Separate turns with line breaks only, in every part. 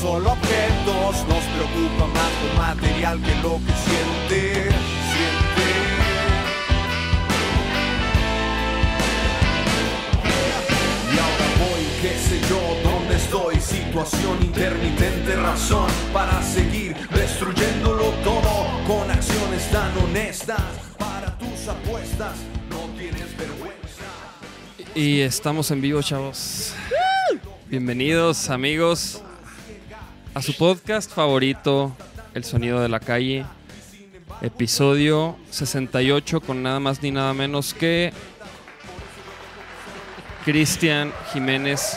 solo objetos, nos preocupa más lo material que lo que siente, siente. Y ahora voy, qué sé yo, dónde estoy. Situación intermitente, razón para seguir destruyéndolo todo con acciones tan honestas. Para tus apuestas no tienes vergüenza.
Y estamos en vivo, chavos. Bienvenidos, amigos, a su podcast favorito, El Sonido de la Calle. Episodio 68 con nada más ni nada menos que Cristian Jiménez,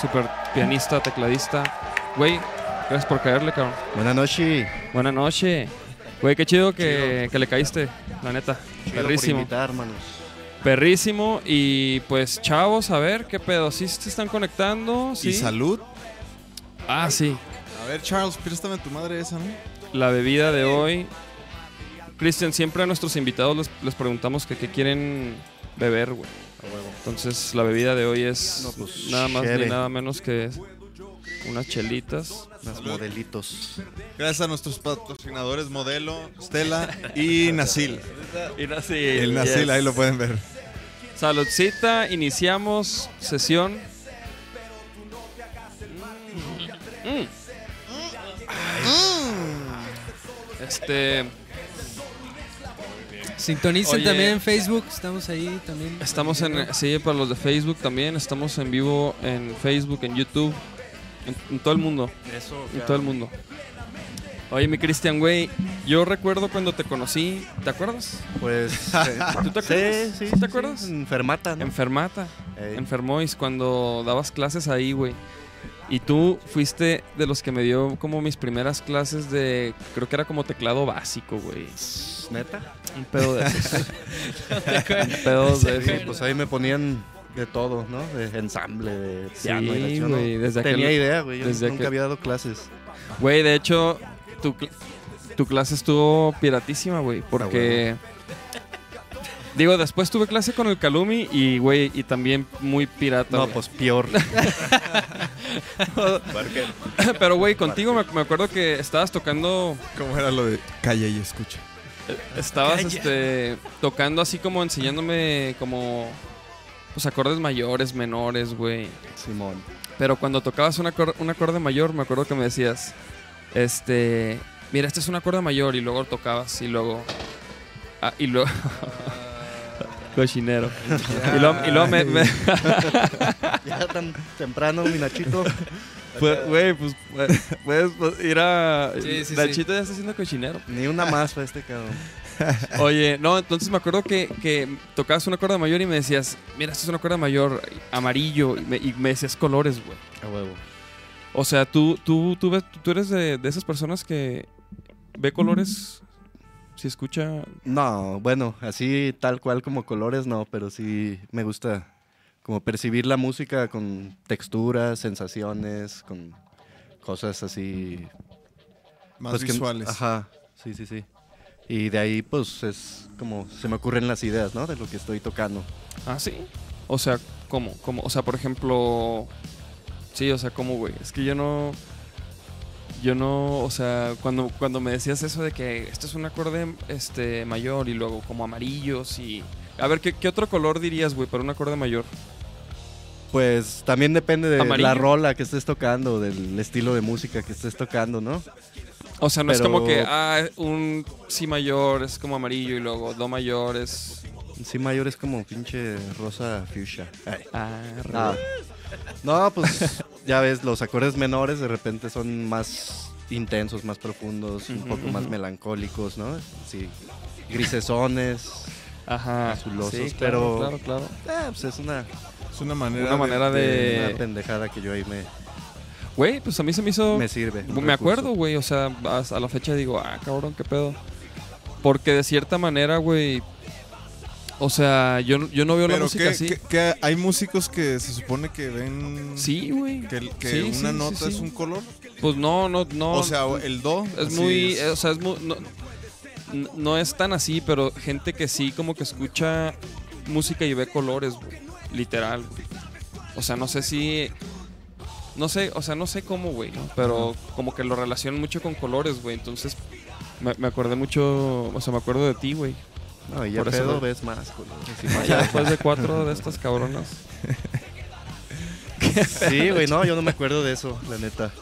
super pianista, tecladista. Güey, gracias por caerle, cabrón.
Buenas noches.
Buenas noches. Güey, qué chido que, que le caíste, la neta.
Por
Perrísimo.
invitar, hermanos.
Perrísimo. Y pues, chavos, a ver qué pedo. Sí se están conectando. Sí.
Y salud.
Ah, sí.
A ver, Charles, préstame tu madre esa, ¿no?
La bebida de hoy. Cristian, siempre a nuestros invitados les, les preguntamos que qué quieren beber, güey. Entonces, la bebida de hoy es
No, pues,
nada más ni
chévere.
nada menos que unas chelitas.
Unas modelitos.
Gracias a nuestros patrocinadores Modelo, Stella y Nasil.
Y Nasil.
El Nasil, ahí lo pueden ver.
Saludcita, iniciamos sesión. Mm. Este,
Sintonicen
Oye.
también en Facebook, estamos ahí también.
estamos en, sí, para los de Facebook también, estamos en vivo en Facebook, en YouTube, en, en todo el mundo, en todo el mundo. Oye, mi Cristian, güey, yo recuerdo cuando te conocí, ¿te acuerdas?
Pues.
eh, ¿Tú te
sí,
acuerdas?
sí.
¿Sí
sí,
te acuerdas?
sí, Enfermata, ¿no? Eh,
Enfermata.
Ey.
Enfermois, cuando dabas clases ahí, güey. Y tú fuiste de los que me dio como mis primeras clases de. Creo que era como teclado básico, güey.
Neta.
Un pedo de esos. Un pedo de
Sí,
esos.
pues ahí me ponían de todo, ¿no? De ensamble, de piano. y la
Sí,
chingada.
güey, desde
Tenía
aquel-
idea, güey. Yo
desde
nunca
aquel-
había dado clases.
Güey, de hecho, tu, cl- tu clase estuvo piratísima, güey.
Ah,
Porque. Digo, después tuve clase con el Calumi y, güey, y también muy pirata.
No,
güey.
pues peor.
Pero, güey, contigo me, me acuerdo que estabas tocando
¿Cómo era lo de calla y escucha?
Estabas este, tocando así como enseñándome como pues acordes mayores, menores, güey.
Simón.
Pero cuando tocabas un, acor- un acorde mayor, me acuerdo que me decías, este, mira, este es un acorde mayor y luego tocabas y luego... ah, y luego... Cochinero. Y luego, y luego me... me-
Ya tan temprano, mi Nachito.
pues, güey, pues, puedes pues, ir a...
Sí, sí, sí.
Nachito ya está haciendo cochinero.
Ni una más para este cabrón.
Oye, no, entonces me acuerdo que, que tocabas una cuerda mayor y me decías, mira, esto es una cuerda mayor, amarillo, y me, y me decías colores, güey.
A huevo.
O sea, tú, tú, tú, ves- tú eres de, de esas personas que ve colores, si escucha...
No, bueno, así tal cual como colores no, pero sí me gusta como percibir la música con texturas, sensaciones, con cosas así.
Más
pues, que-
visuales.
ajá, sí, sí, sí. Y de ahí pues es como se me ocurren las ideas, ¿no? De lo que estoy tocando.
Ah, sí. O sea, ¿cómo? ¿Cómo? O sea, por ejemplo... Sí, o sea, ¿cómo, güey? Es que yo no... Yo no, o sea, cuando, cuando me decías eso de que esto es un acorde este, mayor y luego como amarillos y... A ver, ¿qué, qué otro color dirías, güey, para un acorde mayor?
Pues también depende de
Amarillo.
la rola que estés tocando, del estilo de música que estés tocando, ¿no?
O sea, no es
Pero-
como que ah, un si mayor es como amarillo y luego do mayor es.
Sí, mayor es como pinche rosa fuchsia. Ay.
Ah,
Ah. No, pues ya ves, los acordes menores de repente son más intensos, más profundos, un
Ujú,
poco más
ujú.
melancólicos, ¿no? Sí, grisesones.
Ajá.
Azulosos,
claro,
pero-
Claro, claro.
Eh, pues es una,
Es una manera,
Una manera de.
una pendejada que yo ahí me...
Güey, pues a mí se me hizo.
Me sirve. un
me
recurso.
acuerdo, güey. O sea, a la fecha digo, ah, cabrón, qué pedo. Porque de cierta manera, güey. O sea, yo, no- yo no veo la
Pero
música
que,
así.
que- que hay músicos que se supone que ven
Sí, güey.
que, que
Sí, sí,
una
sí,
nota
sí.
es un color.
Pues no, no, no.
o sea, el do.
es
así
muy.
es.
eh, O sea, es muy. No, n- no es tan así, pero gente que sí, como que escucha música y ve colores, güey. Literal, güey. O sea, no sé si. No sé, o sea, no sé cómo, güey, ¿no? Pero como que lo relacionan mucho con colores, güey. Entonces, me, me acordé mucho. O sea, me acuerdo de ti, güey.
No, y ya
Por eso
pedo
lo-
ves más, colores y
Ya
más.
después de cuatro de estas cabronas.
Sí, güey, no, yo no me acuerdo de eso, la neta.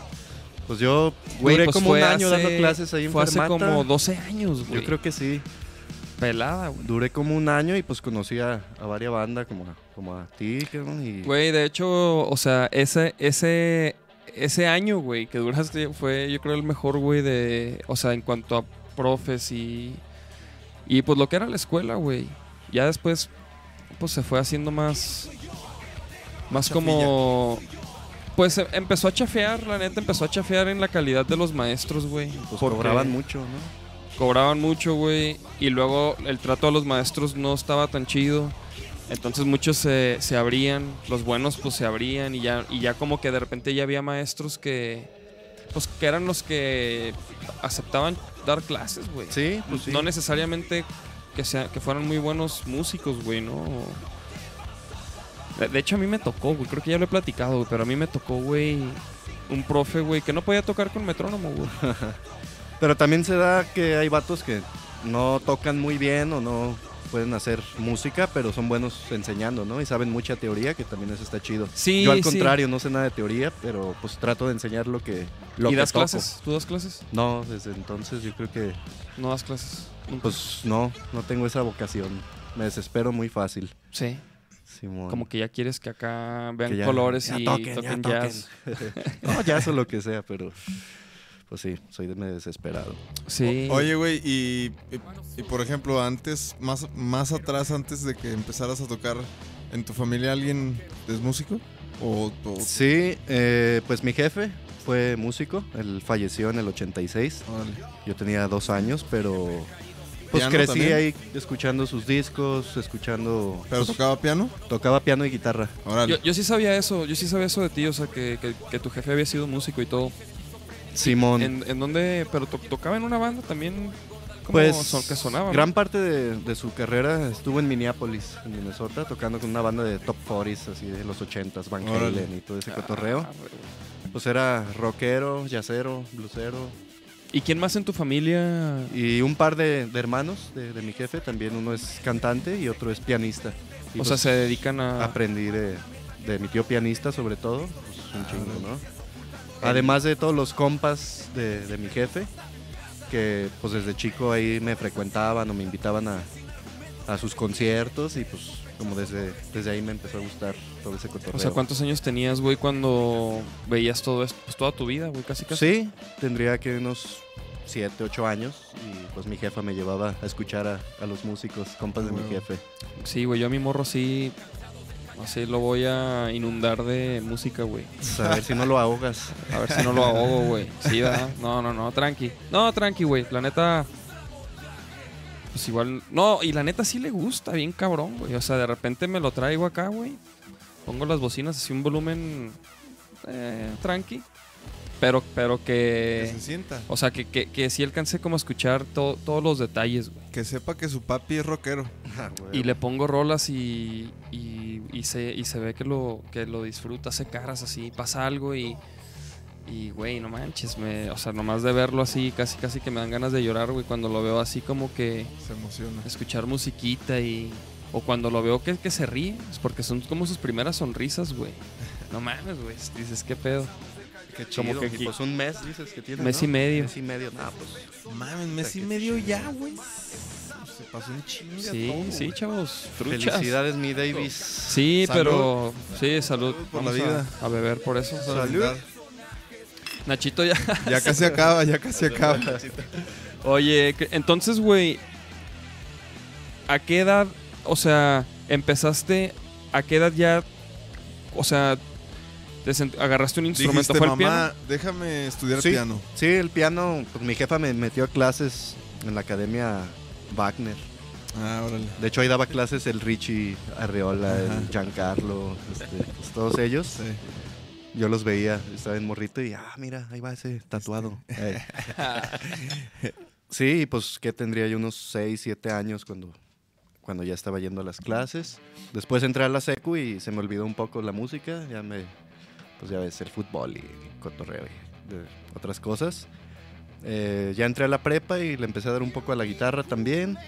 Pues yo
Güey,
duré
pues
como un
fue
año
hace-
dando clases ahí en
Fue hace
Fermata.
como 12 años, güey.
Yo creo que sí.
pelada, güey.
Duré como un año y pues conocí a, a varias bandas como a, como a ti, cabrón, y
Güey, de hecho, o sea, ese, ese, ese año, güey, que duraste fue, yo creo, el mejor, güey, de, o sea, en cuanto a profes y, y pues lo que era la escuela, güey. Ya después, pues se fue haciendo más, más como, pues em- empezó a chafear, la neta, empezó a chafear en la calidad de los maestros, güey.
pues
porque-
cobraban mucho, ¿no?
cobraban mucho, güey. Y luego el trato a los maestros no estaba tan chido. Entonces muchos se, se abrían, los buenos pues se abrían y ya, y ya como que de repente ya había maestros que pues que eran los que aceptaban dar clases, güey.
Sí, pues sí.
No necesariamente que, sea, que fueran muy buenos músicos, güey, ¿no? De, de hecho, a mí me tocó, güey. Creo que ya lo he platicado, güey. Pero a mí me tocó, güey, un profe, güey, que no podía tocar con metrónomo, güey.
Pero también se da que hay vatos que no tocan muy bien o no pueden hacer música, pero son buenos enseñando, ¿no? Y saben mucha teoría, que también eso está chido.
Sí,
Yo al
sí.
contrario, no sé nada de teoría, pero pues trato de enseñar lo que lo
¿Y
que
das
toco.
clases? ¿Tú das clases?
No, desde entonces yo creo que
No das clases. Nunca.
pues no, no tengo esa vocación. Me desespero muy fácil.
sí.
Simón.
Como que ya quieres que acá vean
Que ya-
colores
ya
y
toquen, ya
toquen,
toquen.
jazz.
No, ya eso lo que sea, pero pues sí, soy de- me desesperado.
Sí.
Oye, güey, y, y- y, por ejemplo, antes, más, más atrás, antes de que empezaras a tocar, ¿en tu familia alguien es músico? O, o-
Sí, eh, pues mi jefe fue músico, él falleció en el 86.
órale.
Yo tenía dos años, pero pues
¿Piano
crecí
también?
ahí escuchando sus discos, escuchando.
¿Pero
pues,
tocaba piano?
tocaba piano y guitarra.
Órale.
yo, yo sí sabía eso, yo sí sabía eso de ti, o sea, que, que- que tu jefe había sido músico y todo.
Simón.
¿En, en dónde? Pero to- tocaba en una banda también. ¿Cómo
Pues
son- que sonaba? no?
gran parte de, de su carrera estuvo en Minneapolis, en Minnesota, tocando con una banda de top 40s, así de los 80s, Van
Órale.
Halen y todo ese
Ah,
cotorreo.
güey.
Pues era rockero, yacero, blusero.
¿Y quién más en tu familia?
Y un par de, de hermanos de, de mi jefe, también uno es cantante y otro es pianista. Y
O sea,
pues,
se dedican a.
aprendí de, de mi tío pianista sobre todo, pues
Ah,
un chingo, ¿no? Además de todos los compas de, de mi jefe, que pues desde chico ahí me frecuentaban o me invitaban a, a sus conciertos y pues como desde, desde ahí me empezó a gustar todo ese cotorreo.
o sea, ¿cuántos años tenías, güey, cuando veías todo esto? Pues toda tu vida, güey, casi casi.
Sí, tendría que unos 7, 8 años y pues mi jefa me llevaba a escuchar a, a los músicos, compas de mi
Huevo.
jefe.
Sí, güey, yo a mi morro sí. Así lo voy a inundar de música, güey.
A ver si no lo ahogas.
A ver si no lo ahogo, güey. Sí, ¿verdad? No, no, no, tranqui. No, tranqui, güey. La neta. Pues igual. No, y la neta sí le gusta, bien cabrón, güey. O sea, de repente me lo traigo acá, güey. Pongo las bocinas así un volumen. eh, tranqui. Pero, pero
Que
que.
se sienta.
O sea, que, que, que sí alcancé como a escuchar to- todos los detalles, güey.
Que sepa que su papi es rockero.
Ah,
Y le pongo rolas y, y, y se, y se ve que lo, que lo disfruta, hace caras así, pasa algo y, y güey, no manches, me, o sea, nomás de verlo así, casi casi que me dan ganas de llorar, güey, cuando lo veo así como que
Se emociona.
escuchar musiquita y... O cuando lo veo que, que se ríe, es porque son como sus primeras sonrisas, güey. No mames, güey, dices, qué pedo.
Qué
Como
chido,
que
y,
aquí-
pues un mes dices que tiene,
Mes y
¿no?
medio.
Mes y medio, no, pues
Mames, mes
Está
y
que
medio
chido.
ya, güey. Se pasó un chingo.
Sí, sí, chavos. truchas.
Felicidades, mi Davis.
Sí,
Salud.
pero... Sí, salud.
Salud por
Vamos
la
a-
vida.
A, beber por eso.
Salud.
Nachito ya...
Ya casi acaba, ya casi acaba.
Oye, que- entonces, güey, ¿a qué edad, o sea, empezaste, a qué edad ya, o sea, Te sent- agarraste un instrumento,
Dijiste,
fue el
mamá,
piano.
déjame estudiar
sí,
piano.
Sí, el piano, pues mi jefa me metió a clases en la academia Wagner.
Ah, órale.
De hecho, ahí daba clases el Richie Arreola,
Ajá.
el Giancarlo, este, pues, todos ellos.
Sí.
Yo los veía, estaba en morrito y, ah, mira, ahí va ese tatuado. Ey. sí, pues que tendría yo unos 6, 7 años cuando, cuando ya estaba yendo a las clases. Después entré a la secu y se me olvidó un poco la música, ya me, pues ya ves, el fútbol y el cotorreo y de otras cosas. Eh, ya entré a la prepa y le empecé a dar un poco a la guitarra también.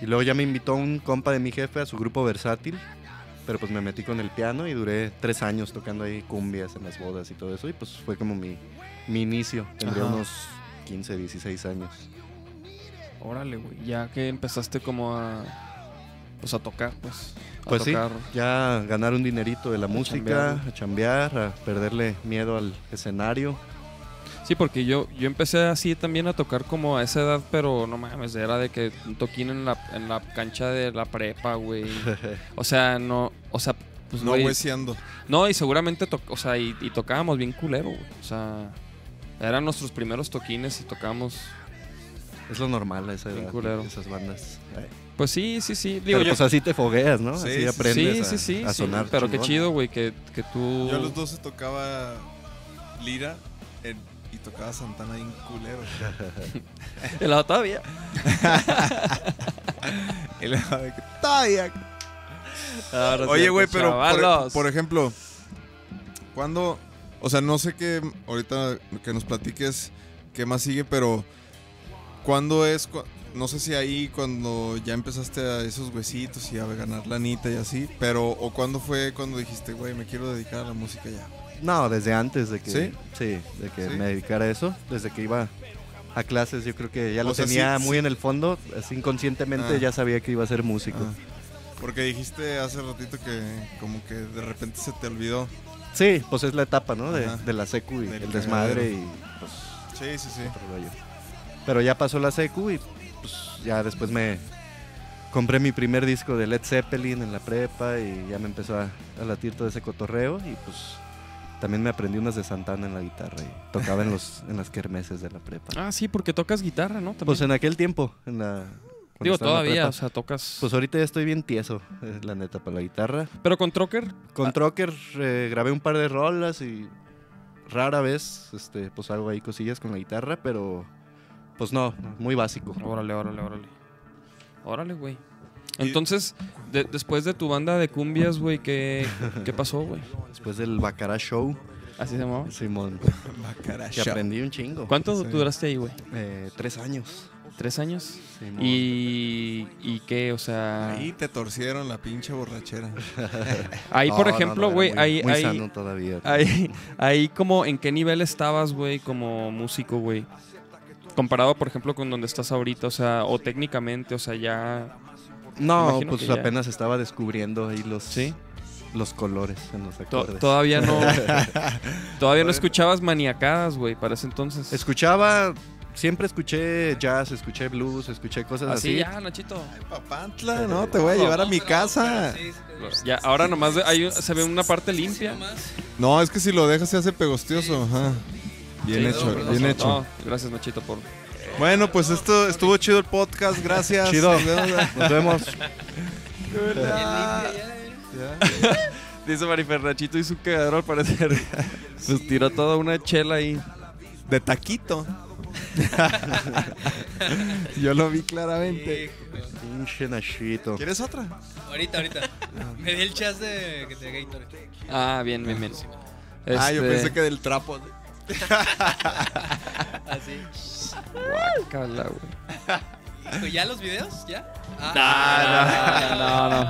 Y luego ya me invitó un compa de mi jefe a su grupo versátil pero pues me metí con el piano y duré tres años tocando ahí cumbias en las bodas y todo eso y pues fue como mi, mi inicio, tendría
Ajá.
unos 15, 16 años.
Órale, güey. Ya que empezaste como a. Pues a tocar, pues. A
Pues sí,
tocar.
ya ganar un dinerito de la música,
chambear.
a chambear, a perderle miedo al escenario.
Sí, porque yo, yo empecé así también a tocar como a esa edad, pero no mames, era de que un toquín en la, en la cancha de la prepa, güey. O sea, no, o sea, pues,
no
güey,
hueseando.
No, y seguramente, to- o sea, y, y tocábamos bien culero, güey. O sea, eran nuestros primeros toquines y tocábamos...
es lo normal a esa
Bien
edad,
culero.
esas bandas. Ay,
Pues sí, sí, sí. Digo,
Pero
yo...
pues así te fogueas, ¿no?
Sí,
así
sí,
aprendes
sí,
a,
sí, sí,
a
sí,
sonar.
Pero qué
chingón.
chido, güey, que, que tú...
Yo a los 12 tocaba lira en- y tocaba Santana en culero.
El lado todavía.
Y le daba de que, "Todavía".
Ahora sí,
Oye, güey,
pues,
pero por,
e-,
e-,
chavalos.
por ejemplo, cuando, o sea, no sé qué, ahorita que nos platiques qué más sigue, pero ¿cuándo es, cua- no sé si ahí cuando ya empezaste a esos huesitos y a ganar lanita y así, pero, o cuándo fue cuando dijiste, güey, me quiero dedicar a la música ya?
No, desde antes de que,
¿Sí?
¿Sí? de que
¿Sí?
me dedicara a eso, desde que iba a clases, yo creo que ya
O
lo
sea, sí,
tenía muy
sí.
en el fondo, así inconscientemente
Ah.
ya sabía que iba a ser músico.
Ah, Porque dijiste hace ratito que como que de repente se te olvidó.
Sí, pues es la etapa, ¿no? De,
Ajá.
de la secu y
Del
el desmadre
cagadero.
y pues
Sí, sí, sí.
otro rollo. Pero ya pasó la secu y pues ya después me compré mi primer disco de Led Zeppelin en la prepa y ya me empezó a, a latir todo ese cotorreo y pues también me aprendí unas de Santana en la guitarra y tocaba en, los, en las kermeses de la prepa.
Ah, sí, porque tocas guitarra, ¿no? También.
Pues en aquel tiempo, en la. cuando
Digo,
estaba en la
todavía,
prepa.
o sea, tocas...
Pues ahorita ya estoy bien tieso, eh, la neta, para la guitarra.
pero con Trocker,
Con
Ah.
Trocker eh, grabé un par de rolas y rara vez, este, pues hago ahí cosillas con la guitarra, pero pues no, muy básico.
Órale, órale, órale. Órale, güey. Entonces, de- después de tu banda de cumbias, güey, ¿qué, ¿qué pasó, güey?
Después del Bacará Show,
Así se llamaba.
Simón, que
Bacaracha.
aprendí un chingo.
¿Cuánto
Sí.
duraste ahí, güey?
Eh, tres años.
¿Tres años?
Simón.
¿Y, y qué? O sea...
Ahí
Ahí,
te torcieron la pinche borrachera.
por
No, no, no,
ejemplo,
era
güey,
muy-
ahí,
Muy
ahí,
sano todavía.
ahí, ahí como en qué nivel estabas, güey, como músico, güey. Comparado, por ejemplo, con donde estás ahorita, o sea, o técnicamente, o sea, ya...
No,
imagino que
pues
ya.
apenas estaba descubriendo ahí los,
Sí.
los colores en los
to-
acordes.
todavía no... todavía no escuchabas maniacadas, güey, para ese entonces.
Escuchaba, siempre escuché jazz, escuché blues, escuché cosas
Así
así.
ya, Nachito.
Papantla, no, te voy a llevar a mi casa.
Ya, ahora nomás de- hay, un- se ve una parte limpia.
No, es que si lo dejas se hace pegostioso. ajá. Bien
Sí,
hecho,
no, perdón,
bien
no,
hecho.
no, gracias, Nachito, por...
Bueno, pues esto estuvo chido el podcast, gracias.
Chido.
Nos vemos.
Nos vemos.
Dice Marifer, Nachito y su quedador al parecer. Pues tiró toda una chela ahí.
De taquito. Yo lo vi claramente.
Pinche Nachito.
¿Quieres otra?
Ahorita, ahorita. Me di el chas de, que te Gatorade.
Ah, bien, bien, bien.
Ah, yo
Este,
pensé que del trapo.
Así.
guácala, güey.
Pues, ¿Ya los videos? ¿Ya? Ah,
No, no, no, no,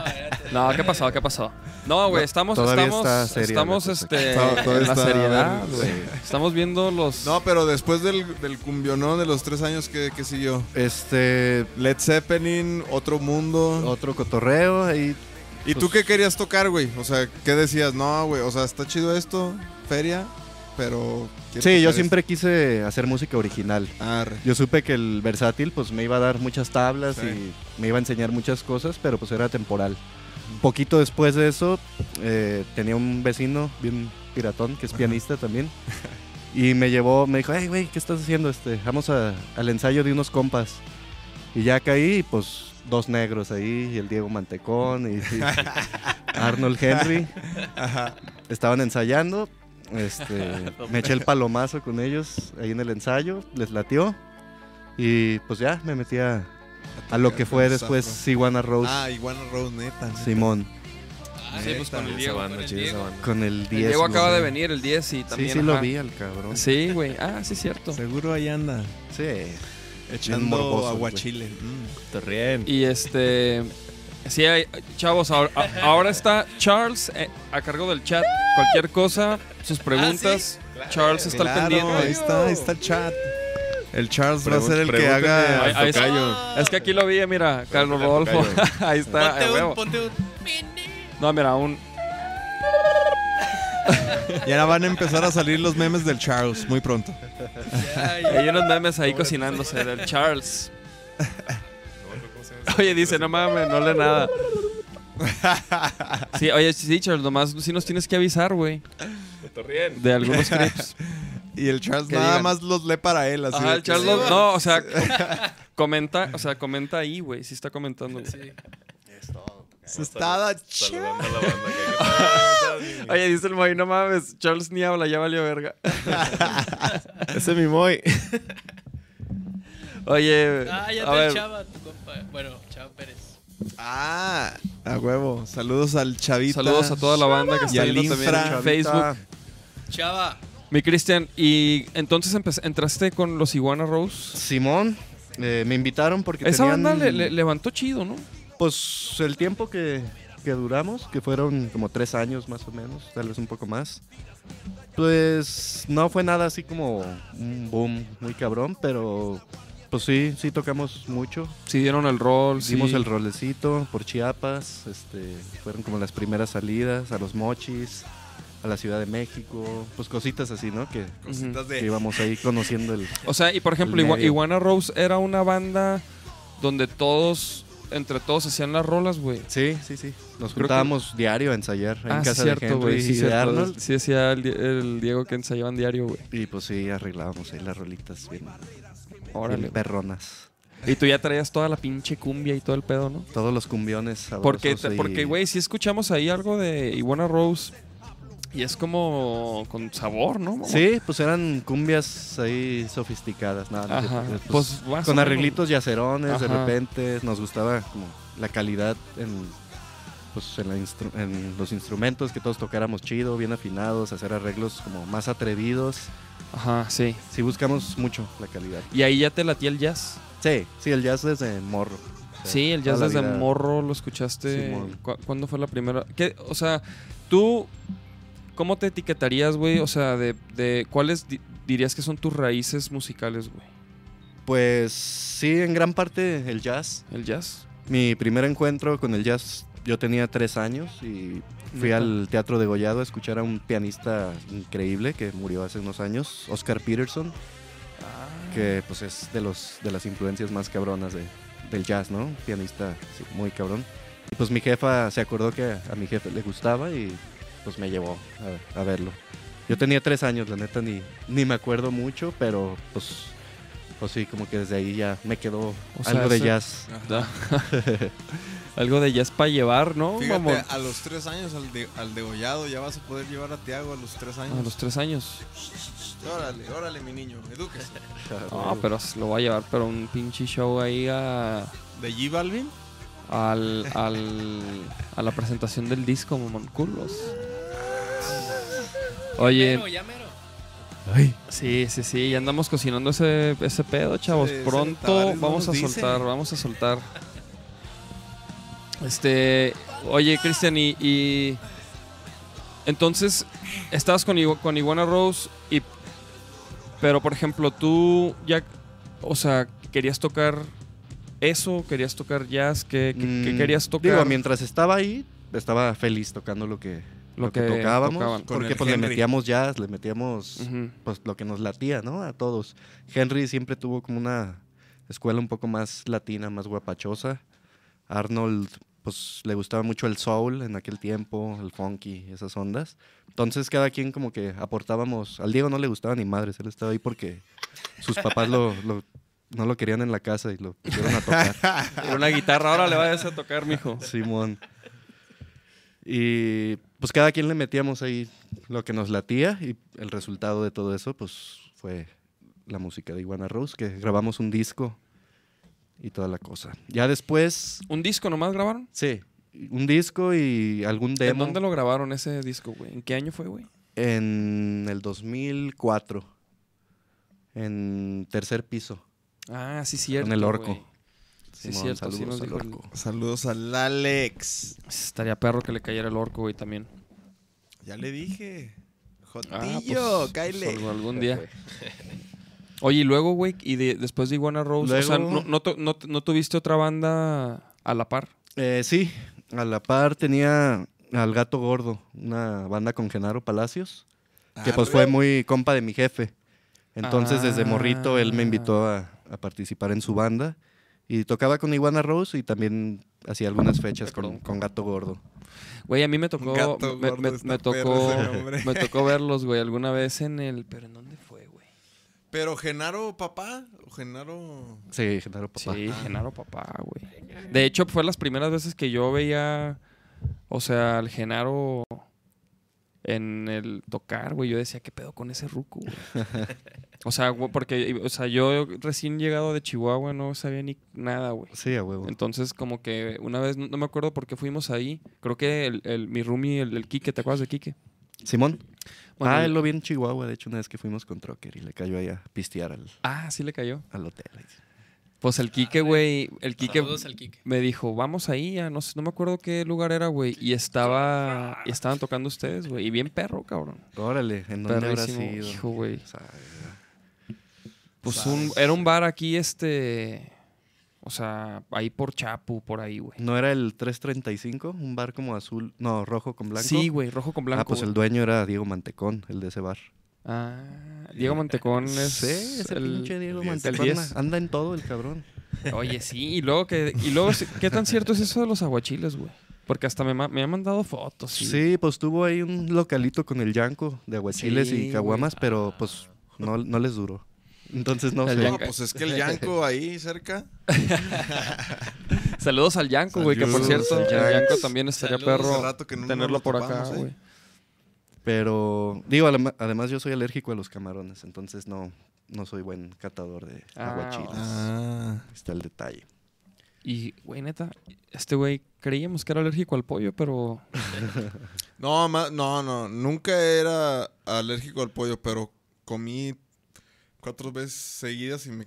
no. No, ¿qué pasó? ¿Qué pasó? No, güey, estamos,
Todavía
estamos,
está seria
estamos,
la cosa.
este,
Todo- todo
en la
está-
seriedad,
sí.
güey. Estamos viendo los...
No, pero después del, del cumbionón de los tres años, ¿qué, qué siguió?
Este,
Led Zeppelin, Otro Mundo.
otro cotorreo ahí.
¿Y
pues
tú qué querías tocar, güey? O sea, ¿qué decías? No, güey, o sea, está chido esto, feria, pero... quiero
Sí,
tocar
yo
esto.
siempre quise hacer música original.
Arre.
Yo supe que el versátil pues me iba a dar muchas tablas
Sí.
y me iba a enseñar muchas cosas, pero pues era temporal. Poquito después de eso eh, tenía un vecino bien Piratón, que es pianista también. Y me llevó, me dijo, hey, güey, ¿qué estás haciendo? Este, vamos a- al ensayo de unos compas. Y ya caí, y, pues dos negros ahí, y el Diego Mantecón, y, y Arnold Henry. Estaban ensayando. Este, me eché el palomazo con ellos ahí en el ensayo, les latió. Y pues ya me metí a, a lo que fue después Siguana Rose,
Ah, Iguana Rose, neta. neta.
Simón,
Ah,
Sí, pues con el Diego.
con el Diego.
con el 10.
El Diego acaba
¿no?
de venir el 10 y
Sí,
también.
sí lo
ajá.
vi al cabrón.
Sí, güey. Ah, sí, cierto.
Seguro ahí anda.
Sí. Bien morboso,
Echando
güey.
aguachile. Mm.
Torrien.
Y este. Sí, hay- chavos, ahora, a- ahora está Charles eh, a cargo del chat. Cualquier cosa, sus
Ah,
preguntas, Charles está al
Claro,
pendiente.
ahí está, ahí está el chat. El Charles va a
Pregun-
ser el que
pregúntale
haga.
Ahí- ahí está.
tocayo.
Es que aquí lo vi, mira, Carlos
Pregúntale
Rodolfo.
al
ahí está,
Ponte
a
un,
huevo.
ponte un.
No, mira, un.
Y ahora van a empezar a salir los memes del Charles muy pronto.
Ya, ya.
Hay unos memes ahí cocinándose del Charles. Oye, dice, no mames, no le nada. Sí, oye, sí, Charles, nomás sí nos tienes que avisar, güey,
Torrien.
de algunos clips.
Y el Charles
Que
nada
digan.
más los lee para él. Así
Ajá,
de
el
que-
Charles, no, no, o sea, comenta, o sea, comenta ahí, güey, sí está comentando. güey.
Sí.
Se está da-
Saludando a la banda.
Ah,
que- que-
Oye, dice el Moy, no mames, Charles ni habla, ya valió verga.
Ese es mi Moy.
Oye,
Ah, ya
a
está el
ver,
Chava, tu compa. Bueno, Chava Pérez.
Ah, a huevo. Saludos al Chavita.
saludos a toda la banda que
Y
está
al
viendo también
Infra.
en Facebook.
Chava.
Mi Cristian, y entonces empe- entraste con los Iguana Rose.
Simón, eh, me invitaron porque
Esa
tenían,
banda le- le- levantó chido, ¿no?
Pues el tiempo que, que duramos, que fueron como tres años más o menos, tal vez un poco más. Pues no fue nada así como un boom muy cabrón, pero pues sí, sí tocamos mucho.
Sí dieron el rol, sí.
Hicimos el rolecito por Chiapas, este, fueron como las primeras salidas a los mochis, a la Ciudad de México, pues cositas así, ¿no? Que,
Cositas
que
de.
íbamos ahí conociendo el...
O sea, y por ejemplo,
El
Igua-
medio.
Iguana Rose era una banda donde todos, entre todos hacían las rolas, güey.
Sí, sí, sí. Nos
Creo que-
juntábamos diario a ensayar en
Ah, sí,
casa de
cierto,
Henry
güey.
y
Sí,
de
cierto.
Arnold.
Sí decía el, Di- el Diego que ensayaban diario, güey.
Y pues sí, arreglábamos ahí las rolitas bien,
Órale.
bien perronas.
Y tú ya traías toda la pinche cumbia y todo el pedo, ¿no?
Todos los cumbiones sabrosos
Porque,
y-
porque, güey, si escuchamos ahí algo de Iguana Rose y es como con sabor, ¿no? mamá?
Sí, pues eran cumbias ahí sofisticadas, nada más.
Ajá.
Pues,
Pues, más
con
o
arreglitos yacerones, de
Ajá.
repente. Nos gustaba como la calidad en, pues, en, la instru- en los instrumentos, que todos tocáramos chido, bien afinados, hacer arreglos como más atrevidos.
Ajá, sí.
Sí, buscamos mucho la calidad.
Y ahí ya te latía el jazz.
Sí, sí, el jazz desde morro. O sea,
Sí, el
toda
jazz
la
desde
vida.
morro lo escuchaste.
Simón.
¿Cu- ¿Cuándo fue la primera? ¿Qué, o sea, tú, ¿cómo te etiquetarías, güey? O sea, de, de ¿cuáles di- dirías que son tus raíces musicales, güey?
Pues sí, en gran parte el jazz.
¿El jazz?
Mi primer encuentro con el jazz, yo tenía tres años y fui
Neta.
al Teatro de Gollado a escuchar a un pianista increíble que murió hace unos años, Oscar Peterson,
Ah.
que pues es de, los, de las influencias más cabronas de- del jazz, ¿no? Un pianista sí, muy cabrón. Y pues mi jefa se acordó que a mi jefe le gustaba y pues me llevó a, a verlo. Yo tenía tres años, la neta, ni, ni me acuerdo mucho, pero pues, pues sí, como que desde ahí ya me quedó
O sea,
algo de
ese-
jazz.
Da- Algo de jazz para llevar, ¿no?
Fíjate,
mamón?
a los tres años al, de, al degollado ya vas a poder llevar a Tiago a los tres años.
A los tres años.
Órale, órale, mi niño, edúquese.
No, Ah, pero se lo va a llevar, pero un pinche show ahí a,
¿De G Balvin?
al, al- a la presentación del disco, mamón. Culos. Oye.
Mero, ya mero.
Sí, sí, sí, ya andamos cocinando ese, ese pedo, chavos.
Ese- ese
Pronto
Tavares no
vamos
nos
a
dice.
soltar, vamos a soltar. Este, oye, Cristian, y, y- entonces estabas con, Igu- con Iguana Rose y pero por ejemplo, tú ya o sea, querías tocar eso, querías tocar jazz, ¿qué, qué- qué
Mm,
querías tocar?
Digo, mientras estaba ahí, estaba feliz tocando lo que,
Lo
lo
que
que, tocábamos.
tocaban.
Con
Porque
el
pues le
Henry.
metíamos jazz, le metíamos
Ujú.
pues lo que nos latía, ¿no? A todos. Henry siempre tuvo como una escuela un poco más latina, más guapachosa. Arnold pues le gustaba mucho el soul en aquel tiempo, el funky, esas ondas. Entonces cada quien como que aportábamos, al Diego no le gustaba ni madres, él estaba ahí porque sus papás lo, lo- no lo querían en la casa y lo pusieron a tocar.
Era una guitarra, ahora le vayas a tocar, mijo.
Simón. Y pues cada quien le metíamos ahí lo que nos latía y el resultado de todo eso pues fue la música de Iguana Rose, que grabamos un disco y toda la cosa. Ya después,
¿Un disco nomás grabaron?
sí, un disco y algún
¿En
demo
dónde lo grabaron ese disco, güey? ¿En qué año fue, güey?
en el 2004, en tercer piso,
Ah, sí, cierto.
con el orco.
güey. Sí,
Simón,
cierto, sí
saludos
nos
al
dijo el-
orco.
Saludos al Alex.
Estaría perro que le cayera el orco, güey, también.
Ya le dije. Jotillo,
Ah, pues,
cáele.
pues, algún día. Oye, y luego, güey, y de- después de Iguana Rose, o sea,
Luego-
¿no, no tu- no- no tuviste otra banda a la par?
Eh, sí, a la par tenía al Gato Gordo, una banda con Genaro Palacios,
Ah,
que pues fue muy compa de mi jefe. Entonces desde morrito él me invitó a, a participar en su banda y tocaba con Iguana Rose y también hacía algunas fechas con, con Gato Gordo.
Güey, a mí me tocó,
Gato
me,
gordo
me-
está
me
perro
tocó,
ese nombre.
me tocó verlos, güey, alguna vez en el, pero ¿en dónde fue, güey?
Pero Genaro, papá, o Genaro.
Sí, Genaro Papá.
Sí, Genaro papá, güey. De hecho, fue las primeras veces que yo veía, o sea, al Genaro en el tocar, güey. Yo decía, ¿qué pedo con ese ruco, güey? o sea, güey, porque, o sea, yo recién llegado de Chihuahua no sabía ni nada, güey.
Sí, a huevo.
Entonces, como que una vez, no no me acuerdo por qué fuimos ahí. Creo que el, el- mi roomie, el, el Quique, ¿te acuerdas de Quique?
Simón.
Bueno,
ah,
el-
él lo vi en Chihuahua, de hecho, una vez que fuimos con Trocker y le cayó ahí a pistear al,
Ah, sí le cayó.
al hotel.
Pues el Quique, güey, el Quique...
Saludos al Kike.
me dijo, vamos ahí, a no sé, no me acuerdo qué lugar era, güey. Y estaba, y estaban tocando ustedes, güey. Y bien perro, cabrón.
Órale, ¿en dónde habrá
Perrísimo.
sido?
Hijo, güey.
Sabe,
Pues un, era un bar aquí, este, o sea, ahí por Chapu, por ahí, güey.
¿No era el 335? Un bar como azul, no, rojo con blanco.
Sí, güey, rojo con blanco.
Ah, pues
güey.
el dueño era Diego Mantecón, el de ese bar.
Ah, Diego Mantecón es,
sí, ese pinche Diego
el diez.
Mantecón
El diez.
anda en todo el cabrón.
Oye, sí, y luego, que, y luego ¿qué tan cierto es eso de los aguachiles, güey? Porque hasta me, ma- me han mandado fotos. y-
Sí, pues tuvo ahí un localito con el Yanco de aguachiles
Sí,
y caguamas, pero pues no, no les duró. Entonces no
El
sé.
No,
Yanka.
pues es que el Yanko ahí cerca.
Saludos al Yanko, güey, que por
Saludos
cierto,
al
el
Yanko.
Yanko también estaría
Saludos.
perro
Hace rato que no nos
tenerlo por acá,
topamos, ¿eh?
güey.
Pero digo, alema- además yo soy alérgico a los camarones, entonces no, no soy buen catador de
Ah,
aguachiles.
Ah.
Ahí Está el detalle.
Y, güey, neta, este güey creíamos que era alérgico al pollo, pero
No, ma- no, no. Nunca era alérgico al pollo, pero comí cuatro veces seguidas y me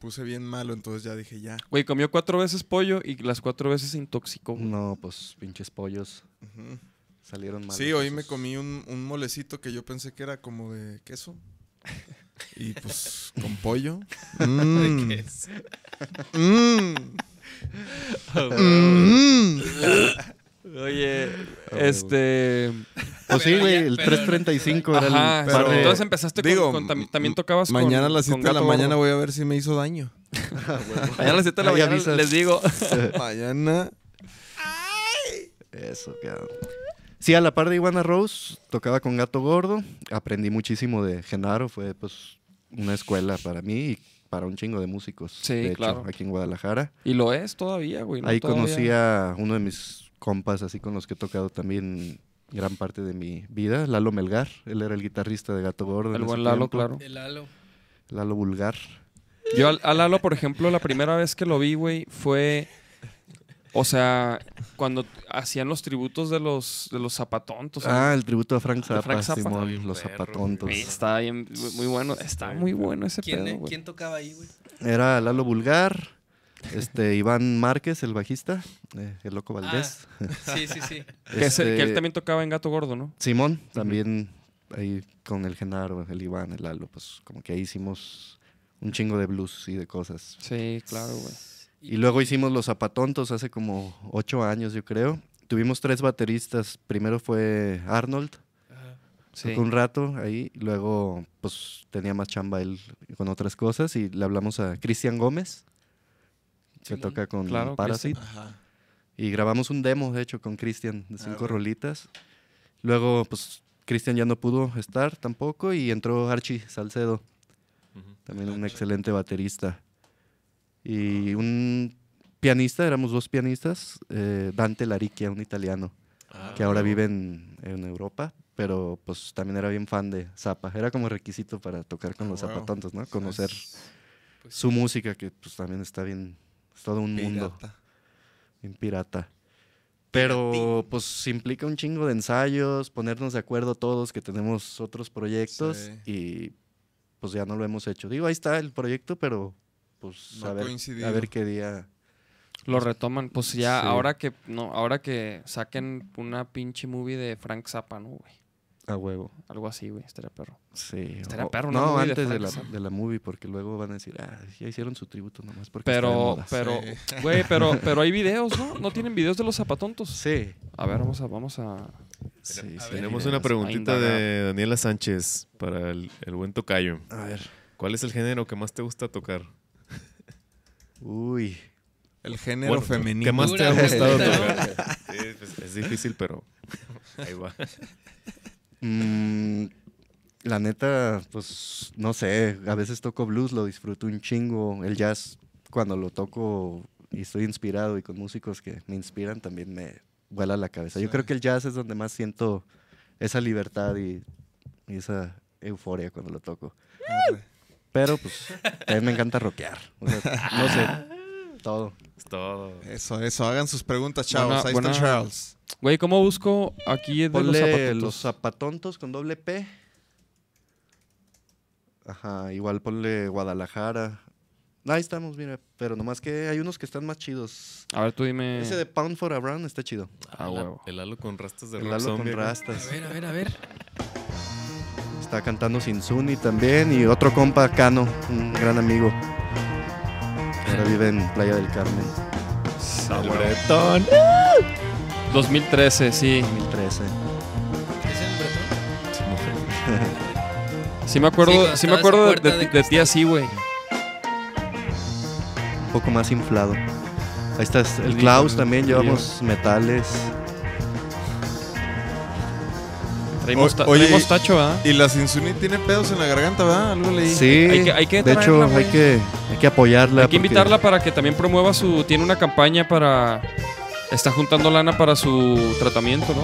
puse bien malo. Entonces ya dije, ya.
Güey, comió cuatro veces pollo y las cuatro veces se intoxicó. güey.
No, pues pinches pollos
Ujú.
salieron mal.
Sí, hoy me comí un, un molecito que yo pensé que era como de queso. Y pues con pollo. Mm.
¿Qué es?
Mm. Mm.
Oye, este.
Pues sí,
Pero
güey,
ya-
el
pero-
335 era el
Ajá,
bar
pero-
de-
entonces empezaste Este con-
digo,
con. tam- también tocabas con-
Mañana a las
con
7 de la
Gato Gordo.
mañana voy a ver si me hizo daño.
Mañana a las 7 de la
Ahí
mañana
avisas.
les digo.
mañana.
Eso, cabrón. Sí, a la par de Iguana Rose, tocaba con Gato Gordo. Aprendí muchísimo de Genaro. Fue, pues, una escuela para mí y para un chingo de músicos.
Sí,
de hecho,
claro.
aquí en Guadalajara.
Y lo es todavía, güey. ¿no?
Ahí
Todavía.
conocí a uno de mis compas, así con los que he tocado también gran parte de mi vida, Lalo Melgar. Él era el guitarrista de Gato Gordo. en
El
ese
buen Lalo,
tiempo.
claro.
El halo.
Lalo Vulgar.
Yo al- a Lalo, por ejemplo, la primera vez que lo vi, güey, fue. O sea, cuando hacían los tributos de los, de los zapatontos. ¿no?
ah, el tributo a Frank Zappa.
Frank Zappa.
Simón,
Bien
los
perro,
zapatontos.
Güey, está bien, muy bueno. Está muy bueno ese
¿Quién,
pedo,
eh?
güey.
¿Quién tocaba ahí, güey?
Era Lalo Vulgar, este Iván Márquez, el bajista, eh, el Loco Valdés.
Sí, sí, sí.
Que, es el- que él
Este,
también tocaba en Gato Gordo, ¿no?
Simón, también ahí con el Genaro, el Iván, el Lalo, pues como que ahí hicimos un chingo de blues y de cosas.
Sí, claro, güey.
Y luego hicimos los zapatontos hace como ocho años, yo creo. Tuvimos tres bateristas. Primero fue Arnold,
Ajá.
Sí.
tocó un rato ahí. Luego, pues tenía más chamba él con otras cosas. Y le hablamos a Cristian Gómez, que
Simón,
toca con
claro, Cristian.
Parasite.
Ajá.
Y grabamos un demo, de hecho, con Cristian, de cinco rolitas. Luego, pues, Cristian ya no pudo estar tampoco y entró Archie Salcedo,
Ujú.
también un excelente baterista. Y un pianista, éramos dos pianistas, eh, Dante Laricchia, un italiano,
Ah,
que ahora vive en, en Europa, pero pues también era bien fan de Zappa. Era como requisito para tocar con
Ah,
los
huevo.
zapatontos, ¿no? Conocer
Pues
su música, que pues también está bien, es todo un mundo
Pirata.
bien pirata. Pero pues implica un chingo de ensayos, ponernos de acuerdo todos que tenemos otros proyectos
Sí.
y pues ya no lo hemos hecho. Digo, ahí está el proyecto, pero pues
No
a, ver,
coincidido.
a ver qué día.
Lo retoman. Pues ya,
Sí.
ahora que no, ahora que saquen una pinche movie de Frank Zappa, ¿no, güey?
A huevo.
Algo así, güey. Estaría perro.
Pues Sí.
Estaría
o-
perro una
No,
movie de
antes de,
Frank
la,
Zappa.
de la movie, porque luego van a decir, ah, ya hicieron su tributo nomás porque está de
Pero,
moda".
pero, güey, pero, pero hay videos, ¿no? ¿No tienen videos de los zapatontos?
Sí.
A ver, vamos a, vamos a.
sí,
a
sí,
ver.
Tenemos
hay
una
videos.
preguntita
indagar.
de Daniela Sánchez para el, el buen tocayo.
A ver.
¿Cuál es el género que más te gusta tocar?
Uy.
El género
Bueno,
femenino.
¿Qué más te ha
Ninguna
gustado
pregunta,
tocar? Sí, pues, es difícil, pero ahí va.
Mm, la neta, pues no sé, a veces toco blues, lo disfruto un chingo. El jazz, cuando lo toco y estoy inspirado y con músicos que me inspiran, también me vuela la cabeza. Yo
Sí.
creo que el jazz es donde más siento esa libertad y, y esa euforia cuando lo toco.
Arre.
Pero pues también me encanta rockear. O sea, no sé, todo.
Es todo.
Eso, eso. Hagan sus preguntas, chavos.
Buena-
Ahí
buena-
está Charles.
Güey, ¿cómo busco aquí de los
Ponle
zapatontos?
los zapatontos con doble P. Ajá, igual ponle Guadalajara. Ahí estamos, mira. Pero nomás que hay unos que están más chidos.
A ver, tú
Eh.
dime.
Ese de Pound for a Brown está chido.
Ah, huevo.
El halo con rastas Pues de
El
rock
Lalo con
zombie, güey.
A
rastas.
ver, a ver, a ver.
Está cantando Sinsuni también. Y otro compa, Cano, un gran amigo. Ahora vive en Playa del Carmen,
Ah,
El
huevo.
bretón.
2013, sí.
2013.
¿Es el bretón?
Sí me acuerdo,
Sí, cuando
sí, me
estaba esa
acuerdo
puerta
de,
de
de ti así, güey.
Un poco más inflado. Ahí está el
Sí,
Klaus
el-
también.
el-
Llevamos metales.
Traímos,
O-
ta-
oye,
traímos
y-
tacho, ¿ah?
Y la Sinsuni tiene pedos en la garganta, ¿verdad? Algo leí.
Sí,
Hay que- hay que
de hecho
traerla,
hay
güey.
que, hay que apoyarla.
Hay que
porque-
invitarla para que también promueva su. Tiene una campaña para. Está juntando lana para su tratamiento, ¿no?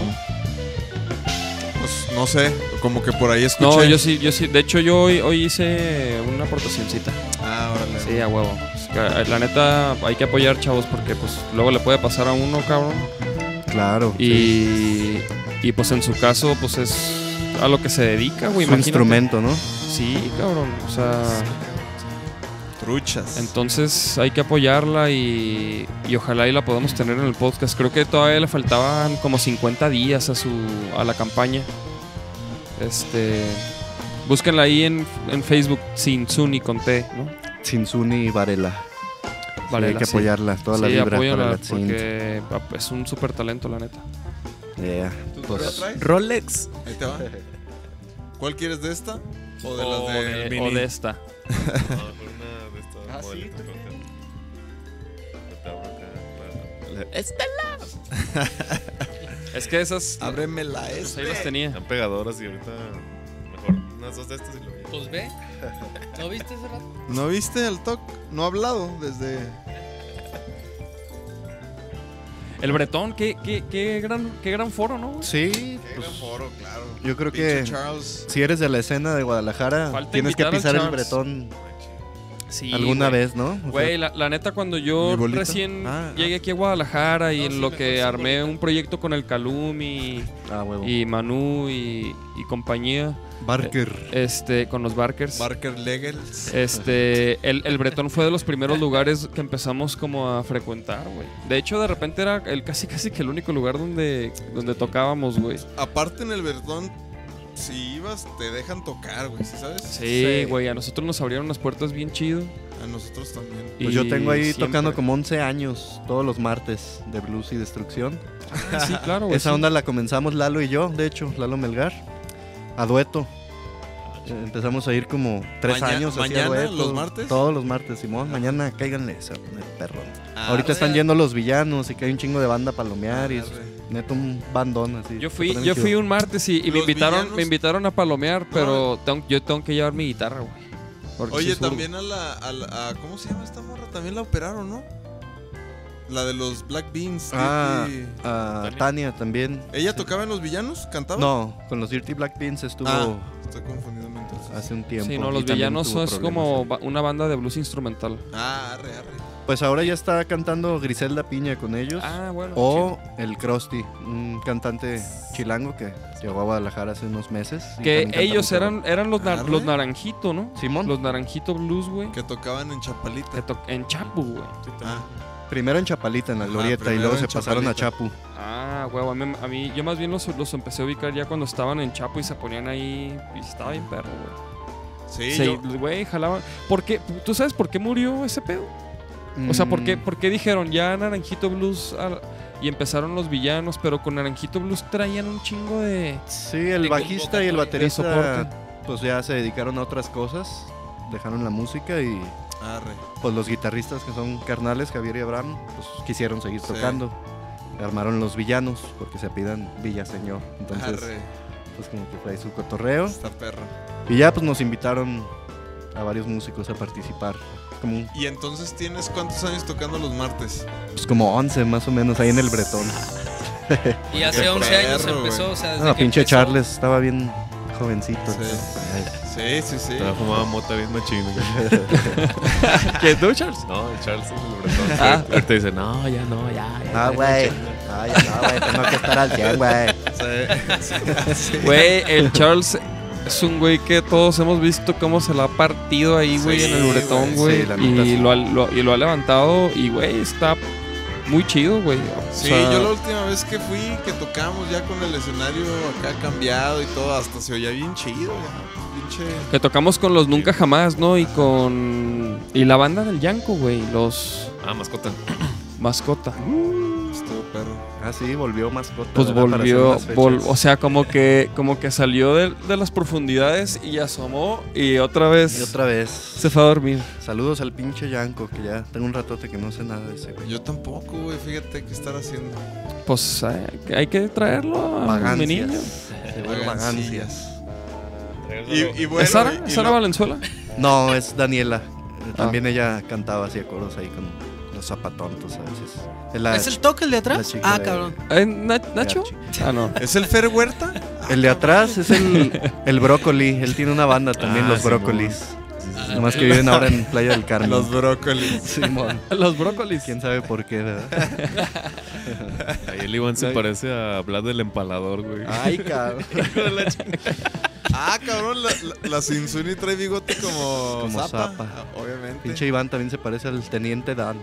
Pues, no sé. Como que por ahí escuché.
No, yo sí, yo sí. De hecho, yo hoy, hoy hice una aportacioncita.
Ah, órale.
Sí, a huevo. Es que, eh, La neta, hay que apoyar, chavos, porque pues luego le puede pasar a uno, cabrón.
Claro. sí.
Y, y pues en su caso, pues es a lo que se dedica, güey.
es un
imagínate.
instrumento, ¿no?
Sí, cabrón. O sea,
Truchas.
entonces hay que apoyarla y, y ojalá y la podamos tener en el podcast. Creo que todavía le faltaban como 50 días a su a la campaña. Este, búsquenla ahí en, en Facebook sin Zuni con T, ¿no?
Sinsuni y Varela. Sí,
Varela,
hay que
sí.
apoyarla, toda la
sí,
vibra
apóyenla
para la Tsin.
porque ap- es un súper talento, la neta.
Yeah,
¿Tú
pues,
la traes?
Rolex.
Ahí te va. ¿Cuál quieres de esta? O de
o,
las del
de,
vinil?
Eh, o de esta.
Ah, sí.
Este.
Es que esas
Ábreme la
pues,
S.
ahí las tenía.
Están pegadoras y ahorita mejor unas dos de estas y lo llevo.
Pues ve. ¿No viste ese rato?
¿No viste el TOC? No ha hablado desde.
El Bretón, qué, qué, qué gran qué gran foro, ¿no? güey?
sí, pues,
foro, claro.
yo creo que
Charles.
si eres de la escena de Guadalajara,
Falta
tienes que
invitar al
pisar el
Charles.
bretón
Sí,
alguna
güey.
vez, ¿no? O sea,
Güey, la, la neta, cuando yo
¿Mi bolita?
recién
Ah, ah.
llegué aquí a Guadalajara y
No,
en
sí,
lo
mejor
que
sin
armé un proyecto con el Calum y,
ah, huevo.
y Manu y, y compañía,
Barker.
este, con los Barkers,
Barker Legels.
este, el, el Bretón fue de los primeros lugares que empezamos como a frecuentar, güey. De hecho, de repente era el casi casi que el único lugar donde, donde tocábamos, güey.
Aparte en el Verdón, si ibas, te dejan tocar, güey, ¿sí ¿sabes?
Sí, güey, a nosotros nos abrieron las puertas bien chido.
A nosotros también.
Pues yo
y
tengo ahí
siempre-
tocando como 11 años todos los martes de blues y destrucción.
Ah, Sí, claro, güey.
Esa
sí.
onda la comenzamos Lalo y yo, de hecho, Lalo Melgar, a dueto. Eh, Empezamos a ir como tres
Ah, Maña-
años. así a
mañana,
hueco,
los martes.
Todos los martes, Simón. Mañana cáiganle, se va a poner perro.
Ah,
Ahorita
Arre.
están yendo los villanos y que hay un chingo de banda palomear y es neto un bandón así.
Yo
se
fui,
ponen
yo
chido.
fui un martes y, y me
Los
invitaron,
villanos-
me invitaron a palomear, pero tengo- yo tengo que llevar mi guitarra, güey. porque soy
Oye,
zurdo.
también a la, a la- a- ¿Cómo se llama esta morra? También la operaron, ¿no? La de los Black Beans.
Ah,
Dirty.
a
Tania.
Tania también.
¿Ella
Sí.
tocaba en Los Villanos? ¿Cantaba?
No, con los Dirty Black Pins estuvo
Ah, estoy confundiéndome entonces.
hace un tiempo.
Sí, no,
y
los
también
villanos
tuvo
son es
problemas
como
ahí.
ba- una banda de blues instrumental.
Ah, arre, arre.
Pues ahora ya está cantando Griselda Piña con ellos.
Ah, bueno.
O el Krusty, un cantante chilango que llegó a Guadalajara hace unos meses. y
chido. que
también canta
ellos
mucho Ah,
eran, eran los, nar-
Arre.
los naranjito, ¿no?
rock. Simón,
Los naranjito blues, güey.
Que tocaban en Chapalita.
que to- En Chapu, güey.
Ah,
primero en Chapalita, en la
Ajá,
Glorieta, y
primero
luego
en
se pasaron a
Chapalita.
Chapu.
Ah, güey, a mí, a mí- yo más bien los, los empecé a ubicar ya cuando estaban en Chapo y se ponían ahí y estaba bien perro, güey.
sí,
Se-
yo-
Güey, jalaban. ¿Por qué? ¿Tú sabes por qué murió ese pedo? O sea, ¿por qué,
Mm,
por qué dijeron ya Naranjito Blues al- y empezaron los villanos, pero con Naranjito Blues traían un chingo de...
Sí, el
de
bajista y el
convocatoria, de
baterista
soporte?
pues ya se dedicaron a otras cosas, dejaron la música y
Arre.
pues los guitarristas que son carnales, Javier y Abraham, pues quisieron seguir
Sí.
tocando. Armaron los villanos porque se pidan Villaseñor. Entonces,
Arre.
pues como que trae su cotorreo.
Está perro.
Y ya pues nos invitaron a varios músicos a participar. Como, un-
Y entonces tienes cuántos años tocando los martes?
pues como 11 más o menos ahí en el Bretón.
Y hace 11
perro,
años
güey.
empezó, o sea, desde
Ah,
Ah, que
pinche
empezó-
Charles, estaba bien jovencito.
Sí.
entonces, ay,
Sí, sí, sí.
Estaba fumando mota bien machín. güey.
¿Qué, Duchars?
No, el Charles es el bretón.
Ah.
Ahorita dice, no, ya no, ya. ya
Ah,
ya,
güey.
ya".
Ah, ya no, güey, tengo que estar al 100, güey.
Güey, el Charles es un güey que todos hemos visto cómo se lo ha partido ahí, güey,
Sí,
en el uretón,
güey.
güey.
Sí, la neta,
y,
sí.
lo ha, lo- y lo ha levantado y, güey, está muy chido, güey. O
Sí,
sea,
yo la última vez que fui, que tocamos ya con el escenario acá cambiado y todo, hasta se oía bien chido, ya. Pinche.
Que tocamos con los Nunca Jamás, ¿no? Y con... Y la banda del Yanko, güey, los...
Ah, mascota.
Mascota.
Estuvo perro.
Ah, sí, volvió mascota.
Pues
¿verdad? Para
volvió,
hacer las
vol-
fechas.
o sea, como que, como que salió de, de las profundidades y asomó y otra vez
Y otra vez.
se fue a dormir.
Saludos al pinche Yanko, que ya tengo un ratote que no sé nada de ese güey.
Yo tampoco, güey, fíjate qué estar haciendo.
Pues ay, hay, que traerlo a mi niño.
Vagancias. Seguro
Vagancias.
vagancias.
Y, y bueno,
¿Es Sara?
y- y
¿Es Sara
lo-
Valenzuela?
No, es Daniela.
Ah.
Eh, También ella cantaba así acordes ahí con los zapatontos a veces. Es la-
¿Es el toque el de
la
atrás?
chica
Ah,
de-
cabrón.
¿Eh, Na- ¿Nacho?
Archie.
Ah, no.
¿Es el Fer Huerta?
El de atrás es el, el brócoli. Él tiene una banda también,
Ah,
los
Simón.
brócolis. Nomás que viven ahora en Playa del Carmen.
Los brócolis.
Simón.
Los brócolis.
Quién sabe por qué, ¿verdad?
Ahí el Iván se
Ay.
parece a Vlad del empalador, güey.
Ay, cabrón.
Ah, cabrón, la, la, la Sinsuni trae bigote como,
Como
zapa,
zapa.
ah, Obviamente.
Pinche Iván también se parece al teniente Dan.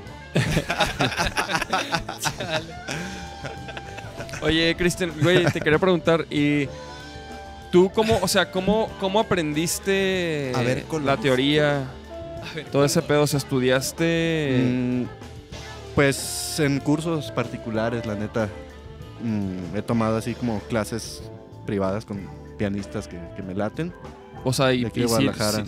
Oye, Cristian, güey, te quería preguntar, ¿y tú cómo, o sea, cómo, cómo aprendiste
A ver, con
la
los-
teoría,
A ver,
todo ese pedo? O sea, estudiaste...
Mm, pues en cursos particulares, la neta. Mm, he tomado así como clases privadas con pianistas que, que me laten.
O sea, y,
Mm, de aquí
y
de
sí-
Guadalajara.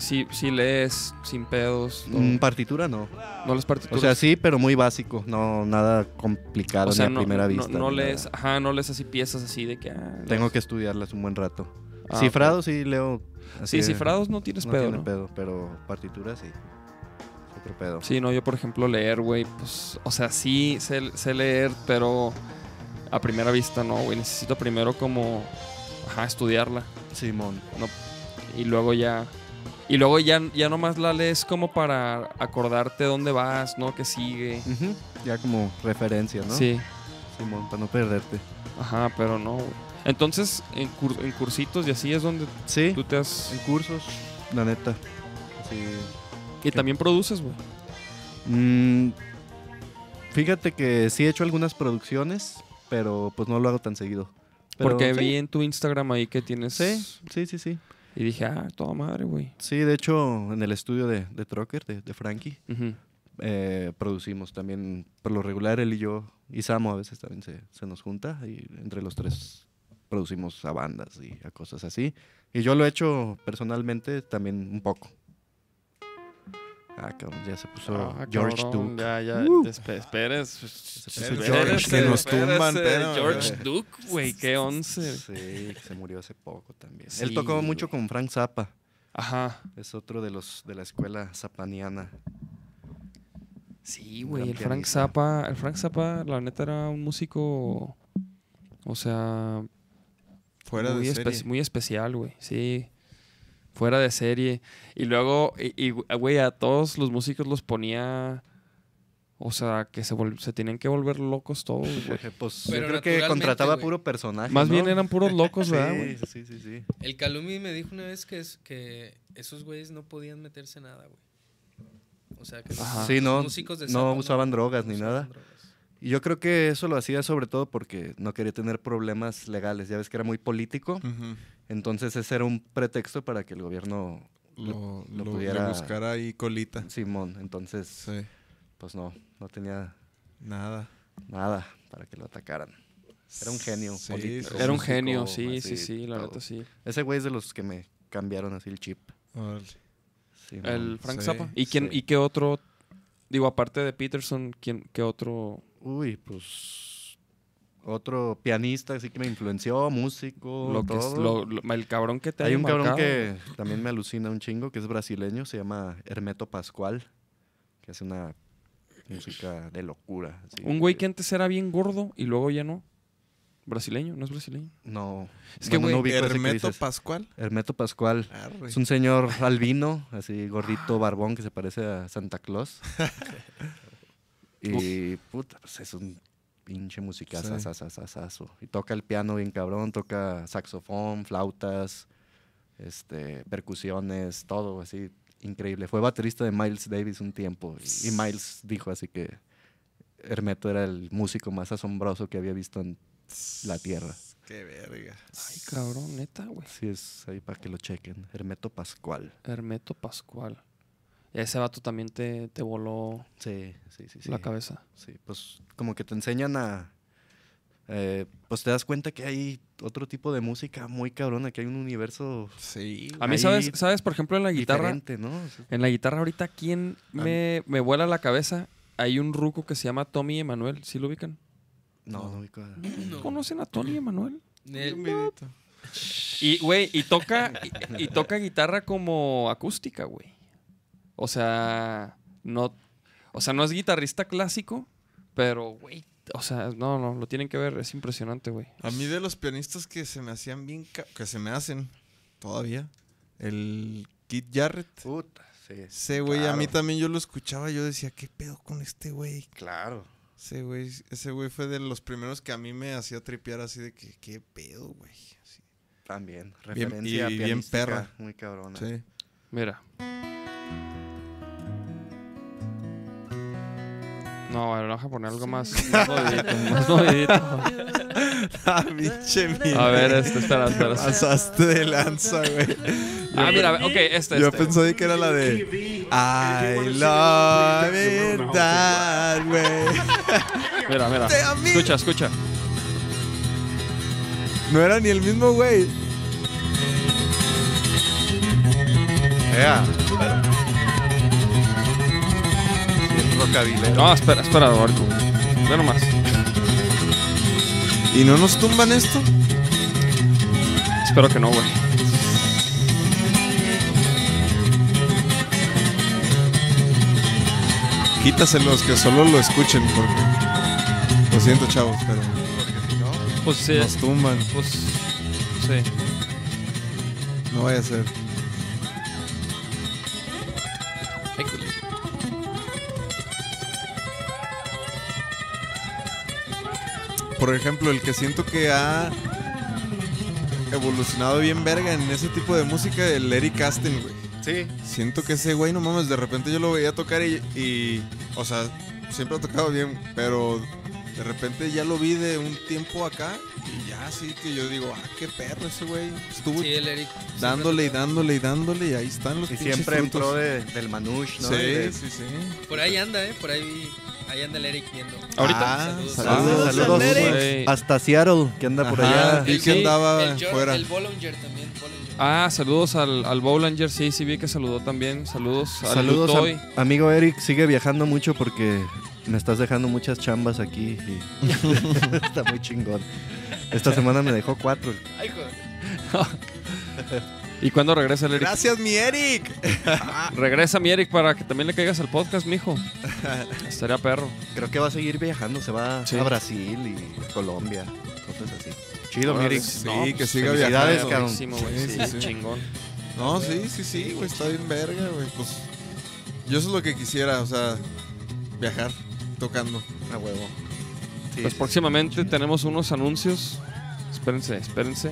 sí, sí- sí lees sin pedos, no,
Mm, partitura no.
no las
O
partituras.
sea, sí, pero muy básico. No, nada complicado
O sea,
ni a
no,
primera
no-
vista.
no
ni
lees,
nada.
ajá, no lees así piezas así de que. ah,
Tengo que estudiarlas un buen rato.
ah,
cifrado sí leo.
ok.
así
Sí,
de-
cifrados no tienes
no
pedo,
tiene
¿no?
pedo, pero partitura sí. Es Otro pedo.
Sí, no, yo por ejemplo leer, güey, pues, o sea, sí sé, sé leer, pero a primera vista no, güey. Necesito primero como, ajá, estudiarla
Simón.
y luego ya. Y luego ya, ya nomás la lees como para acordarte dónde vas, ¿no? Que sigue.
Ujú, Ya como referencia, ¿no?
Sí,
Simón, para no perderte.
ajá, pero no, güey. Entonces, en, cur- en cursitos y así es donde
Sí.
tú te has.
En cursos, la neta. Sí.
Y también produces, güey.
Mm, fíjate que sí he hecho algunas producciones, pero pues no lo hago tan seguido. Pero
Porque
sí,
vi en tu Instagram ahí que tienes.
Sí, sí, sí, sí.
Y dije, ah, toda madre, güey.
Sí, de hecho, en el estudio de, de Trocker, de, de Frankie,
Ujú.
eh, producimos también, por lo regular, él y yo, y Samo a veces también se, se nos junta, y entre los tres producimos a bandas y a cosas así. Y yo lo he hecho personalmente también un poco. Ah, cabrón, ya se puso
Ah,
George
cabrón,
Duke.
Ya, ya,
Uh.
despe- esperes.
puso
espérese,
George,
que nos tumban,
espérese,
pero-
George Duke, güey, qué once.
Sí, que se murió hace poco también.
Sí,
Él tocó
güey.
mucho con Frank Zappa.
Ajá.
Es otro de los de la escuela zapaniana.
Sí,
Un
güey,
gran
el Frank
pianista.
Zappa, el Frank Zappa, la neta era un músico, o sea,
Fuera
muy,
de
espe-
serie.
muy especial, güey, sí, fuera de serie. Y luego, y, y, güey, a todos los músicos los ponía, o sea, que se, vol- se tenían que volver locos todos, güey.
Pues
Pero
yo creo que
naturalmente,
contrataba
güey.
puro personaje.
Más
¿no?
bien eran puros locos,
Sí,
¿verdad, güey?
sí, sí, sí.
El Calumi me dijo una vez que, es, que esos güeyes no podían meterse nada, güey. O sea, que los
Ajá.
Sí, no,
músicos de
no
Zappa
usaban drogas ni
usaban
nada.
drogas.
Y yo creo que eso lo hacía sobre todo porque no quería tener problemas legales. Ya ves que era muy político.
Mm.
Ujú.
Entonces ese era un pretexto para que el gobierno lo
Lo, lo- le
pudiera-
buscara ahí colita.
Simón. Entonces,
Sí,
pues no, no tenía
nada.
nada para que lo atacaran. Era un genio.
Sí,
político,
Era un
músico,
genio, sí,
así,
sí, sí, la
todo.
neta sí.
Ese güey es de los que me cambiaron así el chip.
Órale.
Simón.
El Frank
Sí,
Zappa. ¿Y quién,
sí.
y qué otro, digo, aparte de Peterson, quién, qué otro?
Uy, pues otro pianista así que me influenció, músico,
Lo que es-
Oh, todo.
lo- lo- el cabrón que te
Hay
haya
un cabrón
marcado,
que también me alucina un chingo, que es brasileño, se llama Hermeto Pascual, que hace una música de locura. así
Un güey que antes era bien gordo y luego ya no. Brasileño, no es brasileño.
No.
Es que,
bueno,
güey,
no ubico ese que
Hermeto
dices.
Pascual.
Hermeto Pascual.
Arre.
Es un señor albino, así gordito, barbón, que se parece a Santa Claus. y puta, pues es un pinche musicazo.
Sí.
Y toca el piano bien cabrón, toca saxofón, flautas, este, percusiones, todo así. Increíble. Fue baterista de Miles Davis un tiempo. Y, y Miles dijo así que Hermeto era el músico más asombroso que había visto en la tierra.
Qué verga.
Ay, cabrón, neta, güey.
Así es, ahí para que lo chequen. Hermeto Pascual.
Hermeto Pascual. Ese vato también te, te voló
Sí, sí, sí. sí.
la cabeza.
Sí, pues como que te enseñan a... eh, pues te das cuenta que hay otro tipo de música muy cabrona, que hay un universo
Sí.
A mí,
Ahí-
¿sabes? ¿Sabes? Por ejemplo, en la guitarra.
diferente, ¿no? O sea,
En la guitarra ahorita, ¿quién
mí-
me, me vuela la cabeza? Hay un ruco que se llama Tommy Emanuel. ¿Sí lo ubican?
no, no, ubico a-
¿Conocen a Tommy Emanuel?
El-
Y, güey, y toca, y, y toca guitarra como acústica, güey. O sea, no, o sea, no es guitarrista clásico, pero, güey, o sea, no, no, lo tienen que ver, es impresionante, güey.
A mí de los pianistas que se me hacían bien... ca- Que se me hacen todavía. El Kit Jarrett.
Puta, sí, sí,
Ese güey, a mí
Claro.
también yo lo escuchaba. Yo decía, ¿qué pedo con este güey?
claro.
Ese güey, ese güey fue de los primeros que a mí me hacía tripear así de que, ¿qué pedo, güey? Así.
También,
Bien-
referencia
y bien
pianística
perra.
Muy cabrona.
Sí.
Mira. No, bueno, vamos a poner algo más, más movidito, más movidito.
Ah, pinche
A
mira.
ver, este, espera,
Te
espera. espera.
pasaste de lanza, güey.
Ah, mira, ok, este,
Yo
este.
pensé que era la de I love it that way.
Mira, mira. Escucha, escucha.
No era ni el mismo güey.
Ea. Sí, rockabilero.
No, espera, espera, Barco. Ve nomás.
¿Y no nos tumban esto?
Espero que no, güey.
Quítaselos que solo lo escuchen porque lo siento, chavos, pero
Pues sí,
nos tumban.
Pues sí.
No vaya a ser. Por ejemplo, el que siento que ha evolucionado bien verga en ese tipo de música, el Eric Aston, güey.
Sí,
Siento que ese güey, no mames, de repente yo lo veía tocar y, y, o sea, siempre ha tocado bien, pero De repente ya lo vi de un tiempo acá y ya así que yo digo, ah, qué perro ese güey. Estuvo
Sí, el Eric. siempre
dándole y
tocaba.
dándole y dándole y ahí están los
Y
pinches
siempre en pro
frutos.
de- del manush, ¿no?
Sí,
Y de-
sí, sí.
Por ahí anda, ¿eh? Por ahí, ahí anda el Eric viendo.
Ahorita.
Ah,
Saludos.
saludos,
Ah,
saludos.
saludos, Eric.
Hasta Seattle, que anda por
Ajá,
allá.
y
Sí,
que andaba
el, Jor-
fuera.
el Bollinger también. Bollinger.
Ah, saludos al, al Bowlanger, sí, sí vi que saludó también. Saludos al
Saludos,
Lutoy.
am- amigo Eric. Sigue viajando mucho porque me estás dejando muchas chambas aquí. y- Está muy chingón. Esta semana me dejó cuatro.
Ay, joder.
¿Y cuándo regresa el Eric?
Gracias, mi Eric.
Regresa mi Eric para que también le caigas al podcast, mijo. Estaría perro.
Creo que va a seguir viajando. Se va
Sí.
a Brasil y Colombia. Cosas así. Chido, mi
Órale.
Eric.
Sí,
No,
que
pues,
siga
felicidades,
viajando.
cabrón.
Buenísimo, güey.
Sí, sí,
Sí,
sí.
Chingón.
No, sí, sí, sí, güey, está bien verga, güey. Pues yo eso es lo que quisiera, o sea, viajar tocando.
A huevo. Sí,
Pues
sí,
próximamente tenemos unos anuncios. Espérense, espérense.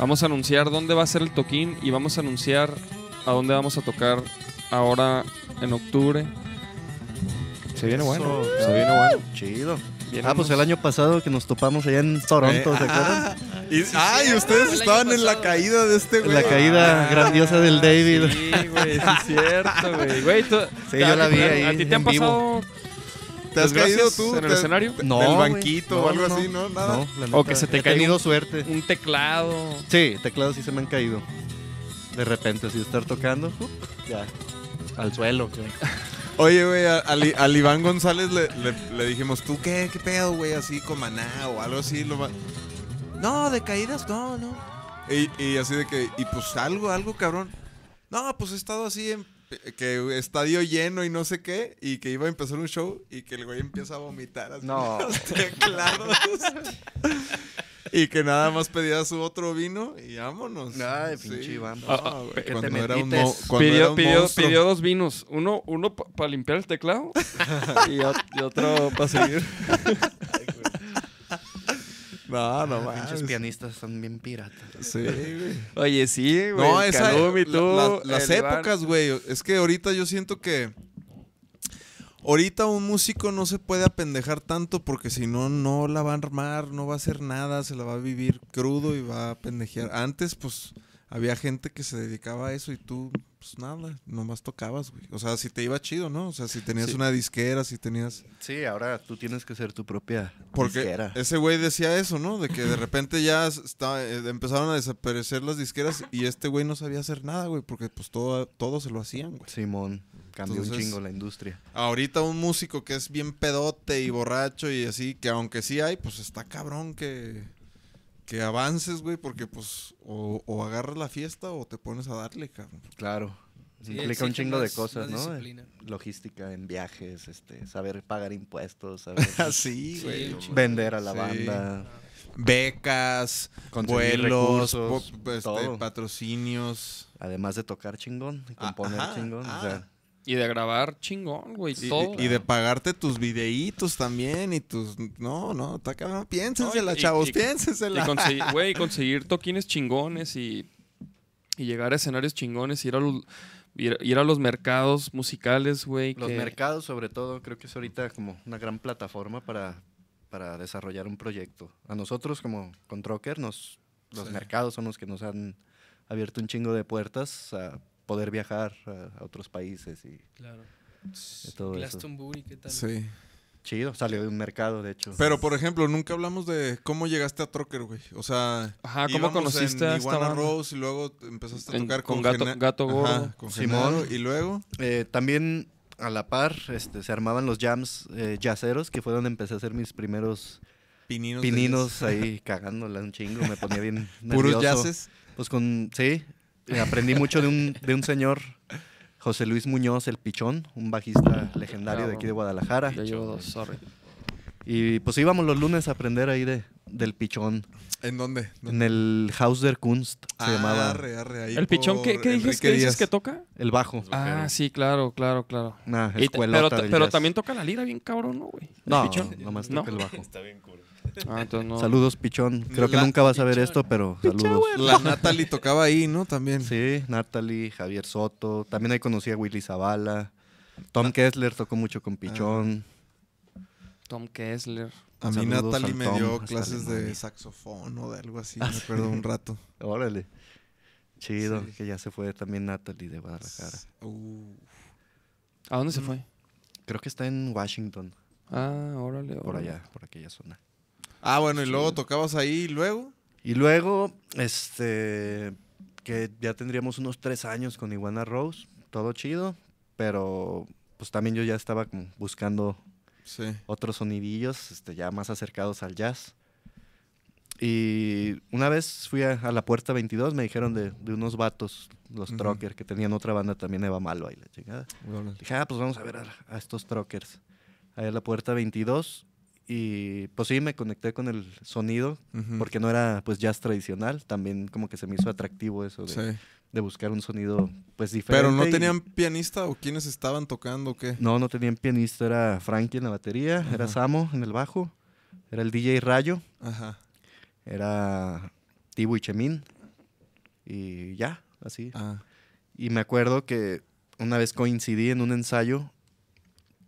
Vamos a anunciar dónde va a ser el toquín y vamos a anunciar a dónde vamos a tocar ahora en octubre. Se viene bueno.
Eso,
Se viene bueno.
sí. Chido.
Vienen
Ah, pues
unos-
el año pasado que nos topamos allá en Toronto,
Eh,
¿se acuerdan?
ah, y, ah, y
sí,
ustedes
el año
estaban en la
pasado.
caída de este güey.
La caída grandiosa del David.
Ah, Sí, güey, sí es cierto, güey. Güey, tú-
Sí, yo la vi
¿A,
ahí,
a ti te han
en vivo.
pasado
¿Te has caído
desgracias
tú?
en el
¿Te-
escenario?
te-
No,
Del
güey.
banquito
No,
o algo
no,
así, ¿no? Nada.
No,
O
la neta,
que se te
he
caiga
tenido
un-
suerte.
un teclado?
Sí, teclados sí se me han caído. De repente, así estar tocando, ¡up! ya. Al suelo. güey.
Oye, güey, a- al, I- al Iván González le, le- le dijimos, ¿tú qué? ¿Qué pedo, güey? Así con maná o algo así. lo va- No, de caídas, no, no. Y, y así de que, y pues algo, algo cabrón. No, pues he estado así en que estadio lleno y no sé qué, y que iba a empezar un show y que el güey empieza a vomitar así
No.
los teclados. y que nada más pedía su otro vino y vámonos.
Ay, pinche Iván.
No,
Ah,
güey,
¿qué te
cuando era un,
metites?
mo- cuando era
Pidió,
un
pidió,
monstruo.
pidió dos vinos. Uno, uno para limpiar el teclado y, ot- y otro para seguir.
Ah,
No, no
Pinches
manches.
pianistas son bien piratas.
Sí, güey.
Oye, sí, güey.
No,
el
esa,
Calum y
la-
tú,
la- las
el Iván.
épocas, güey. Es que ahorita yo siento que. Ahorita un músico no se puede apendejar tanto porque si no, no la va a armar, no va a hacer nada, se la va a vivir crudo y va a pendejear. Antes, pues, había gente que se dedicaba a eso y tú, pues nada, nomás tocabas, güey. O sea, si te iba chido, ¿no? O sea, si tenías
Sí.
una disquera, si tenías...
Sí, ahora tú tienes que ser tu propia
Porque
disquera.
ese güey decía eso, ¿no? De que de repente ya s- está- eh, empezaron a desaparecer las disqueras y este güey no sabía hacer nada, güey, porque pues todo, todo se lo hacían, güey.
Simón, cambió un
Entonces-
chingo la industria.
Ahorita un músico que es bien pedote y borracho y así, que aunque sí hay, pues está cabrón que, que avances, güey, porque pues o, o agarras la fiesta o te pones a darle, cabrón.
Claro.
Sí,
Implica un
exige
chingo de
más-
cosas,
más
¿no?
disciplina.
Logística en viajes, este, saber pagar impuestos, saber
Así,
Sí,
güey.
un chingo.
vender a la
Sí.
banda.
Becas,
Conseguir
vuelos,
recursos,
po- este,
todo.
patrocinios.
Además de tocar chingón, y
Ah,
componer
ajá,
chingón.
ah.
O sea,
Y de grabar chingón, güey.
Y,
todo.
y- y de pagarte tus videitos también y tus... No, no, está cabrón. Piénsensela,
No, y- y-
chavos,
y-
piénsensela.
Y consegui- güey, conseguir toquines chingones y, y llegar a escenarios chingones, ir a los, ir, ir a los mercados musicales, güey.
Los
que-
mercados, sobre todo, creo que es ahorita como una gran plataforma para, para desarrollar un proyecto. A nosotros, como con Trocker, nos, los
Sí.
mercados son los que nos han abierto un chingo de puertas a poder viajar a, a otros países y
Claro.
todo eso.
Glastonbury, ¿qué tal?
Sí.
chido. Salió de un mercado, de hecho.
Pero, por ejemplo, nunca hablamos de cómo llegaste a Trocker, güey. O sea,
Ajá, ¿cómo
íbamos
conociste
en
a esta
Iguana
banda?
Rose y luego te empezaste a
En-
tocar
con
con,
Gato-
Gena-
Gato
Ajá,
Gordo.
con
Simón.
Genaro. Y luego,
Eh, también a la par este, se armaban los jams eh, yaceros, que fue donde empecé a hacer mis primeros
Pininos. de
pininos ahí cagándola un chingo. Me ponía bien
jazz. Puros
nervioso.
yaces.
Pues con, sí, eh, aprendí mucho de un, de un señor, José Luis Muñoz, el Pichón, un bajista legendario de aquí de Guadalajara.
Ya llevo dos, sorry.
Y pues íbamos los lunes a aprender ahí de, del Pichón,
¿En dónde?
en el Haus der Kunst, se
Ah,
llamaba
Arre, arre, ahí
¿El pichón
por
qué, qué dices,
Enrique
qué dices
Díaz.
que toca?
el bajo.
Ah, sí, claro, claro, claro.
Una
Y te-
escuelota
pero ta-
del
pero
jazz.
también toca la lira bien cabrón, ¿no, güey?
No,
¿El pichón?
nomás
¿No?
toca el bajo.
Está bien cool.
Ah, entonces no.
Saludos, Pichón. Creo que
La-
nunca vas a ver esto, pero saludos.
La Natalie tocaba ahí, ¿no? También.
Sí, Natalie, Javier Soto. También
Ah.
ahí conocí a Willy Zavala. Tom Kessler tocó mucho con Pichón.
Tom Kessler.
A mí
Saludos
Natalie
al
me
Tom,
dio
hasta
clases de
Alemania.
saxofón o de algo así, me acuerdo un rato.
Órale. Chido,
Sí.
que ya se fue también Natalie de Guadalajara.
Uh,
¿A dónde se
Mm.
fue?
Creo que está en Washington,
Ah, órale,
por
órale.
allá, por aquella zona.
Ah, bueno, y luego tocabas ahí y luego.
Y luego, este, que ya tendríamos unos tres años con Iguana Rose, todo chido, pero pues también yo ya estaba como buscando
Sí.
otros sonidillos, este, ya más acercados al jazz. Y una vez fui a, a la puerta 22, me dijeron de, de unos vatos, los
Ujú.
Trockers, que tenían otra banda también, Eva Malo y la chingada. Dije, ah, pues vamos a ver a, a estos Trockers. Ahí a la puerta 22. Y pues sí, me conecté con el sonido,
Ujú.
porque no era pues jazz tradicional, también como que se me hizo atractivo eso de,
Sí.
de buscar un sonido pues diferente.
Pero no
y-
tenían pianista o quiénes estaban tocando o qué.
No, no tenían pianista, era Frankie en la batería, era
Ajá.
Samo en el bajo, era el DJ Rayo,
Ajá.
era Tibu y Chemín y ya, así.
Ah.
Y me acuerdo que una vez coincidí en un ensayo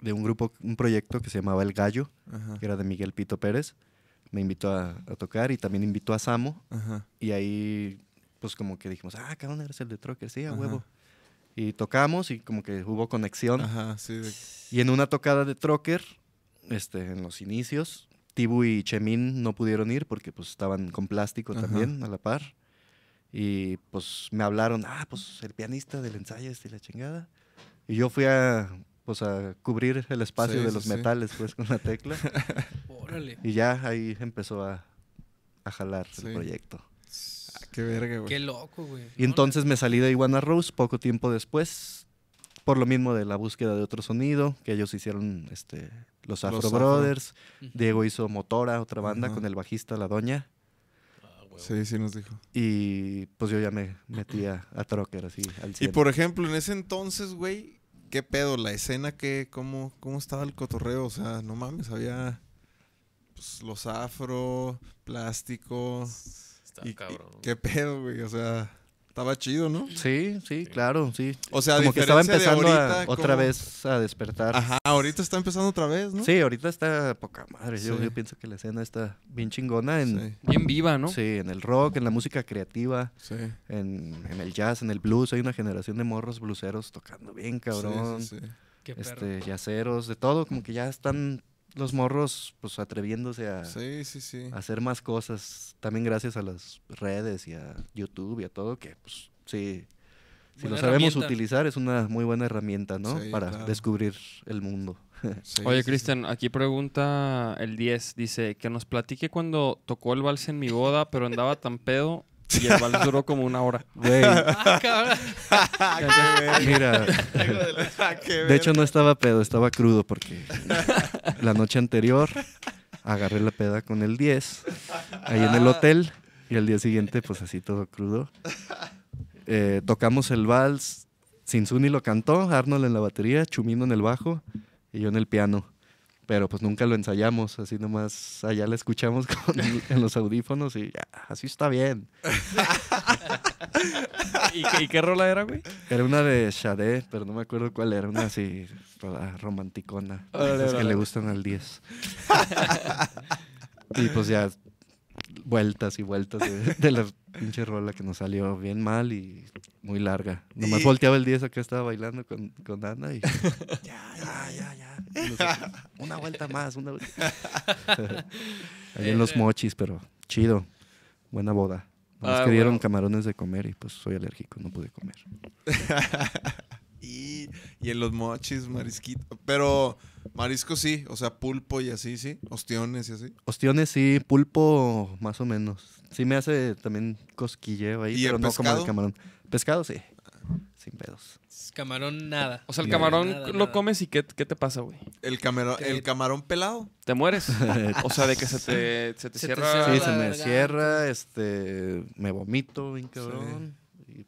de un grupo, un proyecto que se llamaba El Gallo,
Ajá.
que era de Miguel Pito Pérez, me invitó a, a tocar y también invitó a Samo
Ajá.
Y ahí, pues como que dijimos, ah, cabrón, eres el de Trocker, sí, a
Ajá.
huevo. Y tocamos y como que hubo conexión.
Ajá, sí. de-
Y en una tocada de Trocker, este, en los inicios, Tibu y Chemín no pudieron ir porque pues estaban con plástico
Ajá.
también a la par. Y pues me hablaron, ah, pues el pianista del ensayo este y la chingada. Y yo fui a, pues a cubrir el espacio
Sí,
de
sí,
los
sí.
metales, pues, con la tecla.
Órale.
y ya ahí empezó a, a jalar
Sí.
el proyecto.
Ah, qué verga,
Qué
güey.
loco, güey.
Y entonces me salí de Iguana Rose poco tiempo después, por lo mismo de la búsqueda de otro sonido, que ellos hicieron este, los Afro
Afro.
Brothers,
Ujú.
Diego hizo Motora, otra banda,
Ajá.
con el bajista La Doña,
Sí, sí nos dijo.
y pues yo ya me metí a, a Trocker así al
Y
100.
por ejemplo, en ese entonces, güey, ¿qué pedo? La escena, que cómo, ¿cómo estaba el cotorreo? O sea, no mames, había pues, los afro, plástico.
Está
Y, y-
cabrón.
¿Qué pedo, güey? O sea, estaba chido, ¿no?
Sí, sí, claro, sí.
O sea, a
Como que estaba
diferencia de
empezando a-
ahorita,
otra
¿cómo?
vez a despertar.
Ajá, ahorita está empezando otra vez, ¿no?
Sí, ahorita está poca madre. Yo,
Sí.
yo pienso que la escena está bien chingona en,
Sí,
Bien viva, ¿no?
sí, en el rock, en la música creativa.
sí.
en, en el jazz, en el blues, hay una generación de morros bluseros tocando bien, cabrón.
Sí, sí, sí.
Qué perro.
Este, yaceros, de todo, como que ya están los morros pues atreviéndose a,
Sí, sí, sí.
a hacer más cosas, también gracias a las redes y a YouTube y a todo que pues sí, si
Buena
lo sabemos
herramienta.
utilizar es una muy buena herramienta, ¿no?
Sí,
Para
claro.
descubrir el mundo.
Sí,
Oye,
sí, sí.
Cristian, aquí pregunta el 10. Dice que nos platique cuando tocó el vals en mi boda, pero andaba tan pedo y el vals duró como una hora.
Güey,
Ah, cabrón.
mira, de hecho no estaba pedo, estaba crudo porque la noche anterior agarré la peda con el 10 ahí en el hotel y al día siguiente pues así todo crudo. Eh, tocamos el vals, Sinsuni lo cantó, Arnold en la batería, Chumino en el bajo y yo en el piano. Pero pues nunca lo ensayamos, así nomás allá la escuchamos con- en los audífonos y ya, así está bien.
¿Y, qué- y qué rola era, güey?
Era una de Sade, pero no me acuerdo cuál era, una así toda romanticona.
Órale,
esas que
órale.
le gustan al 10. y pues ya vueltas y vueltas de, de la pinche rola que nos salió bien mal y muy larga. Nomás
Y-
volteaba el 10 acá estaba bailando con, con Ana y ya, ya, ya, ya. Y nosotros, una vuelta más, una vuelta. Ahí en los mochis, pero chido. Buena boda. Nos
Ah,
que dieron
bueno.
camarones de comer y pues soy alérgico, no pude comer.
Y, y en los mochis, marisquito. Pero marisco sí, o sea, pulpo y así, sí. Ostiones y así.
Ostiones sí, pulpo más o menos. Sí me hace también cosquilleo ahí,
¿Y el
pero no como
pescado?
el camarón. Pescado sí, sin pedos.
Camarón, nada.
O sea, el
Nada,
camarón
nada,
lo
nada.
comes y ¿qué, qué te pasa, güey?
El, camero-
Que-
el camarón pelado.
¿Te mueres? O sea, de que se te, se te
Se te
cierra...
cierra
Sí,
la
se me
garganta.
cierra, este, me vomito, bien cabrón. Y,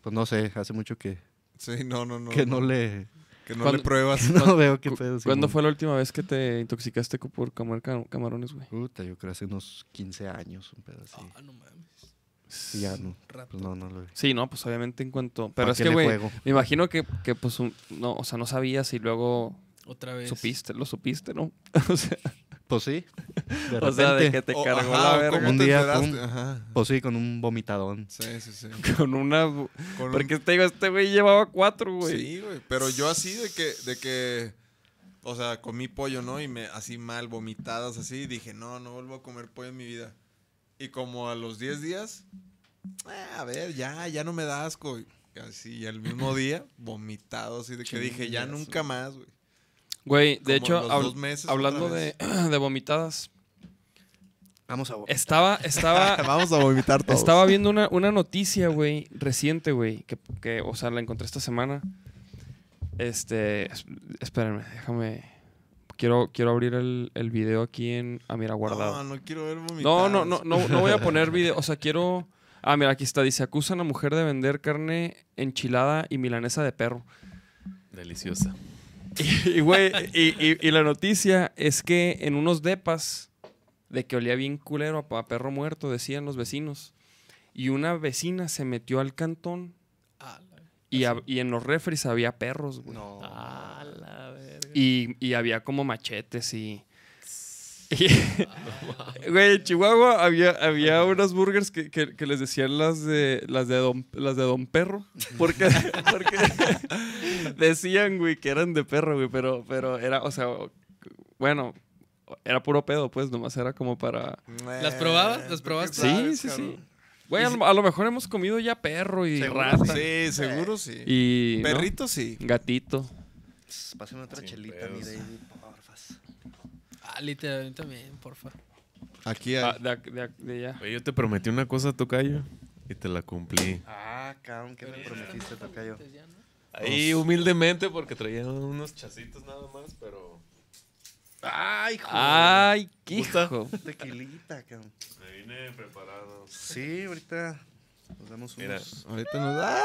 pues no sé, hace mucho que,
Sí, no, no, no.
que no le,
que no
¿Cuándo-
le pruebas.
no veo qué
cu-
pedo. sí,
¿Cuándo
no.
fue la última vez que te intoxicaste co- por comer ca- camarones, güey?
Puta, yo creo hace unos 15 años, un pedo así.
Ah, no mames.
Y ya no,
Rato.
pues no, no lo he-
Sí, no, pues obviamente en cuanto... Pero
¿Pa
es
qué
que,
le
güey,
juego?
me imagino que, que, pues, un- no, o sea, no sabías y luego
Otra vez.
Supiste, lo supiste, ¿no? o sea,
Pues sí. De
o sea, de
repente,
que te
O,
cargó
ajá,
la
o
verga
cómo
Un
te
día,
enteraste.
pum.
Ajá.
Pues sí, con un vomitadón.
Sí, sí, sí.
con una... bu-
Con un-
Porque te digo, este güey llevaba cuatro, güey.
Sí, güey. Pero yo así de que, de que, o sea, comí pollo, ¿no? Y me así mal, vomitadas, así. y dije, no, no vuelvo a comer pollo en mi vida. Y como a los 10 días, "Ah, a ver, ya, ya no me da asco. Y así, y al mismo día, vomitado, así de que dije, ya
Chingas,
nunca más, güey.
Güey,
Como
de hecho,
los
habl-
dos meses
hablando
otra
de,
vez.
de vomitadas,
Vamos a vomitar.
estaba, estaba,
Vamos a vomitar
estaba viendo una, una noticia, güey, reciente, güey, que, que, o sea, la encontré esta semana. Este, es- espérenme, déjame, quiero, quiero abrir el, el video aquí en, ah, mira, guardado.
No, no quiero ver vomitadas.
No, no, no, no, no voy a poner video. O sea, quiero. Ah, mira, aquí está. Dice: acusan a mujer de vender carne enchilada y milanesa de perro.
Deliciosa.
Y, y, güey, y, y- y la noticia es que en unos depas de que olía bien culero a, a perro muerto, decían los vecinos. Y una vecina se metió al cantón
A la,
y, hab- y en los refres había perros, güey.
No.
a la verga.
Y, y había como machetes y. y- Güey, en Chihuahua había, había unas burgers que, que- que les decían las de las de Don, las de don Perro. Porque, porque decían, güey, que eran de perro, güey, pero, pero era, o sea, bueno, era puro pedo, pues, nomás era como para.
¿Las probabas? ¿Las probaste?
Sí, sí, sí. Güey, a lo, a lo mejor hemos comido ya perro y rata.
Sí, seguro sí.
Y. ¿no?
Perrito sí.
Gatito.
Pásame otra
Sin
chelita, mi
pedos.
David, porfas.
Ah, literalmente también, porfa.
Aquí hay.
Ah, de, ac- de ac- de allá.
Oye, yo te prometí una cosa, Tocayo, y te la cumplí.
Ah, cabrón, ¿qué me prometiste, Tocayo?
Ya, ¿no?
Ahí humildemente porque traía unos chacitos nada más, pero...
Ay, hijo.
Ay, qué
Gusta.
hijo.
Tequilita, cabrón.
Me vine preparado.
Sí, ahorita nos damos
Mira.
unos...
Ahorita nos da.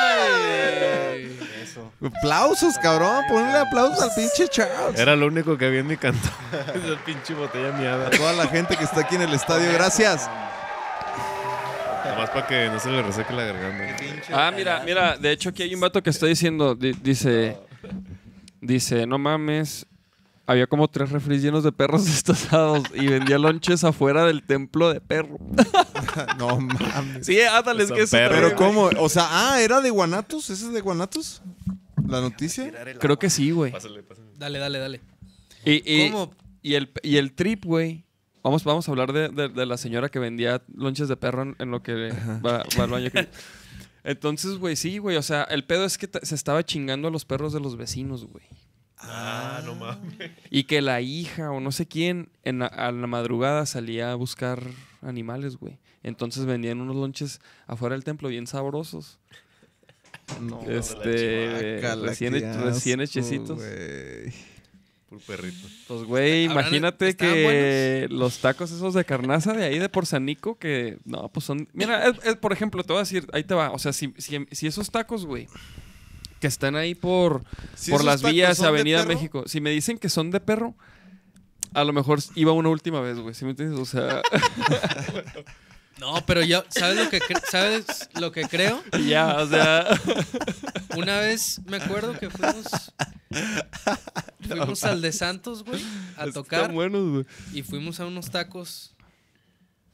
¡Ay!
Eso.
Aplausos, cabrón. Ponle aplausos al pinche Charles.
Era lo único que había en mi canto. Esa pinche botella miada.
A toda la gente que está aquí en el estadio, gracias.
Nomás para que no se le reseque la
Qué
garganta.
pinche
Ah, mira,
detallazo.
mira, de hecho aquí hay un vato que está diciendo, di- dice, dice, no mames, había como tres refres llenos de perros destazados y vendía lonches afuera del templo de perro.
No mames.
Sí, ándale, es que es
San
otra-
Pero cómo, o sea, ah, era de Guanatos, ese es de Guanatos. La noticia.
Tirar el
Creo
agua.
que sí, güey.
Pásale, pásale.
Dale, dale, dale.
Y, y,
¿Cómo?
y el, y el trip, güey. Vamos, vamos a hablar de, de- de la señora que vendía lonches de perro en, en lo que va, va al baño. Entonces, güey, sí, güey. O sea, el pedo es que ta- se estaba chingando a los perros de los vecinos, güey.
Ah, no mames.
Y que la hija o no sé quién en la- a la madrugada salía a buscar animales, güey. Entonces vendían unos lonches afuera del templo bien sabrosos.
No.
este,
Guácala,
recién,
qué asco,
recién hechecitos.
güey.
Puro perrito.
Pues, güey,
¿Habrán-
imagínate
estaban
que los tacos esos de carnaza de ahí de Porzanico que, no, pues son... Mira, es- es, por ejemplo, te voy a decir, ahí te va. O sea, si, si, si esos tacos, güey, que están ahí por,
Si
por
esos
las
tacos
vías,
son de
Avenida
perro,
México, si me dicen que son de perro, a lo mejor iba una última vez, güey. ¿Sí me entiendes? O sea,
No, pero ya, ¿sabes lo que, cre- ¿sabes lo que creo?
ya, o sea...
Una vez me acuerdo que fuimos. Fuimos al de Santos, güey, a tocar.
Están buenos, güey.
Y fuimos a unos tacos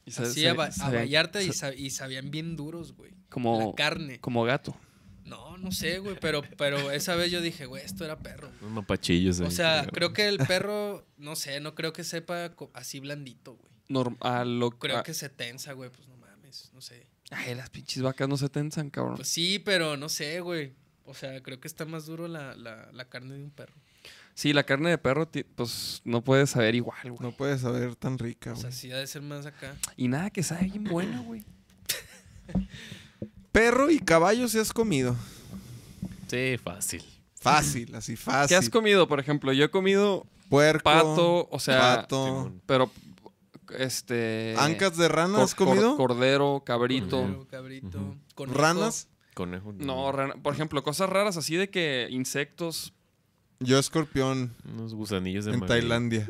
Y sabe-
así
sabe-
a, ba- a
sabían-
Vallarta y,
sa-
sab- y sabían bien duros, güey.
Como,
La carne.
como gato.
No, no sé, güey, pero, pero esa vez yo dije, güey, esto era perro.
Unos mapachillos.
O
ahí,
sea, creo
creo.
que el perro, no sé, no creo que sepa co- así blandito, güey.
Norm- a lo
Creo
a-
que se tensa, güey, pues no mames, no sé.
Ah. Ay, las pinches vacas no se tensan, cabrón.
Pues sí, pero no sé, güey. O sea, creo que está más duro la, la, la carne de un perro.
Sí, la carne de perro, ti- pues no puede saber igual, güey.
No puedes saber tan rica,
O sea,
güey.
sí ha de ser más acá.
Y nada que sabe bien buena, güey.
Perro y caballo si has comido.
Sí, fácil.
Fácil, así
¿Qué has
fácil.
comido, por ejemplo? Yo he comido
Puerco,
pato, o sea,
pato.
Simón.
pero este
¿Ancas de rana
cor-
has comido?
cor- cordero, cabrito.
Pero, cabrito.
Ujú.
conejo.
¿Ranas?
Conejo.
No, rana- por ejemplo, cosas raras así de que insectos.
Yo escorpión
Unos gusanillos de
en
maguey.
Tailandia.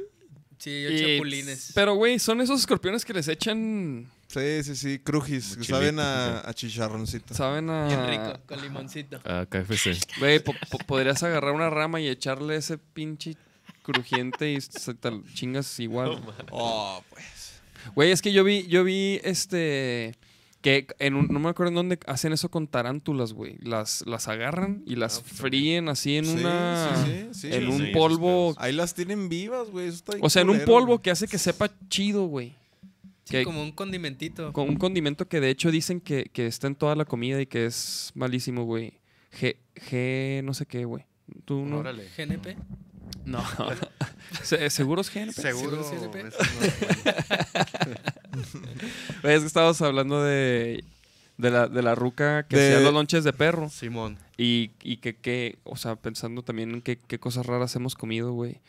Sí, yo
Y-
chapulines.
Pero, güey, son esos escorpiones que les echan.
Sí, sí, sí, crujis, que
Mochilita,
saben a, a chicharroncito.
Saben a.
Bien rico, con limoncito.
Ah,
A KFC.
Güey, po- po- podrías agarrar una rama y echarle ese pinche crujiente y se te chingas igual.
Oh, pues.
Güey, es que yo vi, yo vi este. Que en un- no me acuerdo en dónde hacen eso con tarántulas, güey. Las, las agarran y las fríen así en
Ah, Sí,
una.
sí, sí, sí.
en
Sí,
un
esos
polvo.
Ahí las tienen vivas, güey. eso está bien
O sea, en un
culero,
polvo
güey.
que hace que sepa chido, güey.
Sí,
Que-
como un condimentito.
Con un condimento que de hecho dicen que, que está en toda la comida y que es malísimo, güey. G, G, no sé qué, güey. Tú no.
Órale.
GNP.
No. Se- Seguro es G.
Seguro.
¿Seguro CNP?
eso no-
Güey, Es que estábamos hablando de, de, la, de la ruca que
De-
hacía los lonches de perro.
Simón.
Y, y que, que, o sea, pensando también en qué, qué cosas raras hemos comido, güey.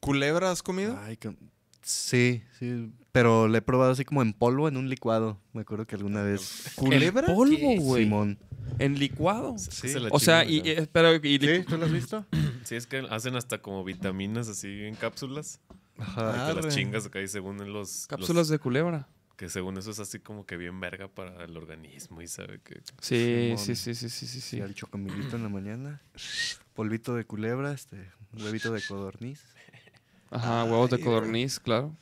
¿Culebra has comido?
Ay, que- Sí, sí. Pero le he probado así como en polvo en un licuado. Me acuerdo que alguna vez.
¿Culebra? En polvo,
¿Qué?
güey.
Simón.
En licuado.
Sí.
Se la
O sea, y,
chingan,
y- pero, y licu-
¿Sí? ¿Tú lo has visto?
¿no? Sí, es que hacen hasta como vitaminas así en cápsulas.
Ajá.
y te
Arre.
las chingas acá y según en los...
cápsulas de culebra.
los- que según eso es así como que bien verga para el organismo y sabe que...
Sí,
Simón.
sí, sí, sí, sí, sí, sí.
Sí, al chocomilito en la mañana. Polvito de culebra, este, un huevito de codorniz.
Ajá, huevos de
Ay, güey.
codorniz, claro.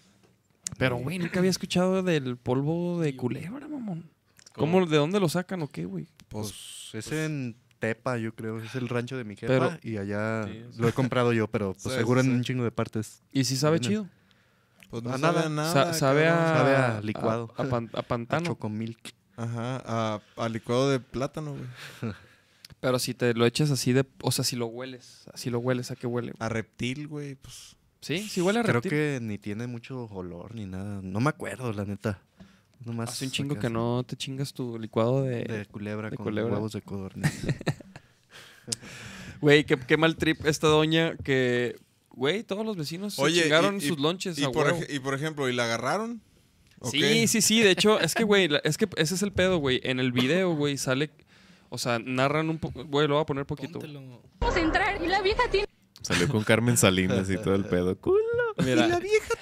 Pero, güey, nunca había escuchado del polvo de culebra, mamón.
es como-
¿Cómo, de dónde lo sacan o qué, güey?
Pues es en Tepa, yo creo, es el rancho de mi jefa
Pero-
y allá
Sí, o sea.
lo he comprado yo, pero pues,
Sí,
seguro
sí,
en
sí.
un chingo de partes.
Y si sabe
Bueno,
chido.
Pues no
a
sabe
nada.
a nada.
Sa- sabe, a,
cabrón.
Sabe a licuado.
A, pan- a
A
pantano.
chocomilk.
Ajá, a, a licuado de plátano, güey.
Pero si te lo echas así de. O sea, si lo hueles. Así lo hueles, ¿a qué huele?
A reptil, güey, pues.
Sí, sí huele a
Creo
reptil.
que ni tiene mucho olor ni nada. No me acuerdo, la neta. Nomás
Hace un chingo
acá
que
así,
no te chingas tu licuado
De
de.
culebra
de
con
culebra.
huevos de codorniz.
Güey, qué, qué mal trip esta doña que. Güey, todos los vecinos se chingaron sus lonches
y
a
por,
huevo.
ej- y por ejemplo, ¿y la agarraron? ¿O
Sí,
qué?
sí, sí. De hecho, es que, güey, la- es que ese es el pedo, güey. En el video, güey, sale. O sea, narran un poco. Güey, lo voy a poner poquito. güey.
Póntelo.
Vamos a entrar y la vieja tiene
Salió con Carmen Salinas y todo el pedo. Cool.
Mira,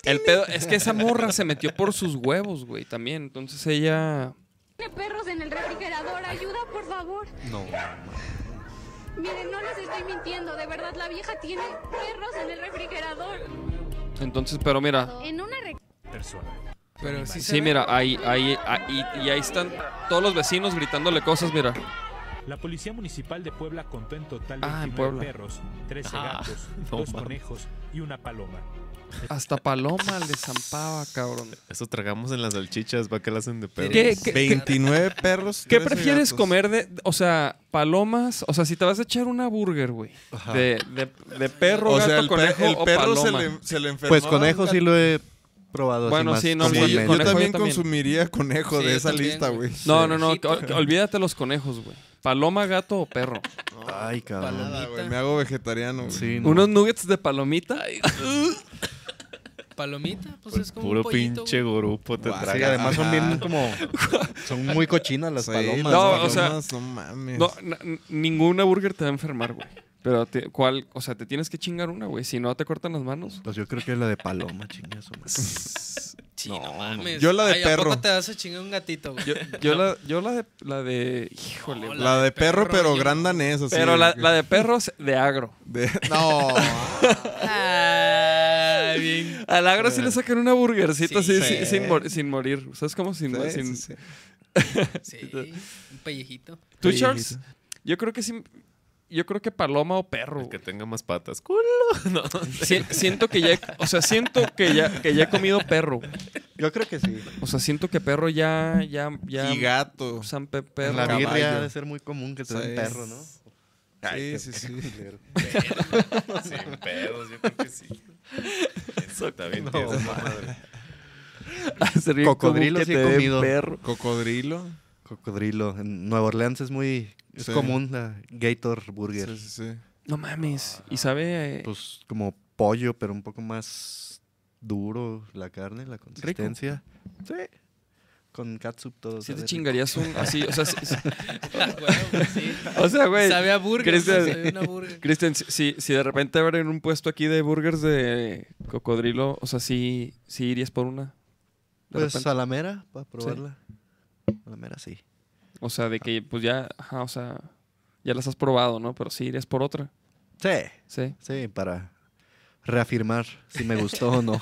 el pedo es que esa morra se metió por sus huevos, güey, también. Entonces ella.
perros en el refrigerador. Ayuda, por favor.
no.
Miren, no les estoy mintiendo. De verdad, la vieja tiene perros en el refrigerador.
Entonces, pero mira.
En una re-
Pero sí,
Sí,
sabe-
mira, ahí, ahí, ahí, y ahí están todos los vecinos gritándole cosas, mira.
La Policía Municipal de Puebla contó en total
Ah, en
29
Puebla.
perros, 13
Ah,
gatos,
no
dos
mames.
conejos y una paloma.
Hasta Paloma le zampaba, cabrón.
Eso tragamos en las salchichas, ¿para qué la hacen de pedo?
¿Qué, qué-
29 perros.
qué
13
prefieres
gatos.
comer de, o sea, palomas? O sea, si te vas a echar una burger, güey, de, de- de perro,
O
gato,
sea, el, per-
conejo
el
o
perro se
paloma.
le, se le enfermó.
Pues conejo sí lo he probado. así
Bueno,
más
sí, no, el
Sí, yo, yo
comúnmente.
conejo yo
también
también.
consumiría conejo
Sí,
de
yo
esa
también,
lista,
güey.
güey.
No, no, no, ol- olvídate los conejos, güey. Paloma, gato o perro.
Ay, cabrón.
Ah, güey, Me hago vegetariano, güey.
Sí, no.
Unos nuggets de palomita.
Palomita, pues
Pu-
es como
Puro
un pollito,
pinche
güey.
grupo te
Guau, sí,
Sí,
traga.
además son bien como. Son muy cochinas las
Sí,
palomas.
No,
güey.
o sea,
palomas, no mames.
No, na- n- ninguna burger te va a enfermar, güey. Pero, te- ¿cuál? O sea, te tienes que chingar una, güey. Si no, te cortan las manos.
Pues yo creo que es la de paloma, chingas. su madre.
Sí, no, mames.
Yo la de
Ay, ¿a
perro.
poco te vas a chingar un gatito, güey?
Yo, yo la, yo la de... La de híjole, güey.
La de perro,
perro,
pero
yo-
gran danés, así.
Pero la,
güey.
la de perros de agro.
De- No.
Ah, bien.
Al agro sí le sacan una burgercita
Sí.
así,
Sí.
sin- sin, mor- sin morir. ¿Sabes cómo? Sin,
Sí,
sin-
sí, sí.
Sí, un pellejito.
¿Tú,
Sí,
Charles?
sí.
Yo creo que sí... Yo creo que paloma o perro.
El que
güey.
tenga más patas. Cool. No,
Si- siento que ya... he- O sea, siento que ya, que ya he comido perro.
Yo creo que sí.
O sea, siento que perro ya... ya, ya
Y gato.
San Pe-
En
perro.
la
Caballo.
birria ha de ser muy común que te den
Sí.
perro, ¿no?
Sí, sí, sí.
sin pedos, yo creo que sí. Está bien tieso, madre.
Sería como
Cocodrilo
que
sí
te
he
den
comido.
perro.
Cocodrilo.
Cocodrilo. En Nueva Orleans es muy. Es
Sí.
común la Gator
Sí,
Burger.
sí, sí.
No mames. Y sabe. eh,
Pues como pollo, pero un poco más duro la carne, la consistencia. Sí. con catsup todo.
Sí te
sabe
chingarías un así, o sea, sí- sí-
Ah, Huevo, pues sí.
o sea, güey.
Sabe a burger,
¿crees que-
sabe a una burger.
Cristian, si- si, si de repente abren un puesto aquí de burgers de cocodrilo, o sea, sí, sí irías por una. De
Pues
repente.
a la mera, para probarla. A la mera, sí.
O sea, de que pues ya, ajá, o sea, ya las has probado, ¿no? Pero sí irías por otra.
Sí,
Sí.
sí, para reafirmar si me gustó o no.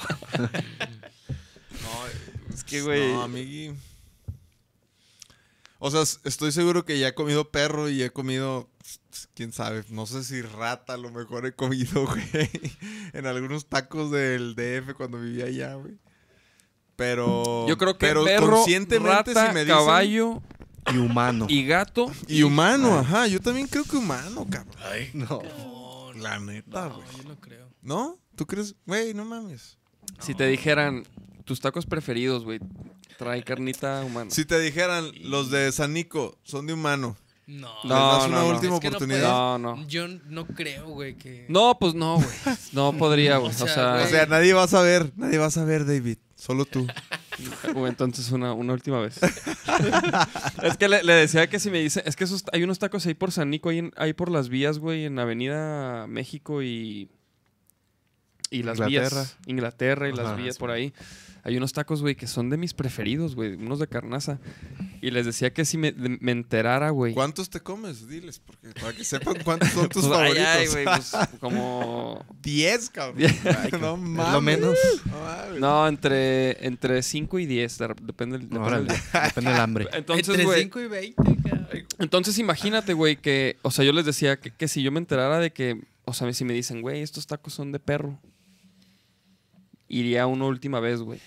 No, es
que, güey.
No, amigui. O sea, s- estoy seguro que ya he comido perro y he comido. Quién sabe, no sé si rata a lo mejor he comido, güey. En algunos tacos del DF cuando vivía allá, güey. Pero.
Yo creo que
pero
perro,
conscientemente,
rata,
si me dicen-
caballo
Y humano.
y gato.
Y humano, ajá. Yo también creo que humano, cabrón.
Ay,
No.
La neta,
No,
güey.
yo no creo.
¿No? ¿Tú crees? Güey, no mames.
Si te dijeran tus tacos preferidos, güey, trae carnita humana.
Si te dijeran, los de San Nico son de humano.
No.
¿Les das
no,
una
no.
última
Es que no
oportunidad?
No, no.
Yo no creo, güey, que.
No, pues no, güey. No podría, güey.
O
O
sea,
sea,
O sea, nadie va a saber, nadie va a saber, David. Solo tú.
o entonces una, una última vez. es que le, le decía que si me dice, es que esos, hay unos tacos ahí por San Nico, ahí, en- ahí por las vías, güey, en Avenida México y y las vías, Inglaterra y las
Ajá,
vías
sí.
por ahí. Hay unos tacos, güey, que son de mis preferidos, güey, unos de carnaza. Y les decía que si me, de- me enterara, güey.
¿Cuántos te comes? Diles, porque para que sepan cuántos son tus
pues, ay,
favoritos.
ay, güey, pues, como
Diez, cabrón. no mames.
lo menos.
No mames.
No, entre, entre 5 y 10, de- depende del... depende del
Órale,
día.
depende del hambre.
Entonces,
Entre
güey,
5 y 20, cabrón.
entonces imagínate, güey, que, o sea, yo les decía que, que si yo me enterara de que, o sea, si me dicen, güey, estos tacos son de perro, iría una última vez, güey.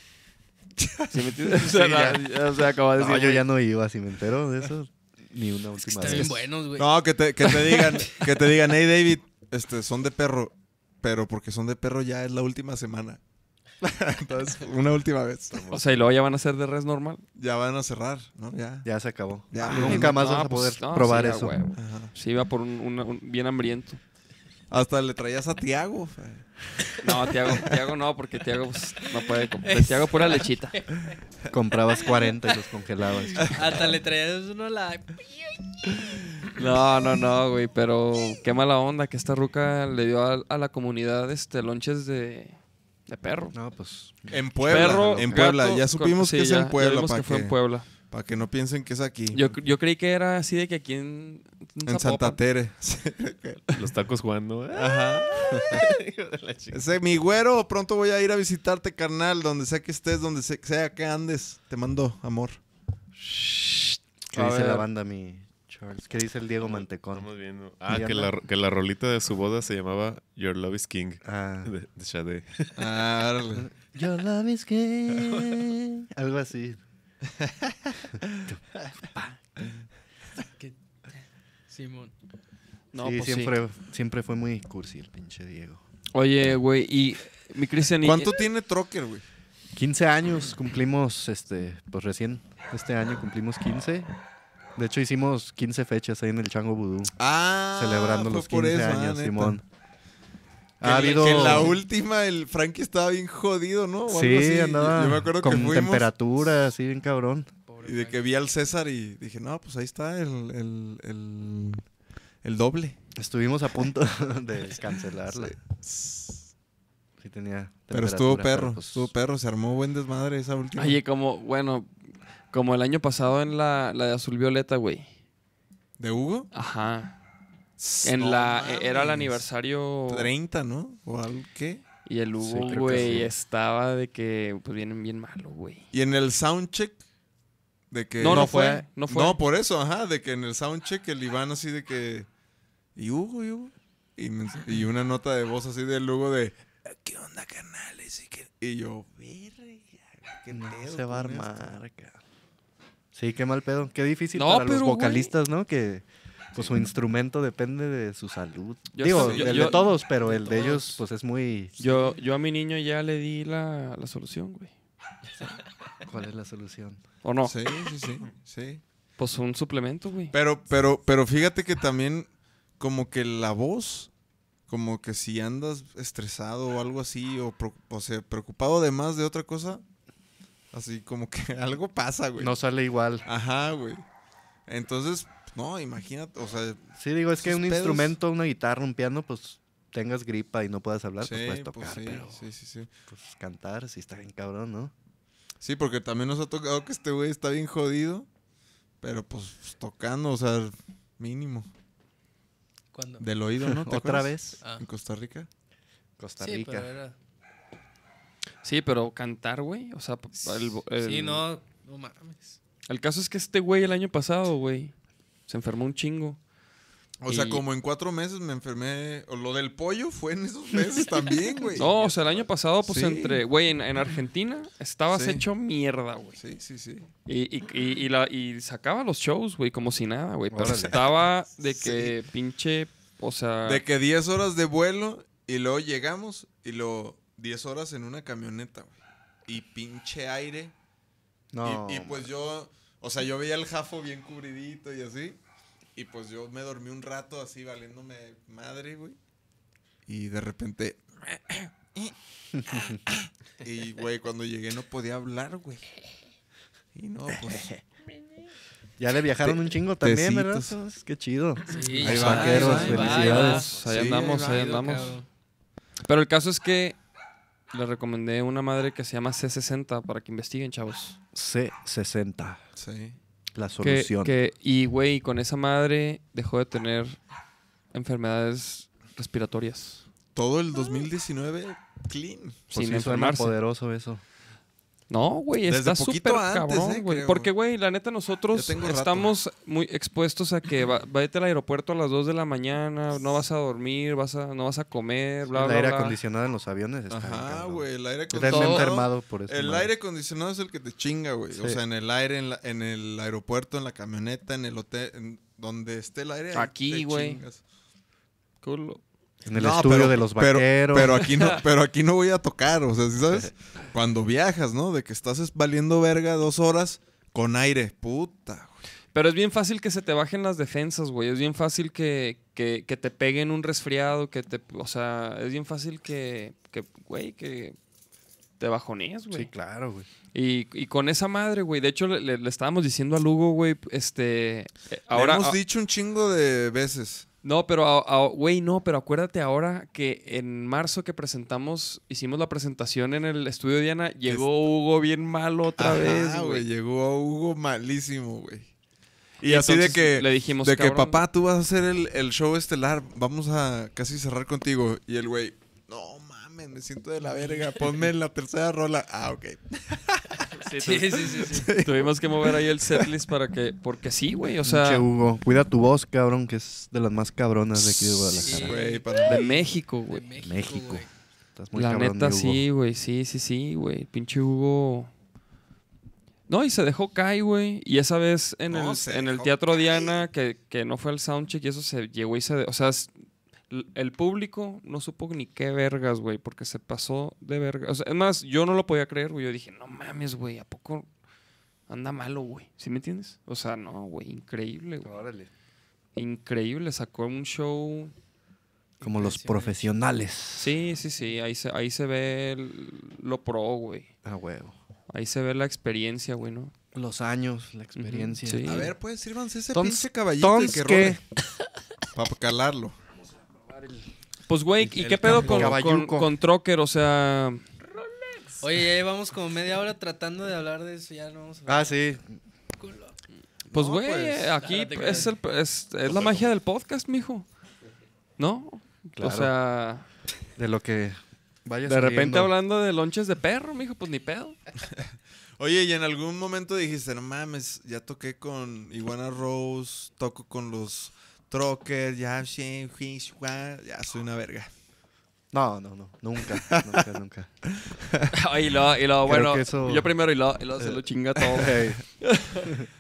¿Sí me entiendes? O sea, no, o sea, acabo de decir,
No, yo
güey,
ya no iba, si me entero de eso, ni una última
Están bien
vez.
buenos, güey.
No, que te, que te digan, que te digan, hey David, este, son de perro. Pero porque son de perro ya es la última semana. Entonces, una última vez.
O sea, y luego ya van a ser de res normal.
Ya van a cerrar, ¿no? Ya.
Ya se acabó.
Ya.
Nunca más
No,
vas a poder
pues, no,
probar
sí, a
eso.
huevo.
Ajá.
Sí, iba por un, una- un- bien hambriento.
Hasta le traías a Tiago. fe.
No, Tiago, Tiago no, porque Tiago pues, no puede comer. Tiago pura lechita.
Comprabas 40 y los congelabas.
Hasta le traías uno a la.
No, no, no, güey, pero qué mala onda que esta ruca le dio a, a la comunidad este lonches de, de perro.
No, pues.
En Puebla.
Perro,
en Puebla.
gato,
ya
con-
supimos
sí,
que es
ya-
en
ya
Puebla.
vimos
Para
que fue
que,
en Puebla.
pa' que no piensen que es aquí.
Yo, yo creí que era así de que aquí en,
en Santa
Zapopan.
Tere.
los tacos jugando.
Ajá. Ese, mi güero, pronto voy a ir a visitarte, carnal. Donde sea que estés, donde se- sea que andes. Te mando amor.
¿Qué
A
dice la
ver.
banda, mi Charles? ¿Qué dice el Diego Mantecón?
Estamos viendo. Ah,
¿Y
que
anda?
la, que la rolita de su boda se llamaba Your Love is King.
Ah.
De, de Sade.
Ah, órale.
Your love is gay. Algo así.
Simón.
No,
sí,
pues sí.
siempre, siempre fue muy cursi el pinche Diego.
Oye, güey, y mi Cristian, y-
¿Cuánto tiene Trocker, güey?
15 años cumplimos, este, pues recién, este año cumplimos 15. De hecho, hicimos 15 fechas ahí en el Chango Vudú,
Ah,
celebrando
fue
los 15
por eso, ah,
años,
neta.
Simón.
Que,
Ha
en la-
habido...
que en la última el Frankie estaba bien jodido, ¿no? O algo
Sí,
así.
andaba
Yo me acuerdo que
con
fuimos
temperatura, así bien cabrón.
Pobre
y de
Frank.
que vi al César y dije, no, pues ahí está el, el, el, el doble.
Estuvimos a punto de cancelarla. Sí tenía
Pero estuvo
temperatura,
perro,
pues,
estuvo perro. Se armó buen desmadre esa última.
Oye, como, bueno, como el año pasado en la, la de Azul Violeta, güey.
¿De Hugo?
Ajá. En
No
la, e, era el
mames.
aniversario...
30, ¿no? ¿O algo qué?
Y el Hugo,
creo que
güey,
sí.
estaba de que, pues vienen bien malo, güey.
Y en el soundcheck de que
No, no fue, no fue.
No, por eso, ajá, de que en el soundcheck el Iván así de que y Hugo, y Hugo y, me- y una nota de voz así del Hugo de ¿Qué onda, canales? Y, que, y yo, verga, qué
No
pedo
se va a
con esto?"
armar, cabrón. Sí, qué mal pedo. Qué difícil
No,
para
pero,
los
güey.
vocalistas, ¿no? Que pues su instrumento depende de su salud.
Yo
Digo,
sé- yo-
el
yo-
de todos, pero el de ellos pues es muy...
Yo, yo a mi niño ya le di la, la solución, güey.
¿Cuál es la solución?
¿O no?
Sí, sí, sí, sí.
Pues un suplemento, güey.
Pero, pero, pero fíjate que también, como que la voz, como que si andas estresado o algo así, o, pro- o sea, preocupado además de otra cosa, Así como que algo pasa, güey.
No sale igual.
Ajá, güey. Entonces, no, imagínate, o sea,
Sí, digo, es que
Esos
un
pedos.
instrumento, una guitarra, un piano, pues tengas gripa y no puedas hablar,
sí,
pues puedes tocar,
pues sí,
pero
sí, sí, sí.
pues, cantar sí está bien cabrón, ¿no?
Sí, porque también nos ha tocado que este güey está bien jodido, pero pues tocando, o sea, mínimo.
Cuando.
Del oído, ¿no? ¿Te
¿Otra
acuerdas?
vez?
Ah.
En Costa Rica.
Costa
Sí,
Rica.
pero eh, era.
Sí, pero cantar, güey. O sea, pa- pa- el, el-
Sí, no, no mames.
El caso es que este güey el año pasado, güey, se enfermó un chingo.
O sea,
Y-
como en cuatro meses me enfermé. o Lo del pollo fue en esos meses también, güey.
No, o sea, el año pasado, pues
Sí.
entre, güey, en, en Argentina estabas
Sí.
hecho mierda, güey.
Sí, sí, sí.
Y, y, y- y la, y sacaba los shows, güey, como si nada, güey. Pero
Órale.
estaba de que pinche, o sea...
De que 10 horas de vuelo y luego llegamos y luego 10 horas en una camioneta, güey. Y pinche aire.
No.
Y, y, pues yo, o sea, yo veía el jafo bien cubridito y así. Y pues yo me dormí un rato así valiéndome madre, güey. Y de repente... Y, güey, cuando llegué no podía hablar, güey. Y no, pues...
ya le viajaron un chingo también, ¿verdad?
tecitos.
Qué chido.
Sí,
Ahí
ahí
va,
va,
vaqueros,
ahí va, ahí
felicidades.
Ahí
Sí,
andamos,
ahí
ahí
va,
andamos. Pero el caso es que le recomendé una madre que se llama C60 para que investiguen, chavos.
C60,
Sí.
la
Que,
solución.
que- y, güey, con esa madre dejó de tener enfermedades respiratorias.
Todo el 2019 clean.
Pues
sin
sí, suena
enfermarse.
poderoso eso.
No, güey,
Desde
está
poquito
súper
antes, eh,
cabrón, güey.
creo.
Porque, güey, la neta, nosotros
Ya tengo rato.
estamos muy expuestos a que va, vete al aeropuerto a las 2 de la mañana, no vas a dormir, vas a, no vas a comer, bla,
el
bla,
aire
bla.
acondicionado en los aviones está bien
Ajá,
cabrón.
güey, el aire
Está bien enfermado por eso.
El aire acondicionado es el que te chinga, güey. O
Sí.
sea, en el aire, en, la- en el aeropuerto, en la camioneta, en el hotel, en donde esté el aire. ahí
Aquí,
te
güey.
chingas.
Culo.
En el
No,
estudio
pero-
de los
pero-
vaqueros.
Pero, aquí no, pero aquí no voy a tocar, o sea, ¿sí sabes? Cuando viajas, ¿no? De que estás es- valiendo verga dos horas con aire. Puta, güey.
Pero es bien fácil que se te bajen las defensas, güey. Es bien fácil que, que, que te peguen un resfriado, que te... O sea, es bien fácil que, que, güey, que te bajonees, güey.
Sí, claro, güey.
Y, y con esa madre, güey. De hecho, le, le- le estábamos diciendo a Lugo, güey, este... eh,
Ahora,
Ahora...
hemos
ah,
dicho un chingo de veces.
no, pero... ah, ah, Güey, no, pero acuérdate ahora que en marzo que presentamos, hicimos la presentación en el estudio de Diana, llegó Hugo bien malo otra
Este. Ajá,
vez,
güey.
güey.
Llegó a Hugo malísimo, güey. Y, así de
entonces
que.
Le dijimos,
de que
"Cabrón".
papá, tú vas a hacer el, el show estelar, vamos a casi cerrar contigo. Y el güey, no mames, me siento de la verga, ponme en la tercera rola. Ah, ok.
Sí,
Sí, sí, sí. sí.
Tuvimos que mover ahí el setlist para que. Porque sí, güey. O
Pinche
sea,
Hugo, cuida tu voz, cabrón, que es de las más cabronas de aquí de Guadalajara.
Güey, para-
de México,
De
güey.
México.
México.
güey.
Estás muy
La
cabrón,
neta,
mi Hugo.
sí, güey. Sí, sí, sí, güey. Pinche Hugo. No, y se dejó caer, güey. Y esa vez en
No,
el,
se
en el
dejó
Teatro Diana, que, que no fue al soundcheck y eso se llegó y se. de- O sea, es- l- el público no supo ni qué vergas, güey, porque se pasó de vergas. O sea, es más, yo no lo podía creer, güey. Yo dije, no mames, güey, ¿a poco anda malo, güey? ¿Sí me entiendes? O sea, no, güey, increíble, güey. Increíble, sacó un show.
Como los profesionales.
Sí, sí, sí, ahí se, ahí se ve el- lo pro, güey.
Ah, huevo.
Ahí se ve la experiencia, güey, ¿no?
Los años, la experiencia.
sí.
A ver, pues sírvanse ese
Tons-
pinche caballito y
que-
que role. Para calarlo.
Pues, güey, ¿y qué pedo con, con,
Caballuco.
con Trocker? O sea,
Oye, ya llevamos como media hora tratando de hablar de eso. Ya no vamos a hablar.
Ah, sí.
pues,
No,
güey,
pues,
aquí
nada, te creas.
es, el- es, es la magia del podcast, mijo. ¿No?
Claro.
O sea,
De lo que vaya
de repente
saliendo.
hablando de lonches de perro, mijo, pues ni pedo.
Oye, y en algún momento dijiste, no mames, ya toqué con Iguana Rose, toco con los Trockers, ya, sí, sí, sí, ya soy una verga.
No, no, no. Nunca, nunca, nunca.
y lo, y lo, bueno,
que eso-
yo primero y lo, y
eh,
lo se lo chinga todo.
Ey,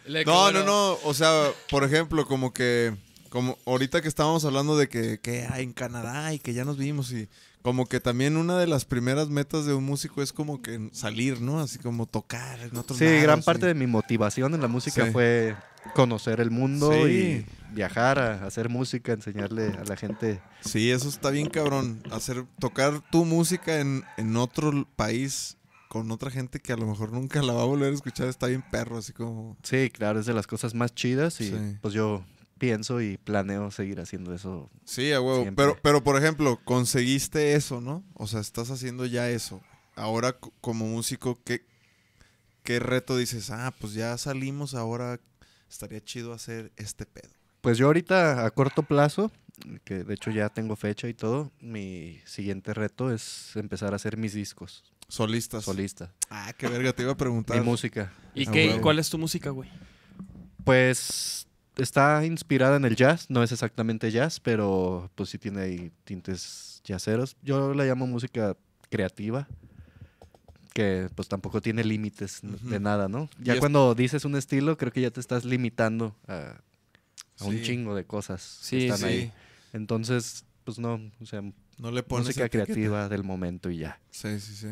Le-
No, no,
bueno,
no. O sea, por ejemplo, como que. Como ahorita que estábamos hablando de que, que hay en Canadá y que ya nos vimos y como que también una de las primeras metas de un músico es como que salir, ¿no? Así como tocar en
Pues
otros
Sí,
lados,
gran
y-
parte de mi motivación en la música
Sí.
fue conocer el mundo
Sí.
y viajar a hacer música, enseñarle a la gente.
Sí, eso está bien cabrón. Hacer, tocar tu música en, en otro l- país con otra gente que a lo mejor nunca la va a volver a escuchar, está bien perro, así como...
Sí, claro, es de las cosas más chidas y
Sí.
pues yo pienso y planeo seguir haciendo eso.
Sí, a huevo.
Siempre.
Pero, pero, por ejemplo, conseguiste eso, ¿no? O sea, estás haciendo ya eso. Ahora, co- como músico, ¿qué, ¿qué reto dices? Ah, pues ya salimos, ahora estaría chido hacer este pedo.
Pues yo ahorita a corto plazo, que de hecho ya tengo fecha y todo, mi siguiente reto es empezar a hacer mis discos
Solistas.
solista,
ah, qué verga, te iba a preguntar.
mi música.
¿Y
Ah,
qué,
huevo.
cuál es tu música, güey?
Pues está inspirada en el jazz, no es exactamente jazz, pero pues sí tiene ahí tintes jazzeros. Yo la llamo música creativa, que pues tampoco tiene límites n- de
Ujú.
nada, ¿no?
Y
Ya
es-
cuando dices un estilo, creo que ya te estás limitando a, a un
Sí.
chingo de cosas que
Sí,
están
Sí,
ahí. Entonces, pues no, o sea,
no le pones
música
etiqueta.
creativa del momento y ya.
Sí, sí, sí.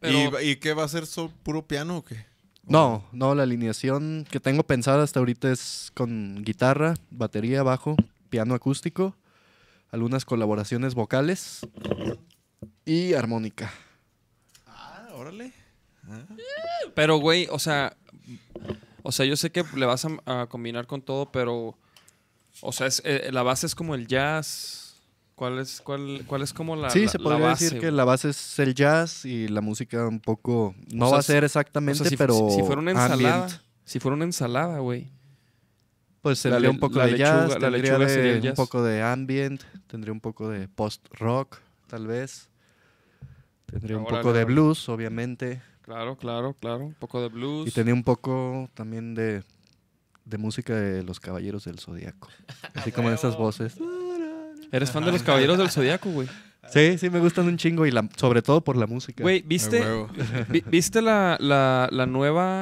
Pero-
¿Y, y qué va a ser? so- ¿Puro piano o qué?
No, no, la alineación que tengo pensada hasta ahorita es con guitarra, batería, bajo, piano acústico, algunas colaboraciones vocales y armónica.
Ah, órale.
Pero, güey, o sea, o sea, yo sé que le vas a, a combinar con todo, pero, o sea, es, eh, la base es como el jazz. ¿Cuál es, cuál, cuál es como la,
sí,
la-
se
la
podría
base,
decir que
güey?
la base es el jazz y la música un poco, no
sea,
va a
si-
ser
O
exactamente,
sea, si,
pero
si fuera una ensalada,
ambient.
si fuera una ensalada, güey.
pues
la
tendría
le-
un poco
la
de
lechuga-
jazz,
la
tendría
lechuga
de-
sería el
un
jazz.
poco de ambient, tendría un poco de post rock, tal vez. Tendría un
Órale,
poco de
órale.
blues, obviamente.
Claro, claro, claro. Un poco de blues.
Y tenía un poco también de, de música de los Caballeros del Zodíaco. Así como esas voces.
Eres fan de los Caballeros del Zodíaco, güey.
Sí, sí, me gustan un chingo y la- sobre todo por la música.
Güey, ¿viste,
A huevo.
vi- ¿viste la, la, la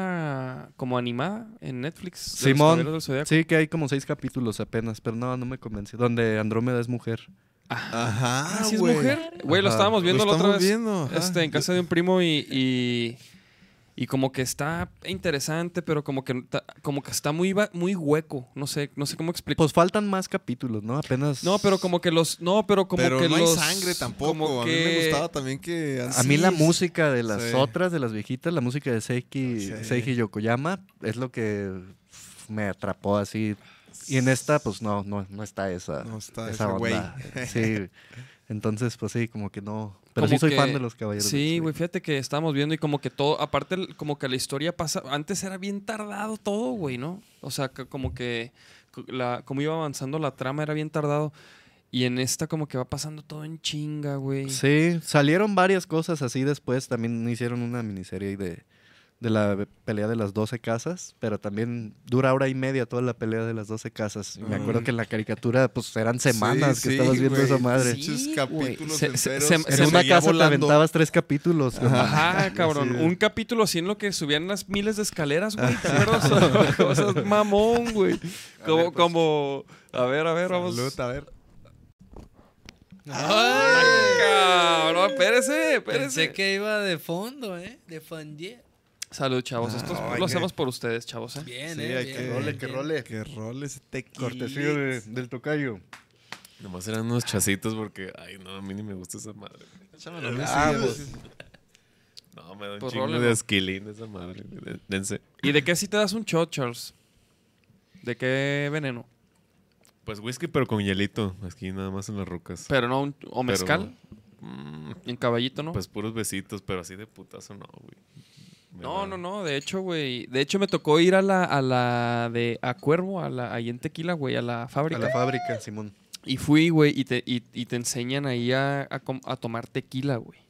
nueva como animada en Netflix? de los
Simón.
Caballeros del Zodíaco?
Sí, que hay como seis capítulos apenas, pero no, no me convenció. Donde Andrómeda es mujer.
Ajá,
Ah, ¿sí es
güey.
mujer. Güey, lo
Ajá.
estábamos
Lo
viendo la otra
estamos
vez.
viendo, ajá.
este, en casa de un primo y, y, y como que está interesante, pero como que, ta- como que está muy, va- muy hueco. No sé, no sé cómo explicar.
Pues faltan más capítulos, ¿no? Apenas.
No, pero como que los. No, pero como
pero
que
no
los.
hay sangre tampoco.
como
A mí
que-
me gustaba también que...
A mí la
Sí,
música de las
Sí.
otras, de las viejitas, la música de Seiki,
Sí.
Seiki Yokoyama, es lo que f- me atrapó así. Y en esta, pues no, no, no está esa,
No está
esa
ese güey.
onda. Sí. Entonces, pues sí, como que no. Pero
Como
sí soy
que-
fan de los caballeros. del
Sí, güey,
Zodíaco.
fíjate que estábamos viendo y como que todo, aparte el- como que la historia pasa, antes era bien tardado todo, güey, ¿no? O sea, que como que co- la, como iba avanzando la trama era bien tardado y en esta como que va pasando todo en chinga, güey.
Sí, salieron varias cosas así después. También hicieron una miniserie ahí de, de la be- pelea de las 12 casas, pero también dura hora y media toda la pelea de las 12 casas. Y me acuerdo que en la caricatura, pues eran semanas que
sí,
estabas viendo
güey.
esa madre.
Muchos
Sí, güey.
capítulos
Se- se-
enteros
se-
que
En
se
una
seguía
casa te
volando.
aventabas tres capítulos. cabrón.
Ajá, cabrón.
Sí.
Un capítulo así en lo que subían las miles de escaleras, güey. ¿Te acuerdas? Cosas mamón, güey. Como, como. A ver, a ver, vamos.
Salud, a ver.
Ay, cabrón. Espérese, espérese.
Pensé que iba de fondo, ¿eh? De fondie.
Salud, chavos.
Ah,
Esto es-
Ay,
lo
qué-
hacemos por ustedes, chavos. ¿eh?
Bien,
Sí,
¿eh?
hay
bien,
que-
bien,
role,
bien.
Que role ese tequila.
Cortesía de- del tocayo.
Nomás eran unos chacitos porque, ay, no, a mí ni me gusta esa madre. güey.
Échamelo, Luis,
Ah,
sí,
pues.
sí, sí.
No, me da un
Pues
chingo
rólalo.
de esquilín esa madre. güey. De- Dense.
¿Y de qué si te das un shot, Charles? ¿De qué veneno?
Pues whisky, pero con hielito. Aquí nada más en las rucas.
Pero no, un, o
Pero,
mezcal.
mm,
En caballito, ¿no?
Pues puros besitos, pero así de putazo no, güey. Me
No,
da-
no, no, de hecho, güey. De hecho, me tocó ir a la, a la de a Cuervo, a la, ahí en Tequila, güey, a la
A
fábrica.
la fábrica, Simón.
Y fui, güey, y te, y, y te enseñan ahí a, a com- a tomar tequila, güey.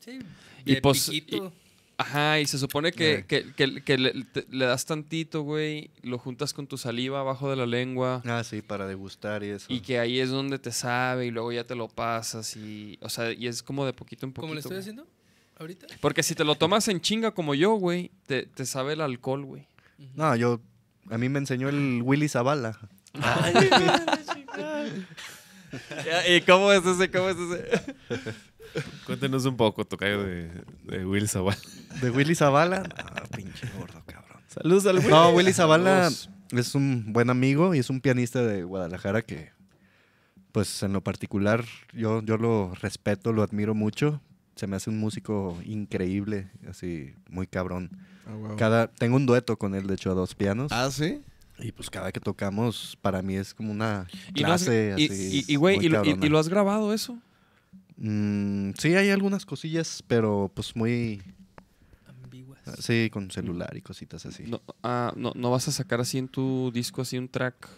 Sí,
Y
de
pues,
piquito.
Ajá, y se supone que, que- que- que le, te- le das tantito, güey, lo juntas con tu saliva abajo de la lengua.
Ah, sí, para degustar y eso.
Y que ahí es donde te sabe y luego ya te lo pasas y... O sea, y es como de poquito en poquito.
como le estoy
güey.
haciendo ahorita.
Porque si te lo tomas en chinga como yo, güey, te, te sabe el alcohol, güey.
No, yo. A mí me enseñó el Willy Zavala.
¿Y cómo es ese? ¿Cómo es ese?
Cuéntenos un poco, tocayo de, de Will Zavala.
¿De Willy Zavala? Ah, pinche gordo, cabrón.
Saludos al
No, Willy Zavala es un buen amigo y es un pianista de Guadalajara que, pues en lo particular, yo, yo lo respeto, lo admiro mucho, se me hace un músico increíble, así muy cabrón.
Ah, huevo.
Cada, tengo un dueto con él, de hecho, a dos pianos.
Ah, sí.
Y pues cada que tocamos, para mí es como una
Y lo has-
clase
y-
así.
y- y, güey,
muy
y lo- y-
cabrona.
y lo has grabado eso.
Mm, sí, hay algunas cosillas, pero pues muy... Ah,
Ambiguas.
Sí, con celular y cositas así.
No, ah, no, no vas a sacar así en tu disco, así un track.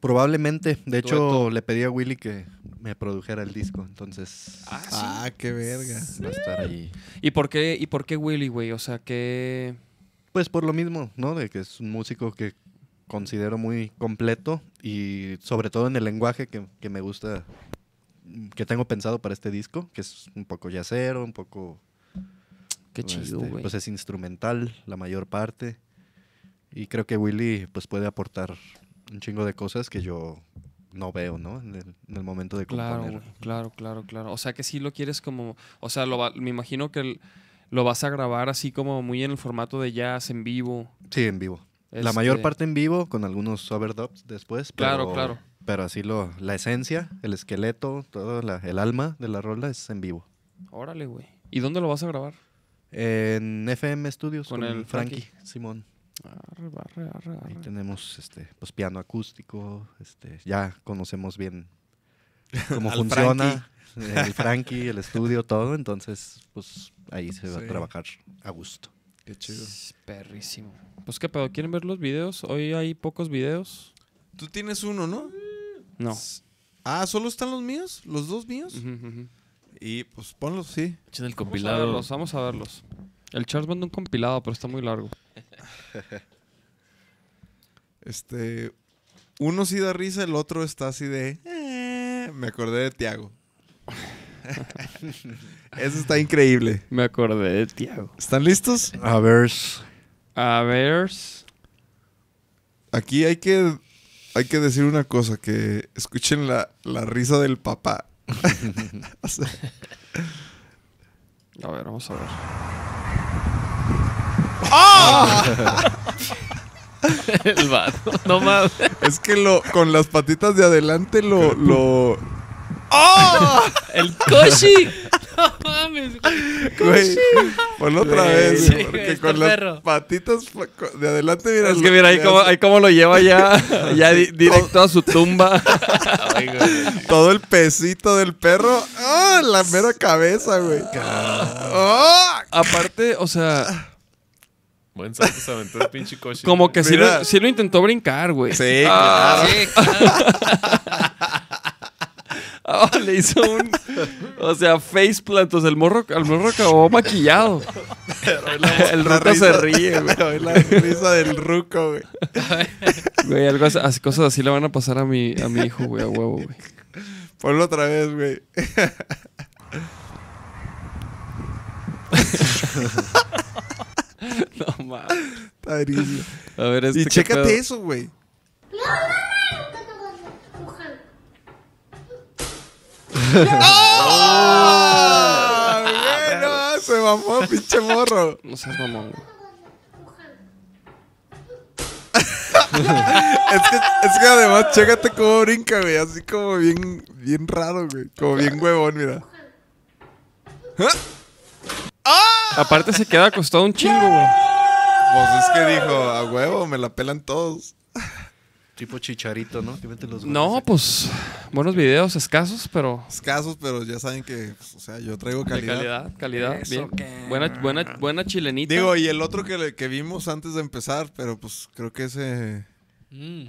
Probablemente. De hecho,
Dueto.
le pedí a Willy que me produjera el disco, entonces...
Ah, qué verga.
Va a estar ahí.
¿Y por qué, y por qué Willy, güey? O sea, que.
Pues por lo mismo, ¿no? De que es un músico que considero muy completo y sobre todo en el lenguaje que, que me gusta, mm, que tengo pensado para este disco, que es un poco yacero, un poco...
Qué
este,
chido, güey.
Pues es instrumental la mayor parte. Y creo que Willy pues puede aportar un chingo de cosas que yo no veo, ¿no? En el, en el momento de
claro,
componer.
güey, claro, claro, claro. O sea, que sí lo quieres como. O sea, lo va- me imagino que el- lo vas a grabar así como muy en el formato de jazz en vivo.
Sí, en vivo. La mayor
Este,
parte en vivo, con algunos overdubs después.
Claro,
pero-
claro.
Pero así lo, la esencia, el esqueleto, todo la- el alma de la rola es en vivo.
Órale, güey. ¿Y dónde lo vas a grabar?
En FM Studios
Con
con,
el
el Frankie, Simón.
Arre, arre, arre,
Ahí
arre.
tenemos este, pues piano acústico, este, ya conocemos bien cómo
Al
funciona eh, el Frankie, el estudio, todo, entonces pues ahí se va
Sí.
a trabajar a gusto.
Qué chido.
Es Perrísimo. Pues qué pedo, ¿quieren ver los videos? Hoy hay pocos videos.
Tú tienes uno, ¿no?
No.
Ah, ¿solo están los míos? ¿Los dos míos?
Ujú, ujú.
Y pues ponlos, sí.
Echen el
Vamos a
compilado.
verlos, vamos a verlos. El Charles manda un compilado, pero está muy largo.
Este. Uno sí da risa, el otro está así de. "Eh", me acordé de Tiago. Eso está increíble.
Me acordé de Tiago.
¿Están listos?
A ver,
A ver.
Aquí hay que, hay que decir una cosa, que escuchen la, la risa del papá. O sea,
A ver, vamos a ver. ¡Ah!
el vato. No mames.
es que lo, con las patitas de adelante lo... lo
¡Oh!
¡El Koshi! ¡No mames!
güey, ponlo otra
Güey,
vez,
sí,
güey,
güey,
porque
está
con las
perro.
patitas fla- co- de adelante, mira...
Es
lo-
que mira, ahí
le
cómo,
hace
ahí cómo lo lleva ya, ya di- directo a su tumba.
Todo el pesito del perro. ¡Ah! La mera cabeza, güey. ¡Ah!
Aparte, o sea,
Buen salto se aventó el pinche coche.
como que sí lo,
Mira.
sí lo intentó brincar, güey.
Sí,
Ah, Sí, claro.
Ah, le hizo un. O sea, faceplant. O sea, el morro, el morro acabó maquillado. el
la
ruta se
risa.
ríe, güey.
claro. La risa del ruco, güey.
Güey, algo así- así- cosas así le van a pasar a mi, a mi hijo, güey, a huevo, güey.
Ponlo otra vez, güey.
No mames.
Está buenísimo.
A ver, este
Y
qué pedo.
chécate eso, güey. ¡Ah, güey! No, se mamó, pinche morro.
No seas mamón, güey.
Es que, es que además, chécate cómo brinca, güey. Así como bien, bien raro, güey. Como bien huevón, mira.
Aparte se queda acostado un chingo, güey.
Pues es que dijo, a huevo, me la pelan todos.
tipo chicharito, ¿no? Que mete los
No, pues buenos videos escasos, pero
Escasos, pero ya saben que, pues, o sea, yo traigo
de
calidad.
calidad, calidad, bien. Buena, buena, buena chilenita.
Digo, y el otro que, le- que vimos antes de empezar, pero pues creo que ese...
Mm.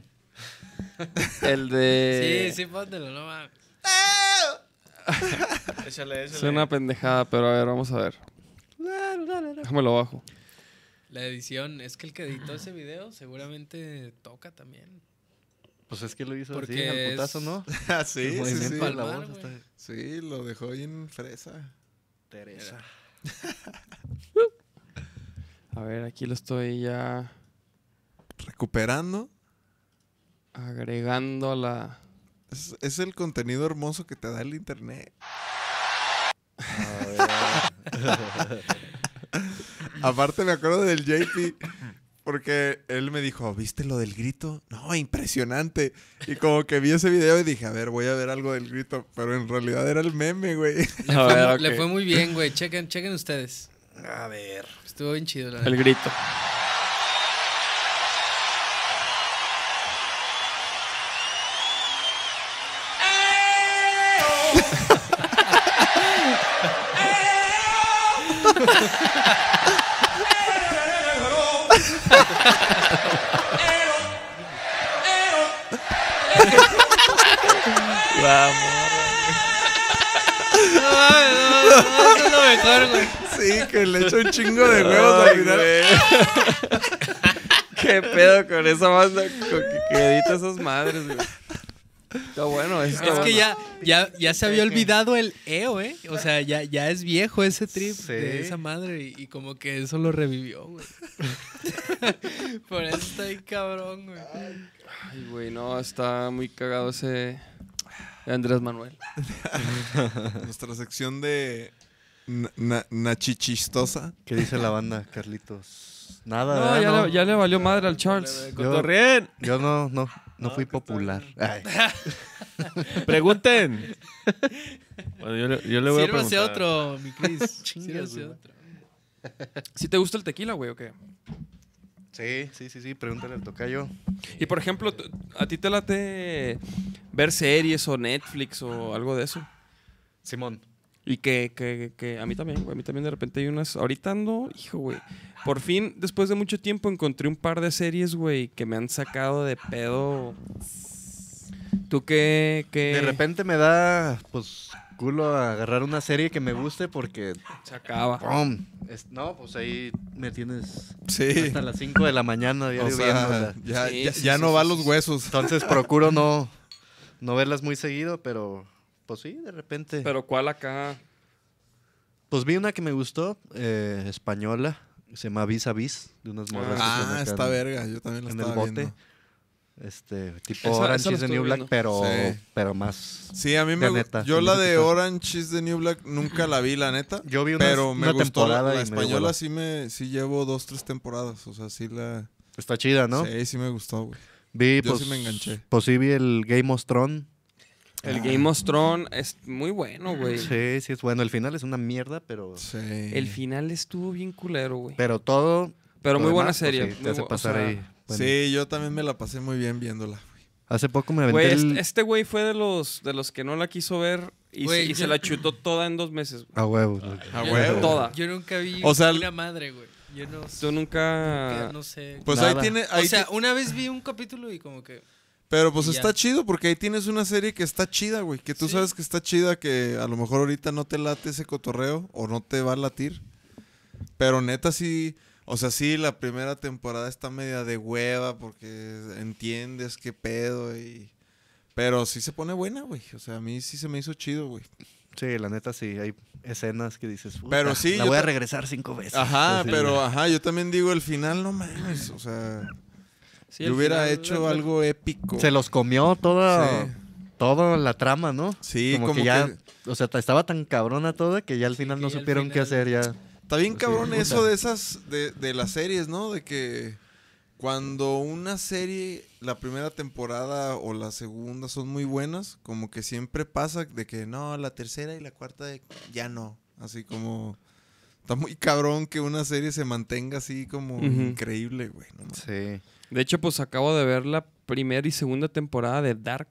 el de
Eh.
Sí, sí, póntelo, no mames.
Ah.
Échale, échale.
Es una pendejada, pero a ver, vamos a ver. Déjamelo bajo.
La edición, es que el que editó ese video seguramente toca también.
Pues es que lo hizo
Porque
así, al
es-
putazo, ¿no?
Ah, sí, sí, sí.
de la voz hasta-
Sí, lo dejó bien fresa.
Teresa.
A ver, aquí lo estoy ya
Recuperando.
agregando a la
Es, es el contenido hermoso que te da el internet. Aparte me acuerdo del JP Porque él me dijo, ¿viste lo del grito? No, impresionante. Y como que vi ese video y dije, a ver, voy a ver algo del grito. Pero en realidad era el meme, güey.
Le,
A
fue,
ver,
mu-
ok.
le fue muy bien, güey. Chequen, chequen ustedes. A ver. Estuvo bien chido, la
El
neta.
grito.
No, eso es lo mejor, güey.
Sí, que le echo un chingo de huevos al final.
¿Qué pedo con esa banda con que, que edita esas madres, güey? Está bueno, eso está
Es que
bueno.
ya, ya, ya se había olvidado el EO, ¿eh? O sea, ya, ya es viejo ese trip de
Sí.
esa madre y, y como que eso lo revivió, güey. Por eso está ahí cabrón, güey.
Ay, güey, no, está muy cagado ese Andrés Manuel.
Nuestra sección de na- na- nachichistosa.
¿Qué dice la banda, Carlitos? Nada,
Ah, No,
¿verdad?
ya,
no.
Le, ya le valió madre al Charles.
Cotorreen. Yo no, no, no fui popular. Ay,
Pregunten. Bueno, yo le, yo le voy a
Sírvase
preguntar.
otro, mi Cris. Sírvase
güey.
otro.
¿Sí te gusta el tequila, güey, o qué?
sí, sí, sí, sí, pregúntale al tocayo.
Y por ejemplo, t- ¿a ti te late ver series o Netflix o algo de eso?
Simón.
Y que, que, que a mí también, güey, a mí también de repente hay unas... Ahorita ando, hijo, güey. Por fin, después de mucho tiempo, encontré un par de series, güey, que me han sacado de pedo. ¿Tú qué? qué?
Eh.
De repente me da, pues, culo a agarrar una serie que me guste porque,
Se acaba.
¡pum! Es- no, pues ahí me tienes
Sí.
hasta las 5 de la mañana
O
diario
sea,
viéndola.
ya,
Sí,
ya-
sí,
ya
sí,
no
sí,
va a
sí,
los
sí.
huesos.
Entonces procuro no, no verlas muy seguido, pero, pues sí, de repente.
Pero ¿cuál acá?
Pues vi una que me gustó, eh, española, se llama Vis a Vis, de unas morras. que se
Ah,
meten
está verga. Yo también la
En el
estaba
bote.
viendo.
Este,
Esa-
tipo Orange
esa la
is the
estuve
New Black,
viendo.
pero,
Sí.
pero más.
Sí, a mí me
La
gu-
neta,
Yo
se me
la
hace que
de
está-
Orange is the New Black nunca la vi, la neta.
Yo vi una,
Pero me
una
gustó la,
temporada
la
y me dio
española
hueva.
sí me sí llevo dos tres temporadas, o sea, sí la
Está chida, ¿no?
sí, sí me gustó, güey.
Vi,
Yo
pues,
sí me enganché.
Pues sí vi el Game of Thrones.
El Game of Thrones es muy bueno, güey.
Sí, sí es bueno. El final es una mierda, pero,
Sí.
El final estuvo bien culero, güey.
pero todo.
Pero
lo
muy buena
demás, pues,
serie.
sí, te
muy
hace
bu- o
pasar
sea,
ahí. bueno.
Sí, yo también me la pasé muy bien viéndola.
Hace poco me aventé
Güey,
el-
este- este güey fue de los, de los que no la quiso ver y,
Güey,
se, y
yo-
se la chutó toda en dos meses. güey.
A huevo.
A
Yo-
huevo.
Toda.
Yo nunca vi
O sea,
una madre, güey. Yo no,
Tú nunca...
nunca- no sé.
Pues ahí
Nada.
tiene
o
ahí
sea,
ti-
una vez vi un capítulo y como que...
pero pues
ya.
está chido porque ahí tienes una serie que está chida, güey, que tú
Sí.
sabes que está chida que a lo mejor ahorita no te late ese cotorreo o no te va a latir. Pero neta sí, o sea, sí la primera temporada está media de hueva porque entiendes qué pedo y pero sí se pone buena, güey. O sea, a mí sí se me hizo chido, güey.
Sí, la neta sí. Hay escenas que dices. "Puta,
Pero sí,
La
yo
voy a
ta-
regresar cinco veces.
Ajá,
Así.
pero ajá, yo también digo el final, no mames. O sea,
Sí,
yo
al
hubiera
final-
hecho algo épico.
Se los comió toda,
Sí.
toda la trama, ¿no?
Sí,
como,
como
que ya.
que-
O sea, ta- estaba tan cabrona toda que ya al final
que
no
ya al
supieron qué
final-
hacer. Ya.
Está bien
Sí,
cabrón
puta.
eso de esas, de, de las series, ¿no? De que cuando una serie, la primera temporada o la segunda son muy buenas, como que siempre pasa de que no, la tercera y la cuarta de- ya no. Así como... Está muy cabrón que una serie se mantenga así como
Ujú.
increíble, güey. no mames.
Sí.
De hecho, pues acabo de ver la primera y segunda temporada de Dark.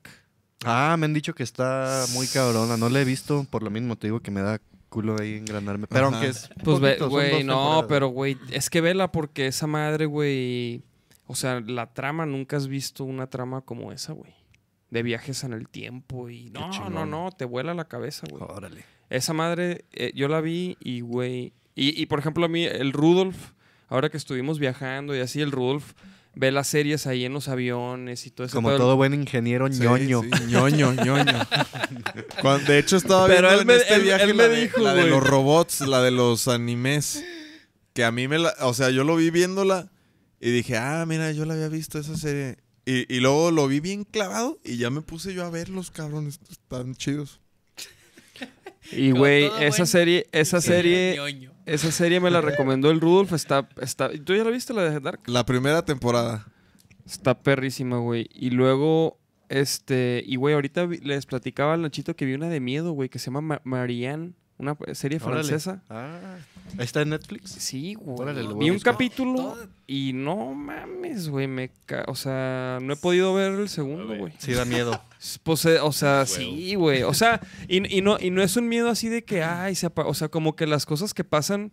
Ah, me han dicho que está muy cabrona. No la he visto por lo mismo. Te digo que me da culo ahí engranarme. Pero
Ajá.
aunque es.
Pues, ve-
poquito, son
güey,
dos
no,
temporadas.
pero, güey, es que vela porque esa madre, güey. O sea, la trama, nunca has visto una trama como esa, güey. De viajes en el tiempo y. No, no,
chingón.
no, te vuela la cabeza, güey.
Órale.
Esa madre, eh, yo la vi y, güey. Y, y, por ejemplo, a mí, el Rudolf, ahora que estuvimos viajando y así, el Rudolf ve las series ahí en los aviones y todo eso.
Como todo buen ingeniero
Sí,
ñoño.
sí, ñoño, ñoño. Cuando- de hecho, estaba
Pero
viendo
él
en
me-
este
él-
viaje
él
la,
me
de,
dijo,
la de
güey.
los robots, la de los animes. Que a mí me la... O sea, yo lo vi viéndola y dije, ah, mira, yo la había visto esa serie. Y, y luego lo vi bien clavado y ya me puse yo a ver los cabrones. Están chidos.
Y
Como
güey,
todo
esa
buen
serie, esa serie,
Ñoño.
esa serie me la recomendó el Rudolf, está, está. ¿Tú ya la viste la de Dark?
La primera temporada.
Está perrísima, güey. Y luego, este, y güey, ahorita vi- les platicaba al Nachito que vi una de miedo, güey, que se llama Ma- Marianne, una serie
Órale.
francesa.
Ah, ¿Está en Netflix?
Sí, güey.
Órale, lo voy
Vi
a
un
buscar.
capítulo
Todo-
y no mames, güey, me ca- o sea, no he podido ver el segundo,
ver.
güey.
Sí, da miedo.
Pues, eh, o sea,
Huevo.
sí, güey. O sea, y, y no, y no es un miedo así de que, ay, se apa- o sea, como que las cosas que pasan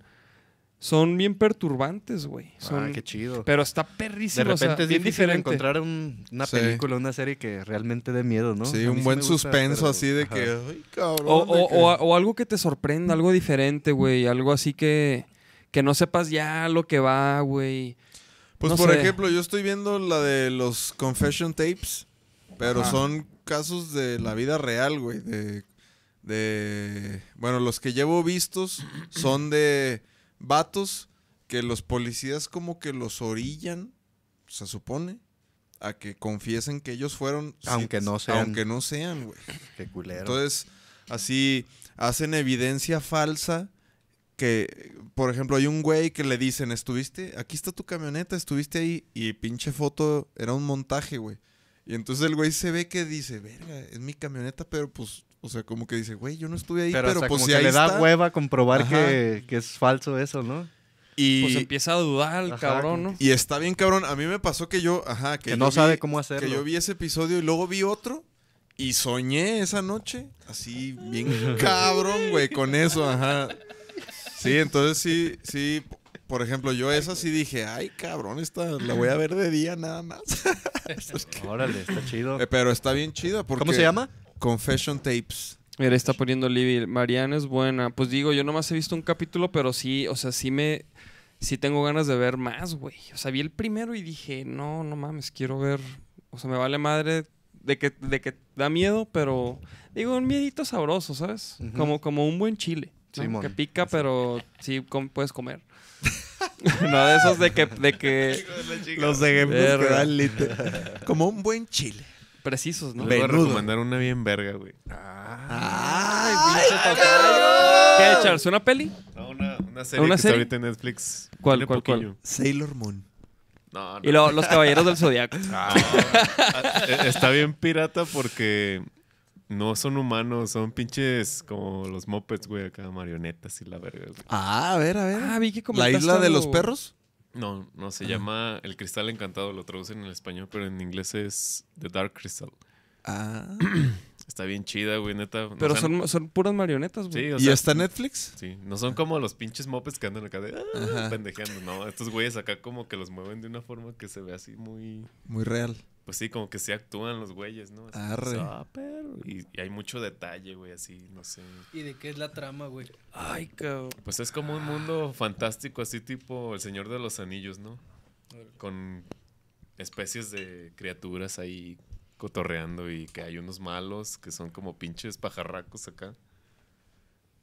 son bien perturbantes, güey. Son-
Ah, qué chido.
pero está
de
perrísimo.
repente
o sea,
es bien difícil
diferente.
encontrar un- una
Sí.
película, una serie que realmente dé miedo, ¿no?
Sí,
A mí
un buen
me gusta,
suspenso
pero-
así de que.
ajá.
Ay, cabrón.
O,
de
o-
que-
o a- o algo que te sorprenda, algo diferente, güey. Algo así que, que no sepas ya lo que va, güey.
Pues
no
por
sé.
ejemplo, yo estoy viendo la de los confession tapes, pero son casos de la vida real, güey. De, de- Bueno, los que llevo vistos son de vatos que los policías como que los orillan, se supone, a que confiesen que ellos fueron... si-
Aunque no sean.
Aunque no sean, güey.
Qué culero.
Entonces, así hacen evidencia falsa que, por ejemplo, hay un güey que le dicen, estuviste, aquí está tu camioneta, estuviste ahí y pinche foto era un montaje, güey. Y entonces el güey se ve que dice, verga, es mi camioneta, pero pues, o sea, como que dice, güey, yo no estuve ahí,
pero
pero,
hasta
pues
como
si
que
ahí
le da
está".
hueva comprobar
Ajá.
que, que es falso eso, ¿no?
Y,
Pues empieza a dudar el
Ajá,
cabrón,
como
¿no?
y está bien cabrón. A mí me pasó que yo, ajá, que,
Que
yo
no sabe
vi-
cómo hacerlo.
Que yo vi ese episodio y luego vi otro y soñé esa noche, así bien cabrón, güey, con eso, ajá. Sí, entonces sí, sí, por ejemplo, yo esa sí dije, ay, cabrón, esta la voy a ver de día nada más.
Órale, está chido.
Eh, Pero está bien chida porque...
¿Cómo se llama?
Confession Tapes.
Mira, está poniendo Libby. Mariana es buena. Pues digo, yo nomás he visto un capítulo, pero sí, o sea, sí me. Sí tengo ganas de ver más, güey. O sea, vi el primero y dije, no, no mames, quiero ver. O sea, me vale madre de que, de que da miedo, pero. Digo, un miedito sabroso, ¿sabes?
Ujú.
como, como un buen chile. ¿no?
Simón.
Que pica, pero sí com- puedes comer. no de esos de que, de que.
Los de
Verga. que dan
Como un buen chile.
precisos, ¿no?
Les voy a
Venudo.
recomendar una bien verga, güey.
Ay,
¿Qué echarse? ¿Una peli?
No, una, una serie
¿Una serie?
que está ahorita en Netflix.
¿Cuál,
Tiene
cuál, cuál?
poquillo.
Sailor Moon.
No, no.
Y luego Los Caballeros del Zodiaco.
Ah, eh, está bien pirata porque no son humanos, son pinches como los mopeds, güey, acá marionetas y la verga. güey.
Ah, a ver, a ver.
Ah, vi que
¿La
comentaste
isla de los
algo.
perros?
No, no, se llama El Cristal Encantado, lo traducen en español, pero en inglés es The Dark Crystal.
Ah.
Está bien chida, güey, neta. No
Pero
sean-
son, son puras marionetas, güey.
Sí, o
¿Y
sea,
está en Netflix?
sí, no son como los pinches mopeds que andan acá de ah,
Ajá.
pendejeando, no. Estos güeyes acá como que los mueven de una forma que se ve así muy...
Muy real.
Pues sí, como que sí actúan los güeyes, ¿no? Así,
Arre.
"Ah, perro", Y, y hay mucho detalle, güey, así, no sé.
¿Y de qué es la trama, güey?
Ay, cabrón.
Pues es como un mundo fantástico, así tipo El Señor de los Anillos, ¿no? Con especies de criaturas ahí cotorreando y que hay unos malos que son como pinches pajarracos acá.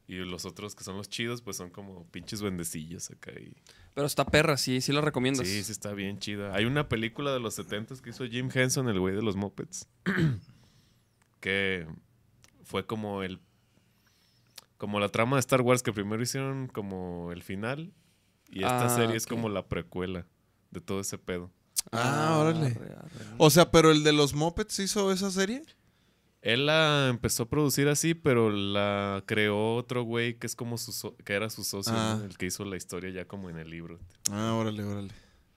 Y los otros que son los chidos, pues son como pinches duendecillos acá. Y...
Pero está perra, sí, sí la recomiendas.
Sí, sí, está bien chida. Hay una película de los 70 que hizo Jim Henson, el güey de los mopeds. que fue como el. Como la trama de Star Wars que primero hicieron como el final. Y esta
Ah,
serie es
ok.
como la precuela de todo ese pedo.
Ah, órale.
arre, arre.
O sea, pero el de los Muppets hizo esa serie.
Él la empezó a producir así, pero la creó otro güey que es como su so- que era su socio,
Ah.
¿no? el que hizo la historia ya como en el libro.
Ah, órale, órale.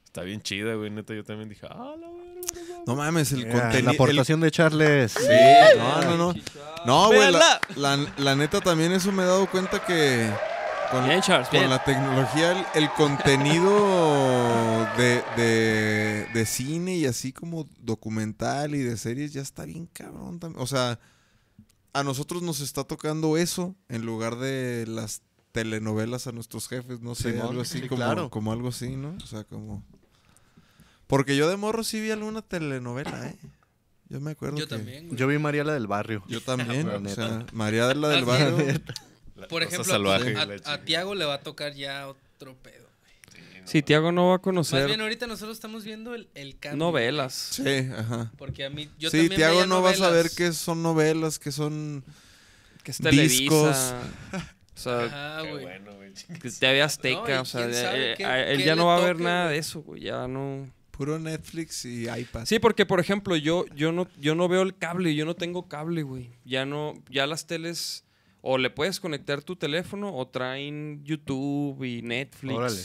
Está bien chida, güey, neta yo también dije, "Ah, la verga, no mames".
No mames, el
Yeah, la
contenido.
aportación de Charles.
Sí, no, no, no. No, güey, la, la- la neta también eso me he dado cuenta que con,
Bien, Charles,
con
bien.
la tecnología el, el contenido de, de- de cine y así como documental y de series ya está bien cabrón también. O sea, a nosotros nos está tocando eso en lugar de las telenovelas a nuestros jefes, no sé,
Simón,
algo así
sí,
como,
claro.
como algo así, ¿no? O sea, como... Porque yo de morro sí vi alguna telenovela, ¿eh? Yo me acuerdo
Yo
que-
también, güey.
Yo vi María la del barrio.
yo también,
La
o
neta.
sea, María de la
Ah,
del
sí.
Barrio.
La
Por
rosa
ejemplo,
salvaje,
a-
la
a,
chingada.
Tiago le va a tocar ya otro pedo.
Sí, Tiago no va a
Más
conocer
bien, ahorita nosotros estamos viendo el, el cambio.
novelas.
Sí, ajá.
Porque a mí, yo
sí,
también
Tiago
veía
no va a saber
novelas.
qué son novelas, qué son
que es Televisa.
Discos.
O sea,
Ah,
Qué
güey.
bueno, güey.
que TV Azteca.
No, y
o sea,
quién sabe
eh,
qué-
a- él
qué
ya
le
no va a ver
toque,
nada
güey.
de eso, güey. Ya no.
Puro Netflix y iPad.
Sí, porque por ejemplo, yo, yo no, yo no veo el cable, yo no tengo cable, güey. Ya no, ya las teles, o le puedes conectar tu teléfono, o traen YouTube y Netflix.
Órale.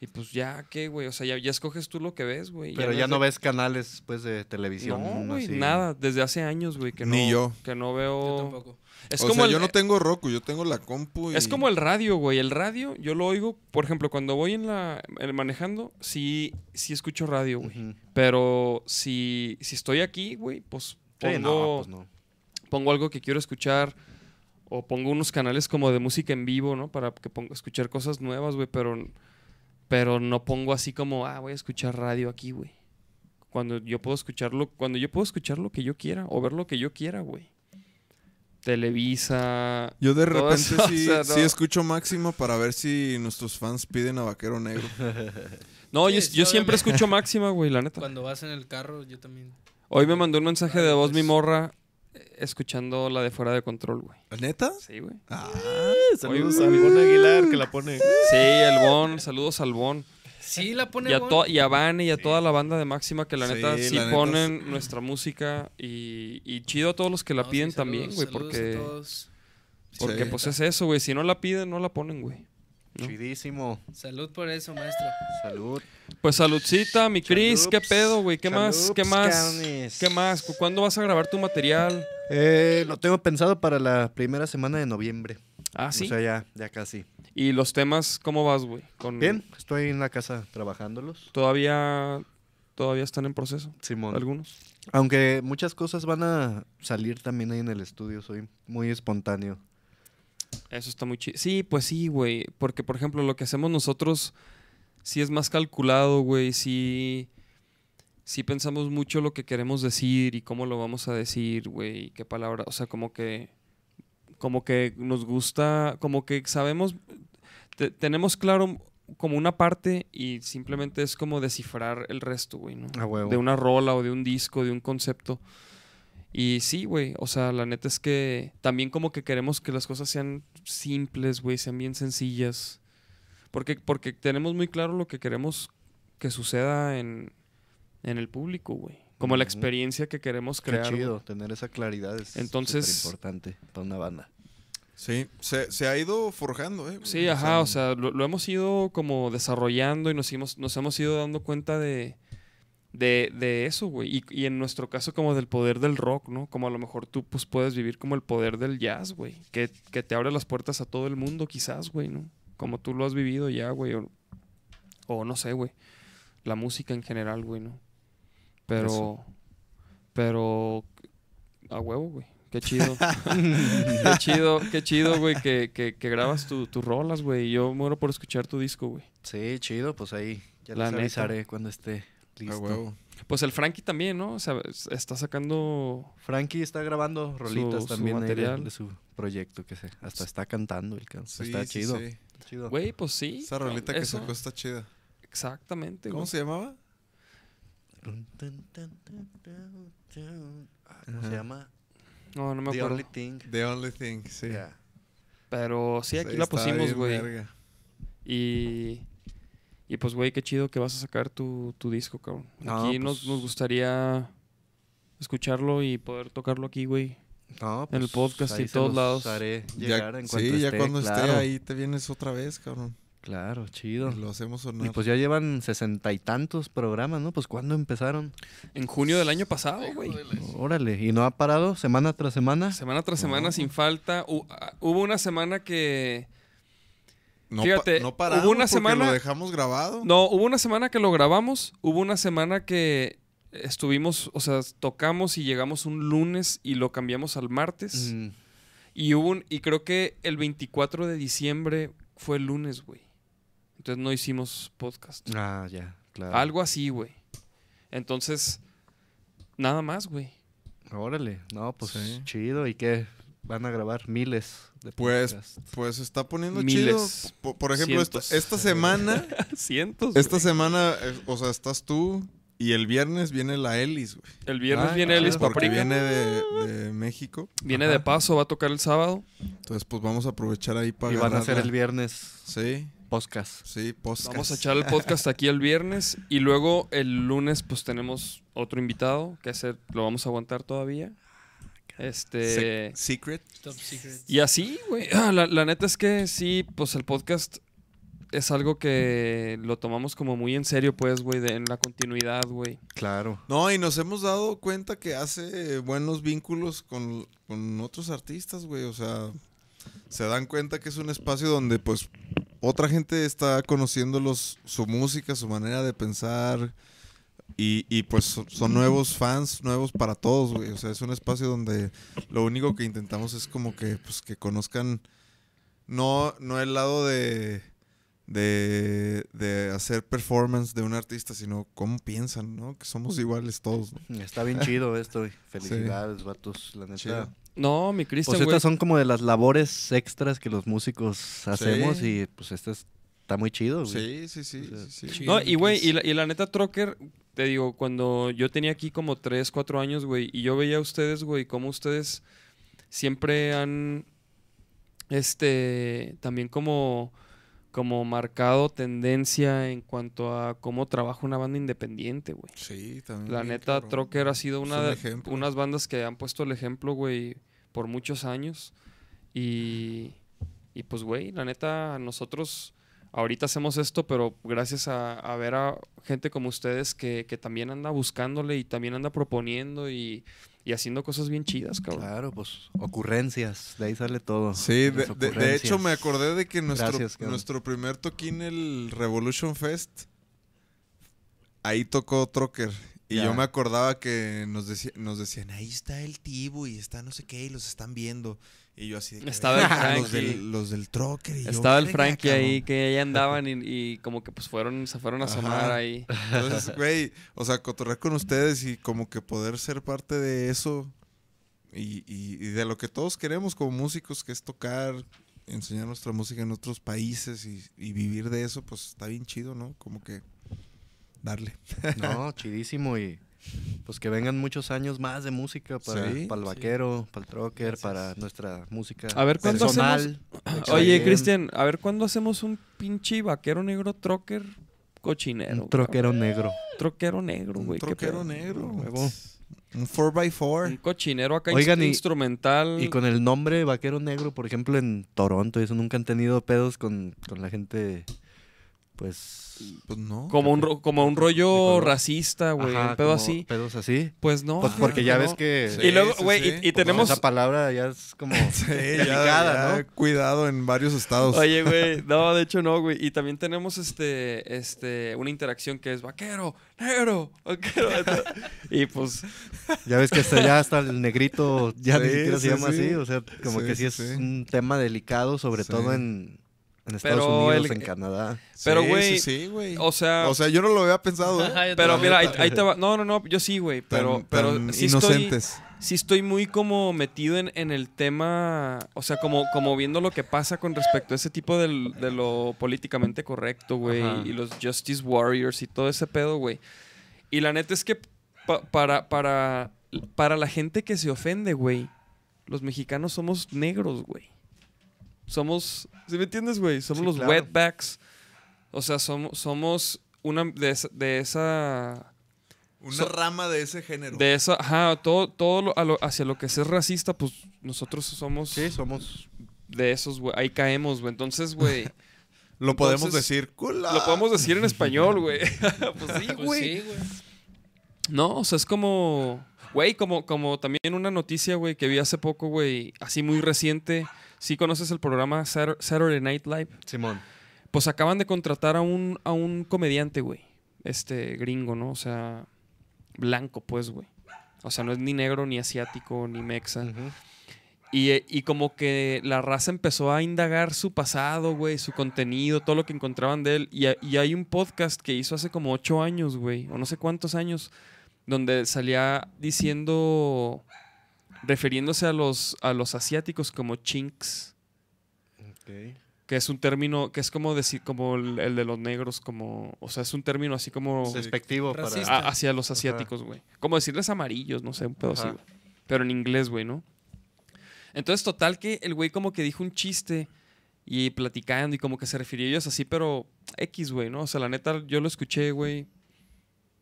Y pues ya, ¿qué, güey? O sea, ya, ya escoges tú lo que ves, güey.
Pero ya
es
no
de-
ves canales pues de televisión.
No, güey,
así.
nada. Desde hace años, güey, que no.
Ni yo.
Que no veo.
Yo tampoco.
Es
o
como
sea,
el, eh,
yo no tengo Roku, yo tengo la compu y...
Es como el radio, güey. El radio, yo lo oigo, por ejemplo, cuando voy en la en- manejando, sí, sí escucho radio, güey.
Ujú.
Pero si, si estoy aquí, güey, pues pongo,
Sí, no, pues no.
pongo algo que quiero escuchar o pongo unos canales como de música en vivo, ¿no? Para que ponga, escuchar cosas nuevas, güey, pero, pero no pongo así como, ah, voy a escuchar radio aquí, güey. Cuando yo puedo escucharlo, cuando yo puedo escuchar lo que yo quiera o ver lo que yo quiera, güey. Televisa.
Yo de
todo
repente
eso, o
sí,
sea,
sí
no.
escucho Máximo para ver si nuestros fans piden a Vaquero Negro.
No,
Sí,
yo,
sí,
yo siempre
obviamente.
escucho máxima, güey, la neta.
Cuando vas en el carro, yo también.
Hoy me mandó un mensaje de
Ay,
voz mi
pues.
morra eh, escuchando la de fuera de control, güey.
¿Neta?
Sí, güey.
Ah,
Saludos a Ivonne Aguilar que la pone.
Sí, el Bon, saludos al Bon.
Sí, la pone
Y a,
Bon.
to- y a Vane y a toda la banda de Máxima que la
Sí,
neta sí
la neta,
ponen nuestra música y, y chido a todos los que la
No, sí,
piden
saludos,
también, güey,
saludos a
porque,
todos.
porque
Sí.
pues es eso, güey. Si no la piden, no la ponen, güey. ¿no?
Chidísimo.
Salud por eso, maestro.
Salud.
Pues saludcita, mi Cris, ¿qué
Chalups,
pedo, güey? ¿Qué más? ¿Qué
chalups,
más?
carnes.
¿Qué más? ¿Cu- ¿Cuándo vas a grabar tu material?
Eh, lo tengo pensado para la primera semana de noviembre.
Ah, sí.
O sea, ya, ya casi.
y los temas, ¿cómo vas, güey? Con-
Bien, estoy en la casa trabajándolos.
Todavía, todavía están en proceso.
Simón.
Algunos.
Aunque muchas cosas van a salir también ahí en el estudio, soy muy espontáneo.
Eso está muy chido. Sí, pues sí, güey. Porque, por ejemplo, lo que hacemos nosotros sí es más calculado, güey. Sí, sí pensamos mucho lo que queremos decir y cómo lo vamos a decir, güey. y Qué palabra. O sea, como que. Como que nos gusta. Como que sabemos. te- tenemos claro como una parte y simplemente es como descifrar el resto, güey, ¿no?
A huevo.
de una rola o de un disco, de un concepto. Y sí, güey, o sea, la neta es que también como que queremos que las cosas sean simples, güey, sean bien sencillas. Porque, porque tenemos muy claro lo que queremos que suceda en, en el público, güey. Como la
Ujú.
experiencia que queremos
Qué
crear. güey.
chido, tener esa claridad es
Entonces-
importante para una banda.
Sí, se, se ha ido forjando, ¿eh?
Sí, ajá, o sea, lo, lo hemos ido como desarrollando y nos, hemos- nos hemos ido dando cuenta de, de, de eso, güey. Y, y en nuestro caso como del poder del rock, ¿no? Como a lo mejor tú pues puedes vivir como el poder del jazz, güey. Que, que te abre las puertas a todo el mundo quizás, güey, ¿no? Como tú lo has vivido ya, güey. O, o no sé, güey. La música en general, güey, ¿no? Pero...
Eso.
Pero... A huevo, güey. Qué chido. Qué chido, qué chido, güey, que, que, que grabas tu- tus rolas, güey. y Yo muero por escuchar tu disco, güey.
Sí, chido, pues ahí ya
La
les
neta.
avisaré cuando esté listo.
A huevo.
Pues el Frankie también, ¿no? O sea, es- está sacando.
Frankie está grabando rolitas
su
también ahí de-
material.
de, su proyecto que se hasta está cantando el can-
Sí,
está
sí,
chido.
sí.
está chido.
Güey, pues sí.
Esa rolita que
eso-
sacó está chida.
Exactamente,
¿Cómo
güey.
se llamaba?
Ah, ¿Cómo se llama?
No, no me
The
acuerdo.
Only Thing.
The Only Thing, sí.
Yeah.
Pero sí, aquí
Sí,
la
estaba
pusimos,
bien
güey.
verga.
Y. Y pues, güey, qué chido que vas a sacar tu, tu disco, cabrón.
No,
aquí nos,
pues-
nos gustaría escucharlo y poder tocarlo aquí, güey.
No, pues,
En el podcast y
ahí se
todos
los
lados.
haré llegar
Ya,
en cuanto
sí, ya
esté,
cuando esté
claro,
ahí te vienes otra vez, cabrón.
Claro,
Y
chido.
Lo hacemos sonar.
Y pues ya llevan sesenta y tantos programas, ¿no? Pues ¿cuándo empezaron?
En junio del año pasado, güey.
Órale, y no ha parado semana tras semana.
Semana tras semana sin falta. Hu- ah, hubo una semana que.
no,
fíjate,
pa- no paramos
hubo una
porque
semana-
lo dejamos grabado.
No, hubo una semana que lo grabamos, hubo una semana que estuvimos, o sea, tocamos y llegamos un lunes y lo cambiamos al martes.
Mm,
Y hubo un, y creo que el 24 de diciembre fue el lunes, güey. Entonces no hicimos podcast.
Ah, ya, claro.
Algo así, güey. Entonces, nada más, güey.
Órale, no, pues
Sí.
chido. ¿Y qué? Van a grabar miles de
Pues-
podcasts.
Pues se está poniendo
Miles.
chido. Por, por ejemplo, esta,
Cientos.
esta semana,
Cientos.
esta
güey.
semana, eh, o sea, estás tú, Y el viernes viene la Ellis, güey.
El viernes
Ah,
viene
claro.
Ellis
Porque
Paprika. Viene,
viene de, de México.
de paso, va a tocar el sábado.
Entonces, pues vamos a aprovechar ahí para.
Y van a
agarrar
hacer
la-
el viernes
Sí,
podcast.
sí, podcast.
Vamos a echar el podcast aquí el viernes. Y luego el lunes, pues tenemos otro invitado que hacer, lo vamos a aguantar todavía. Este.
Se- Secret.
Top Secret.
Y así, güey. Ah, La, la neta es que sí, pues el podcast es algo que lo tomamos como muy en serio, pues, güey, de- en la continuidad, güey.
Claro.
No, y nos hemos dado cuenta que hace buenos vínculos con, con otros artistas, güey. O sea, se dan cuenta que es un espacio donde, pues, otra gente está conociendo los- su música, su manera de pensar. Y, y, pues so- son nuevos fans, nuevos para todos, güey. O sea, es un espacio donde lo único que intentamos es como que, pues, que conozcan no, no el lado de, de, de hacer performance de un artista, sino cómo piensan, ¿no? Que somos iguales todos, ¿no?
Está bien chido esto. güey. Felicidades, vatos. La neta.
Chido. Este
No, mi
Pues
Cristian, güey.
estas son como de las labores extras que los músicos hacemos y pues este es- está muy chido.
Pues
güey.
Sí, sí, sí.
O sea,
sí, sí.
chido.
No, y güey, y la, y la neta, Trocker, te digo, cuando yo tenía aquí como 3, 4 años, güey, y yo veía a ustedes, güey, cómo ustedes siempre han, este, también como, como marcado tendencia en cuanto a cómo trabaja una banda independiente, güey.
Sí, también.
La
bien
neta,
cabrón.
Trocker ha sido
Es
una
un
de
ejemplo.
unas bandas que han puesto el ejemplo, güey, por muchos años. Y, y pues, güey, la neta, nosotros ahorita hacemos esto, pero gracias a, a ver a gente como ustedes que, que también anda buscándole y también anda proponiendo y, y haciendo cosas bien chidas, cabrón.
Claro, pues ocurrencias. De ahí sale todo.
Sí, de,
Las
de- de hecho
ocurrencias.
me acordé de que nuestro,
Gracias, cabrón.
nuestro primer toquín, el Revolution Fest, ahí tocó Trocker. Y
Ya.
yo me acordaba que nos, decía- nos decían, ahí está el Tibu y está no sé qué y los están viendo. Y yo así de que,
Estaba el
"Ah, los,
Frankie.
del, los del Trocker. y yo,
Estaba el
"Verga,
Frankie ahí,
cabrón".
que ya andaban y, y como que pues fueron, se fueron a
Ajá.
sonar ahí.
Entonces, güey, o sea, cotorrear con ustedes y como que poder ser parte de eso y, y- y de lo que todos queremos como músicos, que es tocar, enseñar nuestra música en otros países y, y vivir de eso, pues está bien chido, ¿no? Como que darle.
No, chidísimo y pues que vengan muchos años más de música para,
Sí,
para el
sí.
vaquero, para el trocker,
Gracias.
para nuestra música
A ver, ¿cuándo
personal. Hecho,
Oye,
también
Cristian, a ver cuándo hacemos un pinche vaquero negro Trocker cochinero.
Un
cabrón?
troquero negro.
Troquero negro,
Un
güey. qué
troquero
pedo.
negro.
huevo.
Un
Un
4x4.
cochinero acá
Oigan,
inst-
y-
instrumental.
Y con el nombre vaquero negro, por ejemplo, en Toronto, eso nunca han tenido pedos con, con la gente, pues...
Pues no.
como, un, ro- como un rollo
color.
racista, Ah, güey.
ajá,
Un pedo
como
así.
Pedos así.
Pues no.
pues
ah,
porque ya
no.
ves que...
Sí,
Y luego,
sí,
güey,
sí.
y- y,
Pues
tenemos.
Esa palabra ya es como...
Sí, ya-
Delicada,
ya Cuidado en varios estados.
Oye, güey. No, de hecho no, güey. Y también tenemos este, este, una interacción que es vaquero, negro, vaquero. y pues,
Ya ves que hasta ya hasta el negrito ya ni
Sí,
siquiera
sí,
se llama
sí.
así, o sea, como
Sí,
que sí es
sí, sí.
un tema delicado, sobre
Sí.
todo en, en Estados
Pero
Unidos,
el-
en Canadá.
pero,
Sí,
güey,
Sí, sí, güey.
o sea.
O sea, yo no lo había pensado, ¿eh?
Ajá, yo
pero
también.
mira, ahí, ahí te va. No, no, no, yo sí, güey. Pero,
Tan-
pero
tan
sí estoy.
inocentes.
sí estoy muy como metido en, en el tema, o sea, como, como viendo lo que pasa con respecto a ese tipo del- de, lo políticamente correcto, güey,
Ajá.
y los Justice Warriors y todo ese pedo, güey. Y la neta es que pa- para, para, para la gente que se ofende, güey, los mexicanos somos negros, güey. Somos, ¿sí me entiendes, güey? Somos
Sí,
los
claro.
wetbacks. O sea, somos, somos una de esa- de esa
Una
So-
rama de ese género.
de eso, ajá, todo, todo lo- a lo- hacia lo que sea racista, pues nosotros somos
Sí, somos...
de esos, güey. Ahí caemos, güey. Entonces, güey,
Lo podemos
Entonces,
decir, "Cula".
lo podemos decir en español, güey. pues sí,
Pues
güey.
sí, güey.
No, o sea, es como, güey, como, como también una noticia, güey, que vi hace poco, güey, así muy reciente. Sí conoces el programa Sat- Saturday Night Live.
Simón.
Pues acaban de contratar a un, a un comediante, güey. Este gringo, ¿no? O sea, blanco, pues, güey. O sea, no es ni negro, ni asiático, ni mexa.
Ujú.
Y, eh, y como que la raza empezó a indagar su pasado, güey, su contenido, todo lo que encontraban de él. Y, ha- y hay un podcast que hizo hace como ocho años, güey, o no sé cuántos años, donde salía diciendo, refiriéndose a los, a los asiáticos como chinks.
Ok.
que es un término, que es como decir, como el, el de los negros, como, o sea, es un término así como
Despectivo para-
Racista.
a- Ah, hacia los asiáticos, güey. Como decirles amarillos, no sé, un pedo así,
Ajá.
güey. Pero en inglés, güey, ¿no? Entonces, total que el güey como que dijo un chiste y platicando y como que se refirió a ellos así, pero X, güey, ¿no? O sea, la neta, yo lo escuché, güey.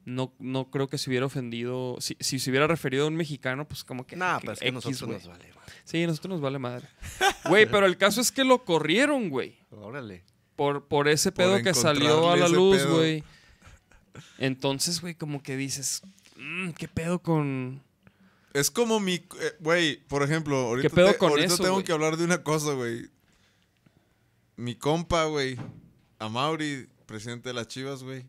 No, no creo que se hubiera ofendido. Si, si se hubiera referido a un mexicano, pues como que.
Nah,
que
pero es que a
X,
nosotros
güey.
nos vale. madre.
Sí, a nosotros nos vale madre. Güey, pero el caso es que lo corrieron, güey.
Órale.
Por, por ese
Por
pedo que salió a
encontrarle
la
ese
luz,
pedo.
güey. Entonces, güey, como que dices, "Mm, ¿qué pedo con...?
Es como mi. eh, Güey, por ejemplo, ahorita,
pedo
te-
con
ahorita
eso,
tengo
güey?
que hablar de una cosa, güey. Mi compa, güey, Amauri, presidente de las Chivas, güey.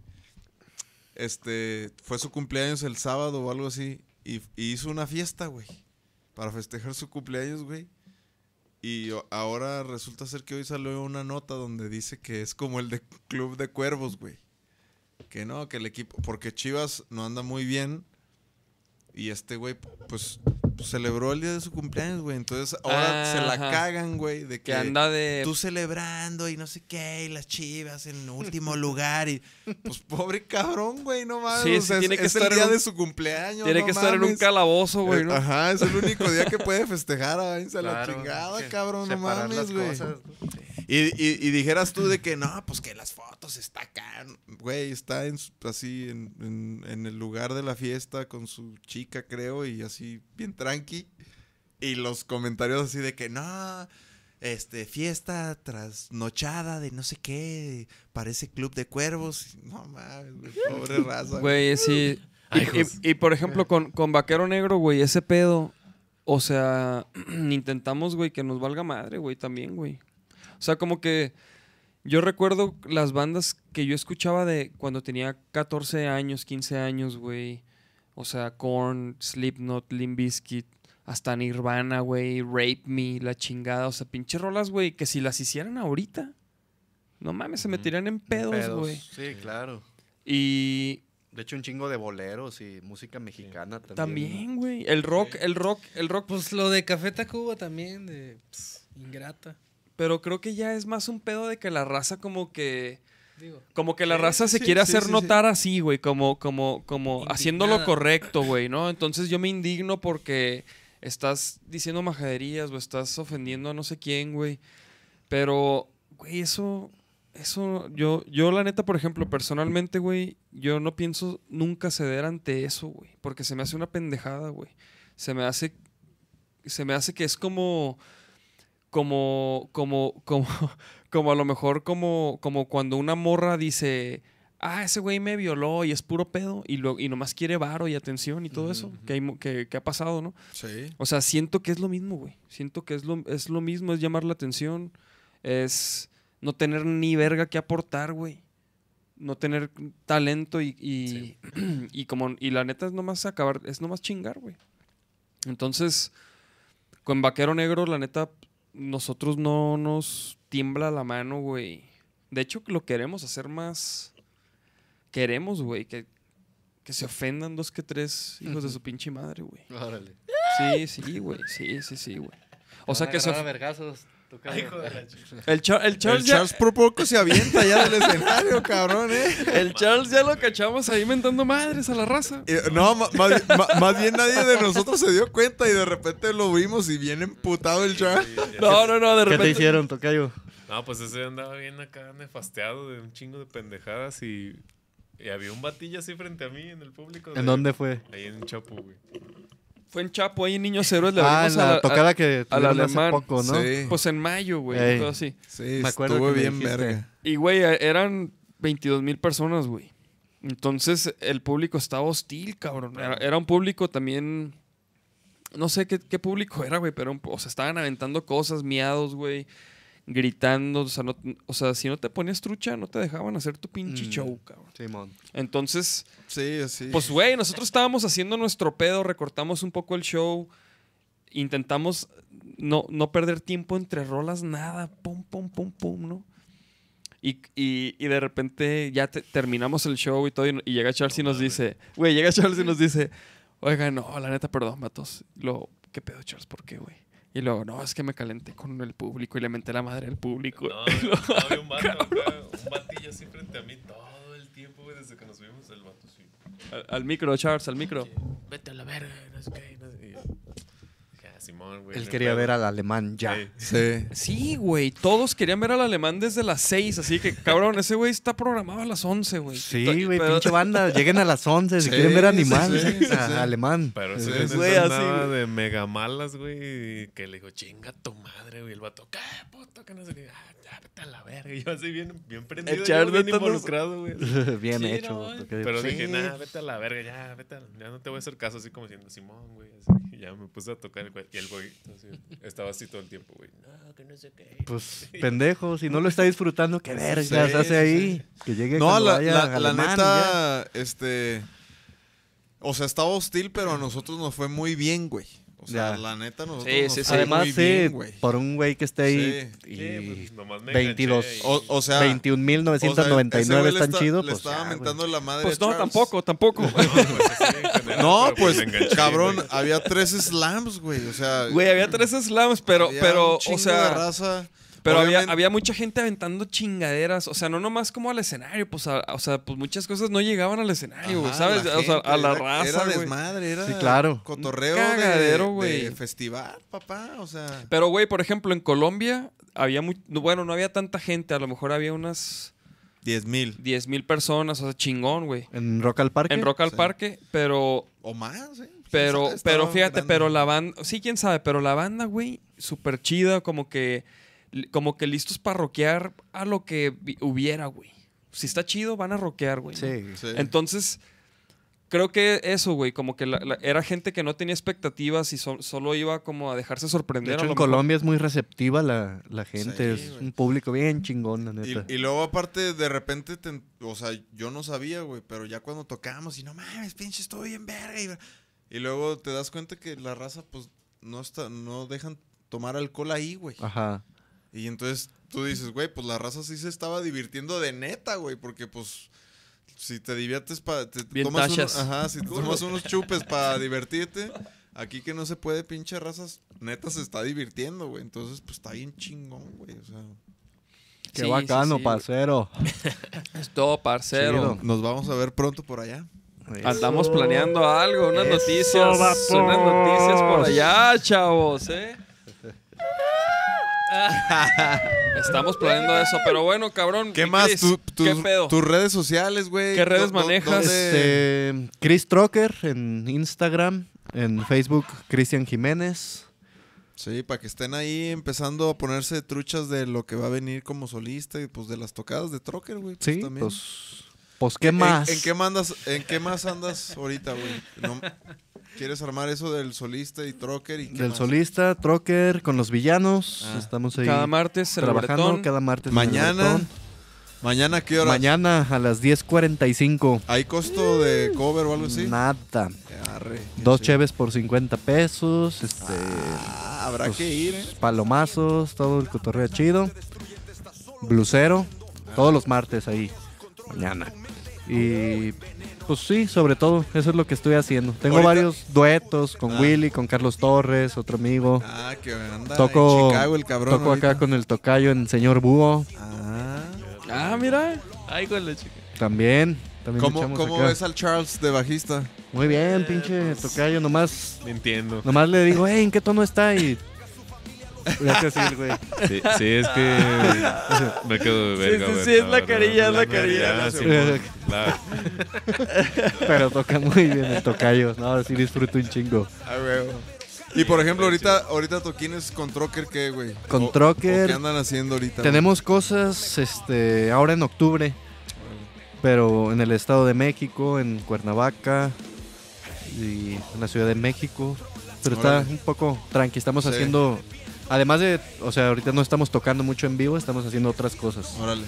Este, fue su cumpleaños el sábado o algo así. Y, y hizo una fiesta, güey. Para festejar su cumpleaños, güey. Y o- ahora resulta ser que hoy salió una nota donde dice que es como el de Club de Cuervos, güey. Que no, que el equipo. Porque Chivas no anda muy bien. Y este güey, pues, pues, celebró el día de su cumpleaños, güey. Entonces ahora
Ah,
se la
ajá.
cagan, güey, de que.
Que anda de...
Tú celebrando y no sé qué, y las chivas en último lugar. Y, pues pobre cabrón, güey, no mames.
Sí,
o
sí,
sea, es-
tiene que
es el
estar en
día
un-
de su cumpleaños.
Tiene
no
que estar en un
mames.
calabozo, güey,
Eh,
¿no?
Ajá, es el único día que puede festejar. Váyanse a
Claro,
la chingada,
que
cabrón, no
separar
mames,
las
güey.
cosas, ¿no?
Y, y- y dijeras tú de que no, pues que las fotos está acá, güey, está en, su- así en, en- en el lugar de la fiesta con su chica, creo, y así bien tranqui. Y los comentarios así de que no, este, fiesta trasnochada de no sé qué, parece club de cuervos. No mames, güey, pobre raza. güey.
Güey, sí. Y,
Ay,
y-
hijos.
y, por ejemplo, con, con Vaquero Negro, güey, ese pedo. O sea, intentamos, güey, que nos valga madre, güey, también, güey. O sea, como que yo recuerdo las bandas que yo escuchaba de cuando tenía 14 años, 15 años, güey. O sea, Korn, Slipknot, Limp Bizkit, hasta Nirvana, güey, Rape Me, la chingada. O sea, pinche rolas, güey, que si las hicieran ahorita, no mames, se meterían en pedos,
Pedos.
güey.
Sí, claro.
Y
De hecho, un chingo de boleros y música mexicana también.
También, güey. El rock, el rock, el rock.
Pues lo de Café Tacuba también, de pss, ingrata.
Pero creo que ya es más un pedo de que la raza como que.
Digo,
Como que la
Sí,
raza se
sí,
quiere
sí,
hacer
sí, sí.
notar así, güey. Como, como, como haciendo lo
Indignada.
correcto, güey, ¿no? Entonces yo me indigno porque estás diciendo majaderías o estás ofendiendo a no sé quién, güey. Pero, güey, eso. Eso, yo, yo la neta, por ejemplo, personalmente, güey, yo no pienso nunca ceder ante eso, güey. Porque se me hace una pendejada, güey. Se me hace. Se me hace que es como. Como. Como. Como. Como a lo mejor como. Como cuando una morra dice. Ah, ese güey me violó y es puro pedo. Y, lo, y nomás quiere varo y atención y todo eso. Que, hay mo- que, que ha pasado, ¿no?
Sí.
O sea, siento que es lo mismo, güey. Siento que es lo, es lo mismo, es llamar la atención, es no tener ni verga que aportar, güey. No tener talento y, y, y como y la neta es nomás acabar, es nomás chingar, güey. Entonces, con Vaquero Negro, la neta, nosotros no nos tiembla la mano, güey. De hecho, lo queremos hacer más. Queremos, güey, que, que se ofendan dos que tres hijos de su pinche madre, güey.
Órale.
Sí, sí, güey. Sí, sí, sí, güey. O sea que se
A
of-
vergazos. tu cabrón.
el, Char- el Charles
El
ya,
Charles por poco se avienta ya del escenario, cabrón, eh.
el Charles ya lo cachamos ahí mentando madres a la raza.
Eh, No, ma- más, bien- ma- más bien nadie de nosotros se dio cuenta y de repente lo vimos y viene emputado el Charles.
No, no, no, de
¿Qué te
repente.
hicieron, Tocayo?
No, pues ese andaba bien acá nefasteado de un chingo de pendejadas y, y había un batillo así frente a mí en el público. de-
¿En dónde fue?
Ahí en Chapu, güey.
Fue en Chapo, ahí en Niños Héroes le
Ah,
abrimos
en
a
la
la-
tocada
a-
que
al
tuvieron
alemán.
hace poco, ¿no?
Sí,
Pues en mayo, güey.
Ey.
y todo así.
sí,
me acuerdo
estuvo
que me
bien
dijiste.
verga.
Y, güey, e- eran 22 mil personas, güey. Entonces el público estaba hostil, cabrón. Era, era un público también. No sé qué, qué público era, güey, pero un- o sea, estaban aventando cosas, miados, güey, gritando. O sea, no- o sea, si no te ponías trucha, no te dejaban hacer tu pinche
Mm.
show, cabrón.
Simón.
Entonces,
Sí, sí.
pues, güey, nosotros estábamos haciendo nuestro pedo, recortamos un poco el show, intentamos no, no perder tiempo entre rolas, nada, pum, pum, pum, pum, ¿no? Y, y- y de repente ya te- terminamos el show y todo, y, y llega Charles y nos dice, güey, llega Charles y nos dice, oiga, no, la neta, perdón, Matos. Lo, ¿Qué pedo, Charles? ¿Por qué, güey? Y luego, no, es que me calenté con el público y le menté la madre al público.
No,
Y luego,
no, había un vato acá, un batillo así frente a mí todo el tiempo, güey, desde que nos vimos, el vato sí.
al, al micro, Charles, al micro.
Vete a la verga, no sé qué, no sé qué. Y yo, dije, ah, Simón, güey.
Él quería ver al alemán ya.
Sí.
Sí, güey, todos querían ver al alemán desde las 6, así que cabrón, ese güey está programado a las 11, güey.
Sí,
Estoy-
güey,
pero-
pinche banda. Lleguen a las 11 si
Sí,
quieren ver
sí,
animal.
sí, sí, sí.
a- Alemán.
Pero
Sí,
ese güey
güey, así,
andaba
güey.
de mega malas, güey. y Que le dijo, chinga tu madre, güey. El vato, ¿qué puto? Que no sé qué. Ah, ya, vete a la verga. Y yo así bien, bien prendido,
Echar
yo, bien
de todos.
involucrado, güey.
Bien
Sí, pues
hecho.
no,
güey, porque-
Pero
sí.
dije, nada, vete a la verga, ya, vete a la- ya no te voy a hacer caso, así como diciendo Simón, güey. así. Y ya me puse a tocar el güey. Y el güey así, estaba así todo el tiempo, güey. No, que no sé qué.
Pues, pendejo, si no lo está disfrutando, qué vergas
sí, sí.
hace ahí. Que llegue
No,
cuando
la,
vaya
la-
al
la
alemán y ya.
neta, este. O sea, estaba hostil, pero a nosotros nos fue muy bien, güey. O sea,
Ya.
la neta, nosotros
Sí,
nos
sí,
fue
sí.
Además,
muy
sí, pues,
bien, güey.
por un güey que esté ahí.
Sí.
Y
Sí, pues, nomás me
22.
enganché y-
O, o sea, o sea, ese
21.999
güey le
están
está-
chidos.
Le
Pues,
estaba
ya, güey.
mentando la madre.
Pues
a
no,
Charles.
tampoco, tampoco.
pues, así, en general,
No,
pero,
pues,
me enganché,
cabrón,
güey.
había tres slams, güey. O sea,
Güey, había tres slams, pero,
había un
pero, o
chingo de
sea,
raza.
pero había,
Obviamente-
había mucha gente aventando chingaderas, o sea, no nomás como al escenario, pues, a- o sea, pues muchas cosas no llegaban al escenario, güey,
Ajá,
¿sabes?
la
o sea, a
gente,
la
era- Era
raza, güey.
desmadre, era
Sí, claro.
cotorreo
Un cagadero,
de- de,
güey.
festival, papá, o sea.
Pero, güey, por ejemplo, en Colombia había muy, no, bueno, no había tanta gente, a lo mejor había unas
10 mil
10 mil personas, o sea, chingón, güey.
En Rock al Parque.
En Rock al
Sí.
Parque, pero,
o más,
Pues,
¿eh?
pero,
Estaba
pero fíjate,
grande.
pero la banda, sí, quién sabe, pero la banda, güey, súper chida, como que, como que listos para rockear a lo que vi- hubiera, güey. Si está chido, van a rockear, güey. ¿no?
Sí.
Sí.
Entonces, creo que eso, güey, como que la- la- era gente que no tenía expectativas y so- solo iba como a dejarse sorprender.
De hecho,
a lo
en
mejor.
Colombia es muy receptiva la, la gente.
Sí,
es
güey.
un público bien chingón, la neta.
Y, y luego aparte de repente, te en- o sea, yo no sabía, güey, pero ya cuando tocamos y no mames, pinche, estoy bien verga. Y, y luego te das cuenta que la raza, pues, no está, no dejan tomar alcohol ahí, güey.
Ajá.
Y entonces tú dices, güey, pues la raza sí se estaba divirtiendo de neta, güey, porque pues si te diviertes para... Te
Bien
tomas unos,
tachas.
ajá, si te tomas unos chupes para divertirte, aquí que no se puede, pinche razas, neta se está divirtiendo, güey. Entonces, pues está bien chingón, güey. O sea,
Qué
Sí, sí,
bacano,
sí,
parcero.
güey. Es todo parcero.
Chido.
nos vamos a ver pronto por allá.
Andamos planeando algo, unas
Eso,
noticias.
vatos.
Unas noticias por allá, chavos, ¿eh? Estamos planeando eso, pero bueno, cabrón.
¿Qué
mi
más?
Chris,
Tú- tus-
¿Qué pedo?
Tus redes sociales, güey.
¿Qué redes
¿Dó- dó-
manejas?
dónde-
Este, Chris Trocker en Instagram, en Facebook Cristian Jiménez.
Sí, para que estén ahí empezando a ponerse truchas de lo que va a venir como solista y pues de las tocadas de Trocker, güey. pues,
Sí,
también.
pues, pues qué
¿En-
más.
¿En, qué mandas, ¿En qué más andas ahorita, güey? No- ¿Quieres armar eso del solista y Trocker y qué
Del
más?
solista, Trocker, con los villanos.
Ah.
Estamos ahí
Cada martes, el
trabajando
Bretón.
cada martes. en el
Mañana.
Bretón.
Mañana, ¿qué hora?
Mañana a las 10.45.
¿Hay costo de cover o algo así?
Nada.
Arre, qué
Dos
chido.
cheves por 50 pesos. Este,
Ah, habrá
pues,
que ir, ¿eh?
Palomazos, todo el cotorreo chido. Blusero, todos los martes ahí. Mañana. Y pues sí, sobre todo, eso es lo que estoy haciendo. Tengo
Ahorita-
varios duetos con
Ah.
Willy, con Carlos Torres, otro amigo.
Ah, que anda
Toco,
en Chicago el cabrón.
toco acá
ahorita.
con el tocayo en Señor Búho.
Ah.
Ah, mira. Ay, con la chica.
También. también le
¿Cómo,
echamos
cómo
acá.
ves al Charles de bajista?
Muy bien, pinche tocayo. Nomás,
Me entiendo.
nomás le digo, hey, ¿en qué tono está? Y. Gracias, güey.
Sí, sí, es que me quedo de verga,
sí,
güey,
sí, es la
cabrón.
carilla, es la
Ya,
carilla.
Simón, ah, pues, la-
Pero toca muy bien el tocayo. No, sí disfruto un chingo.
Y por ejemplo, ahorita, ahorita toquines con Trocker, ¿qué, güey?
Con
O- o
Trocker-
¿Qué andan haciendo ahorita?
Tenemos cosas este, ahora en octubre. Pero en el Estado de México, en Cuernavaca y en la Ciudad de México. Pero está
Órale.
un poco tranqui. Estamos
Sí.
haciendo. Además de. O sea, ahorita no estamos tocando mucho en vivo, estamos haciendo otras cosas.
güey? Órale.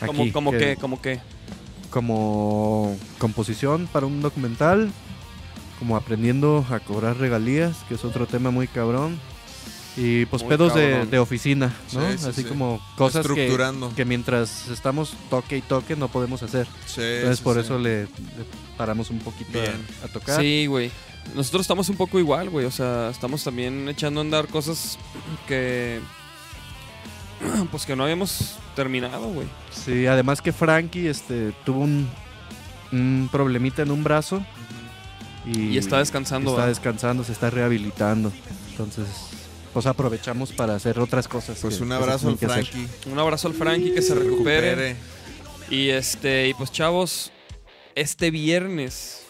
aquí,
¿Cómo, cómo
que-
qué? ¿Cómo qué?
como composición para un documental, como aprendiendo a cobrar regalías, que es otro tema muy cabrón. Y pues
Muy
pedos de,
cabrón.
de oficina, ¿no?
Sí, sí,
Así
sí.
como cosas que,
Estructurando.
que mientras estamos toque y toque no podemos hacer.
Sí,
Entonces
sí,
por
sí.
eso le, le paramos un poquito a-
Bien.
a, tocar.
Sí, güey. Nosotros estamos un poco igual, güey. O sea, estamos también echando a andar cosas que. Pues que no habíamos terminado, güey.
Sí, además que Frankie este, tuvo un, un problemita en un brazo. Y,
Y está descansando,
Está
¿va?
descansando, se está rehabilitando. Entonces, pues aprovechamos para hacer otras cosas.
Pues
que-
un
que se
abrazo al
tienen que hacer.
Frankie.
Un abrazo al Frankie que se recupere.
Recupere.
Y este, y pues chavos, este viernes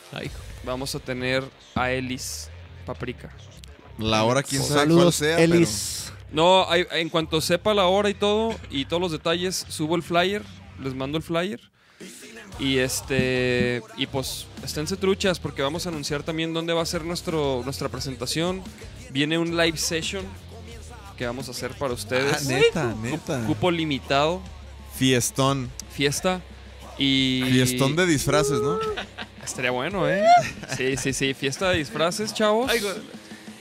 vamos a tener a Elis Paprika.
La hora, quién sabe cuál
Saludos,
sea. pero-
Elis.
No, hay- en cuanto sepa la hora y todo, y todos los detalles, subo el flyer, les mando el flyer. Y este. Y pues, esténse truchas, porque vamos a anunciar también dónde va a ser nuestro, nuestra presentación. Viene un live session que vamos a hacer para ustedes.
Ah, neta, neta.
Cupo limitado,
Fiestón.
fiesta. Y.
Fiestón de disfraces, ¿no?
Estaría bueno, ¿eh? Sí, sí, sí. Fiesta de disfraces, chavos.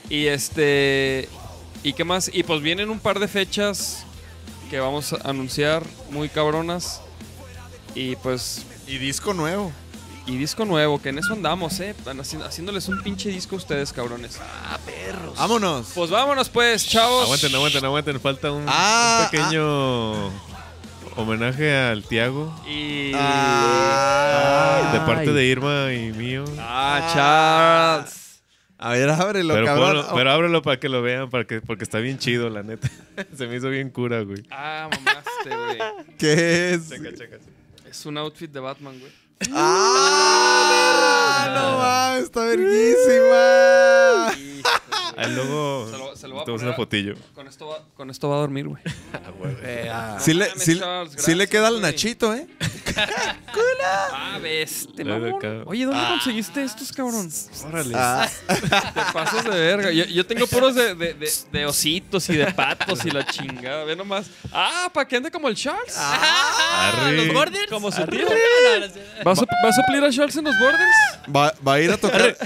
Y este. ¿Y qué más? Y pues vienen un par de fechas que vamos a anunciar muy cabronas. Y pues.
Y disco nuevo.
Y disco nuevo, que en eso andamos, ¿eh? Están haci- haciéndoles un pinche disco a ustedes, cabrones.
Vámonos.
Pues vámonos, pues, chavos.
Aguanten, aguanten, aguanten. Falta un,
Ah,
un pequeño homenaje al Tiago
Y.
Ah.
de parte de Irma y mío.
Ah, Charles.
A ver, ábrelo,
pero,
cabrón.
ponlo- pero ábrelo para que lo vean, para que, porque está bien chido, la neta. Se me hizo bien cura, güey.
Ah, mamaste, güey.
¿Qué es?
Es un outfit de Batman, güey.
¡Ah! No mames, está verguísima.
Ahí
Se lo-
luego
se lo voy a
tenemos
poner
una
a-
fotillo.
Con esto va, con esto va a dormir, güey.
Eh, ah.
Sí le,
mames,
sí-
Ah, Charles,
sí le
gracias,
queda al
güey.
Nachito, ¿eh?
Ah, veste,
Dale
mamón.
acá.
Oye, ¿dónde conseguiste estos, cabrón?
Órale.
Ah, Te pasas de verga. Yo, yo tengo puros de, de- de- de ositos y de patos y la chingada. Ve nomás. Ah, para que ande como el Charles.
Arre.
¿Los borders?
Como su tío.
Arriba.
¿Vas a, ¿Vas a suplir a Charles en los borders?
Va, va a ir a tocar.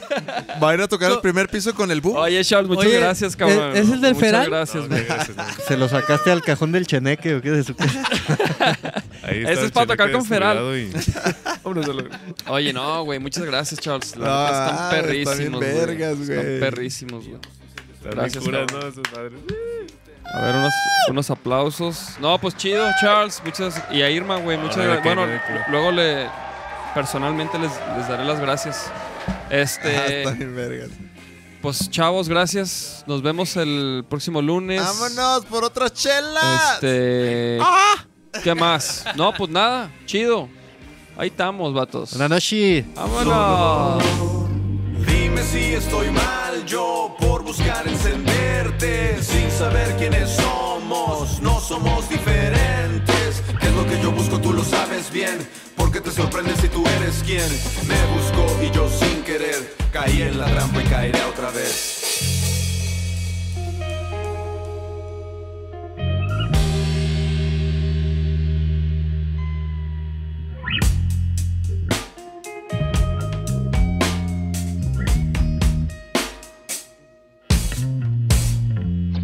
va a ir a tocar el primer piso con el bu.
Oye, Charles, muchas
Oye,
gracias, cabrón.
¿es- es el del
Muchas
Feral?
gracias,
No,
güey.
gracias, no.
¿Se lo sacaste al cajón del cheneque o qué de su casa?
Ahí
Ese
está
es
el
para tocar
chilete
con Feral.
desfigurado y-
Oye, no, güey. Muchas gracias, Charles. La
Ah,
neta, están
está
perrísimos.
bien
güey.
vergas, güey.
Están perrísimos, güey.
Está bien
Gracias,
cura,
cabrón.
¿no? Esas madres.
A ver, unos, unos aplausos. No, pues chido, Charles. Muchas, y a Irma, güey. Muchas
Ahora
gracias.
que-
Bueno,
que-
lu- luego le. Personalmente les, les daré las gracias.
Ah, está
Este.
bien vergas.
Pues chavos, gracias. Nos vemos el próximo lunes.
Vámonos ¡Ah! por otra chela.
Este. ¿Qué más? No, pues nada. Chido. Ahí estamos, vatos.
Buenas noches.
Vámonos.
Dime si estoy mal yo por buscar encenderte sin saber quiénes somos, no somos diferentes. ¿Qué es lo que yo busco? Tú lo sabes bien, porque te sorprendes si tú eres quien me buscó y yo sin querer caí en la trampa y caeré otra vez.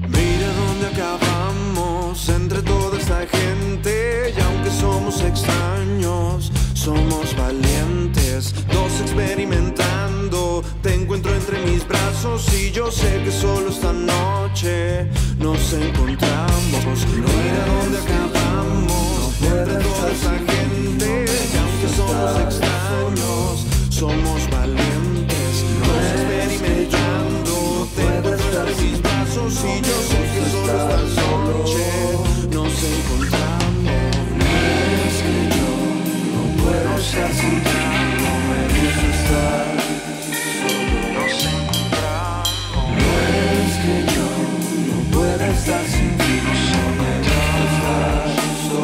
Mira dónde acabamos entre toda esta gente y aunque somos extraños, somos valientes, dos experimentando, te encuentro entre mis brazos y yo sé que solo esta noche nos encontramos. Mira dónde acabamos entre toda esta gente y aunque somos extraños, somos valientes, dos experimentando, te encuentro entre mis brazos y yo sé que solo esta noche nos encontramos. Es que yo no puedo ser sin ti, no me dejo estar solo. Nos encontramos. No es que yo no pueda estar sin ti, no me dejo estar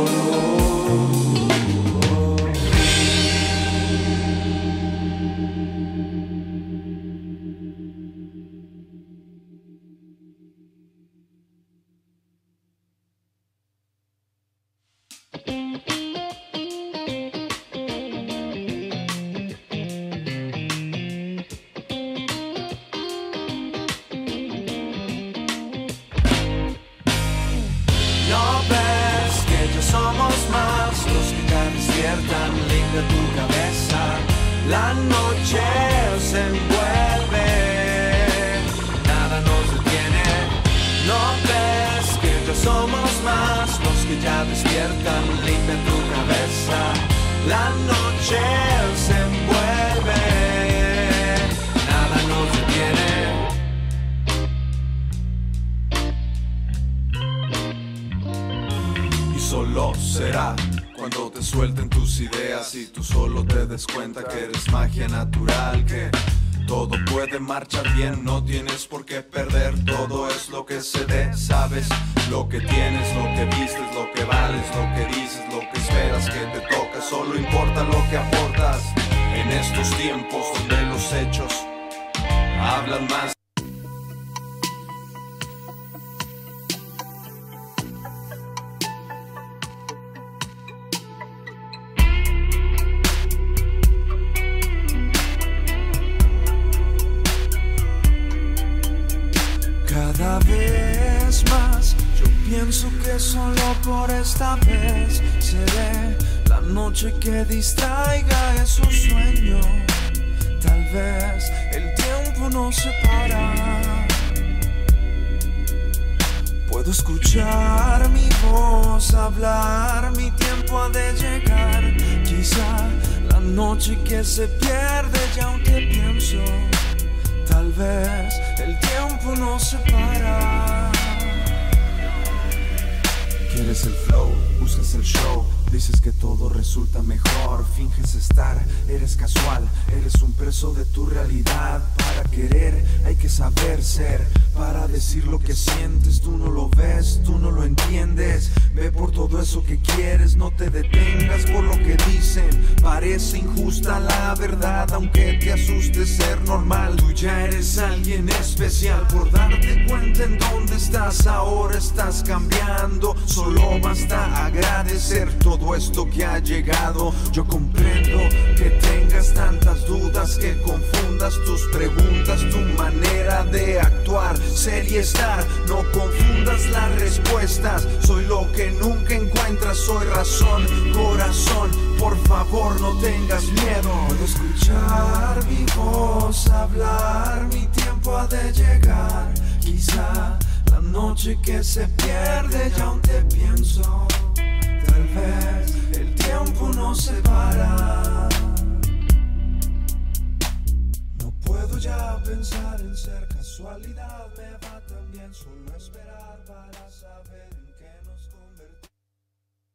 ellos somos más los que te despiertan, libre tu cabeza. La noche se envuelve, nada nos detiene. No ves que ellos somos más los que ya despiertan, libre tu cabeza. La noche se envuelve, nada nos detiene. y solo será cuando te suelten tus ideas y tú solo te des cuenta que eres magia natural, que todo puede marchar bien, no tienes por qué perder, todo es lo que se dé, sabes lo que tienes, lo que vistes, lo que vales, lo que dices, lo que esperas que te toca, solo importa lo que aportas en estos tiempos donde los hechos hablan más. Cada vez más yo pienso que solo por esta vez seré la noche que distraiga esos sueños. Tal vez el tiempo nos separa. Puedo escuchar mi voz hablar, mi tiempo ha de llegar. Quizá la noche que se pierde ya aunque pienso. Tal vez el tiempo nos separa. Quieres el flow, buscas el show, dices que todo resulta mejor, finges estar, eres casual, eres un preso de tu realidad. Para querer hay que saber ser, para decir lo que sientes, tú no lo ves, tú no lo entiendes. Ve por todo eso que quieres, no te detengas por lo que dicen. Parece injusta la verdad, aunque te asuste ser normal. Tú ya eres alguien especial por darte cuenta en dónde estás. Ahora estás cambiando, solo basta agradecer todo esto que ha llegado. Yo comprendo que tengas tantas dudas, que confundas tus preguntas, tu manera de actuar, ser y estar. No confundas las respuestas, soy lo que nunca encuentras, soy razón, corazón. Por favor, no tengas miedo. Puedo escuchar mi voz hablar, mi tiempo ha de llegar. Quizá la noche que se pierde ya aún te pienso.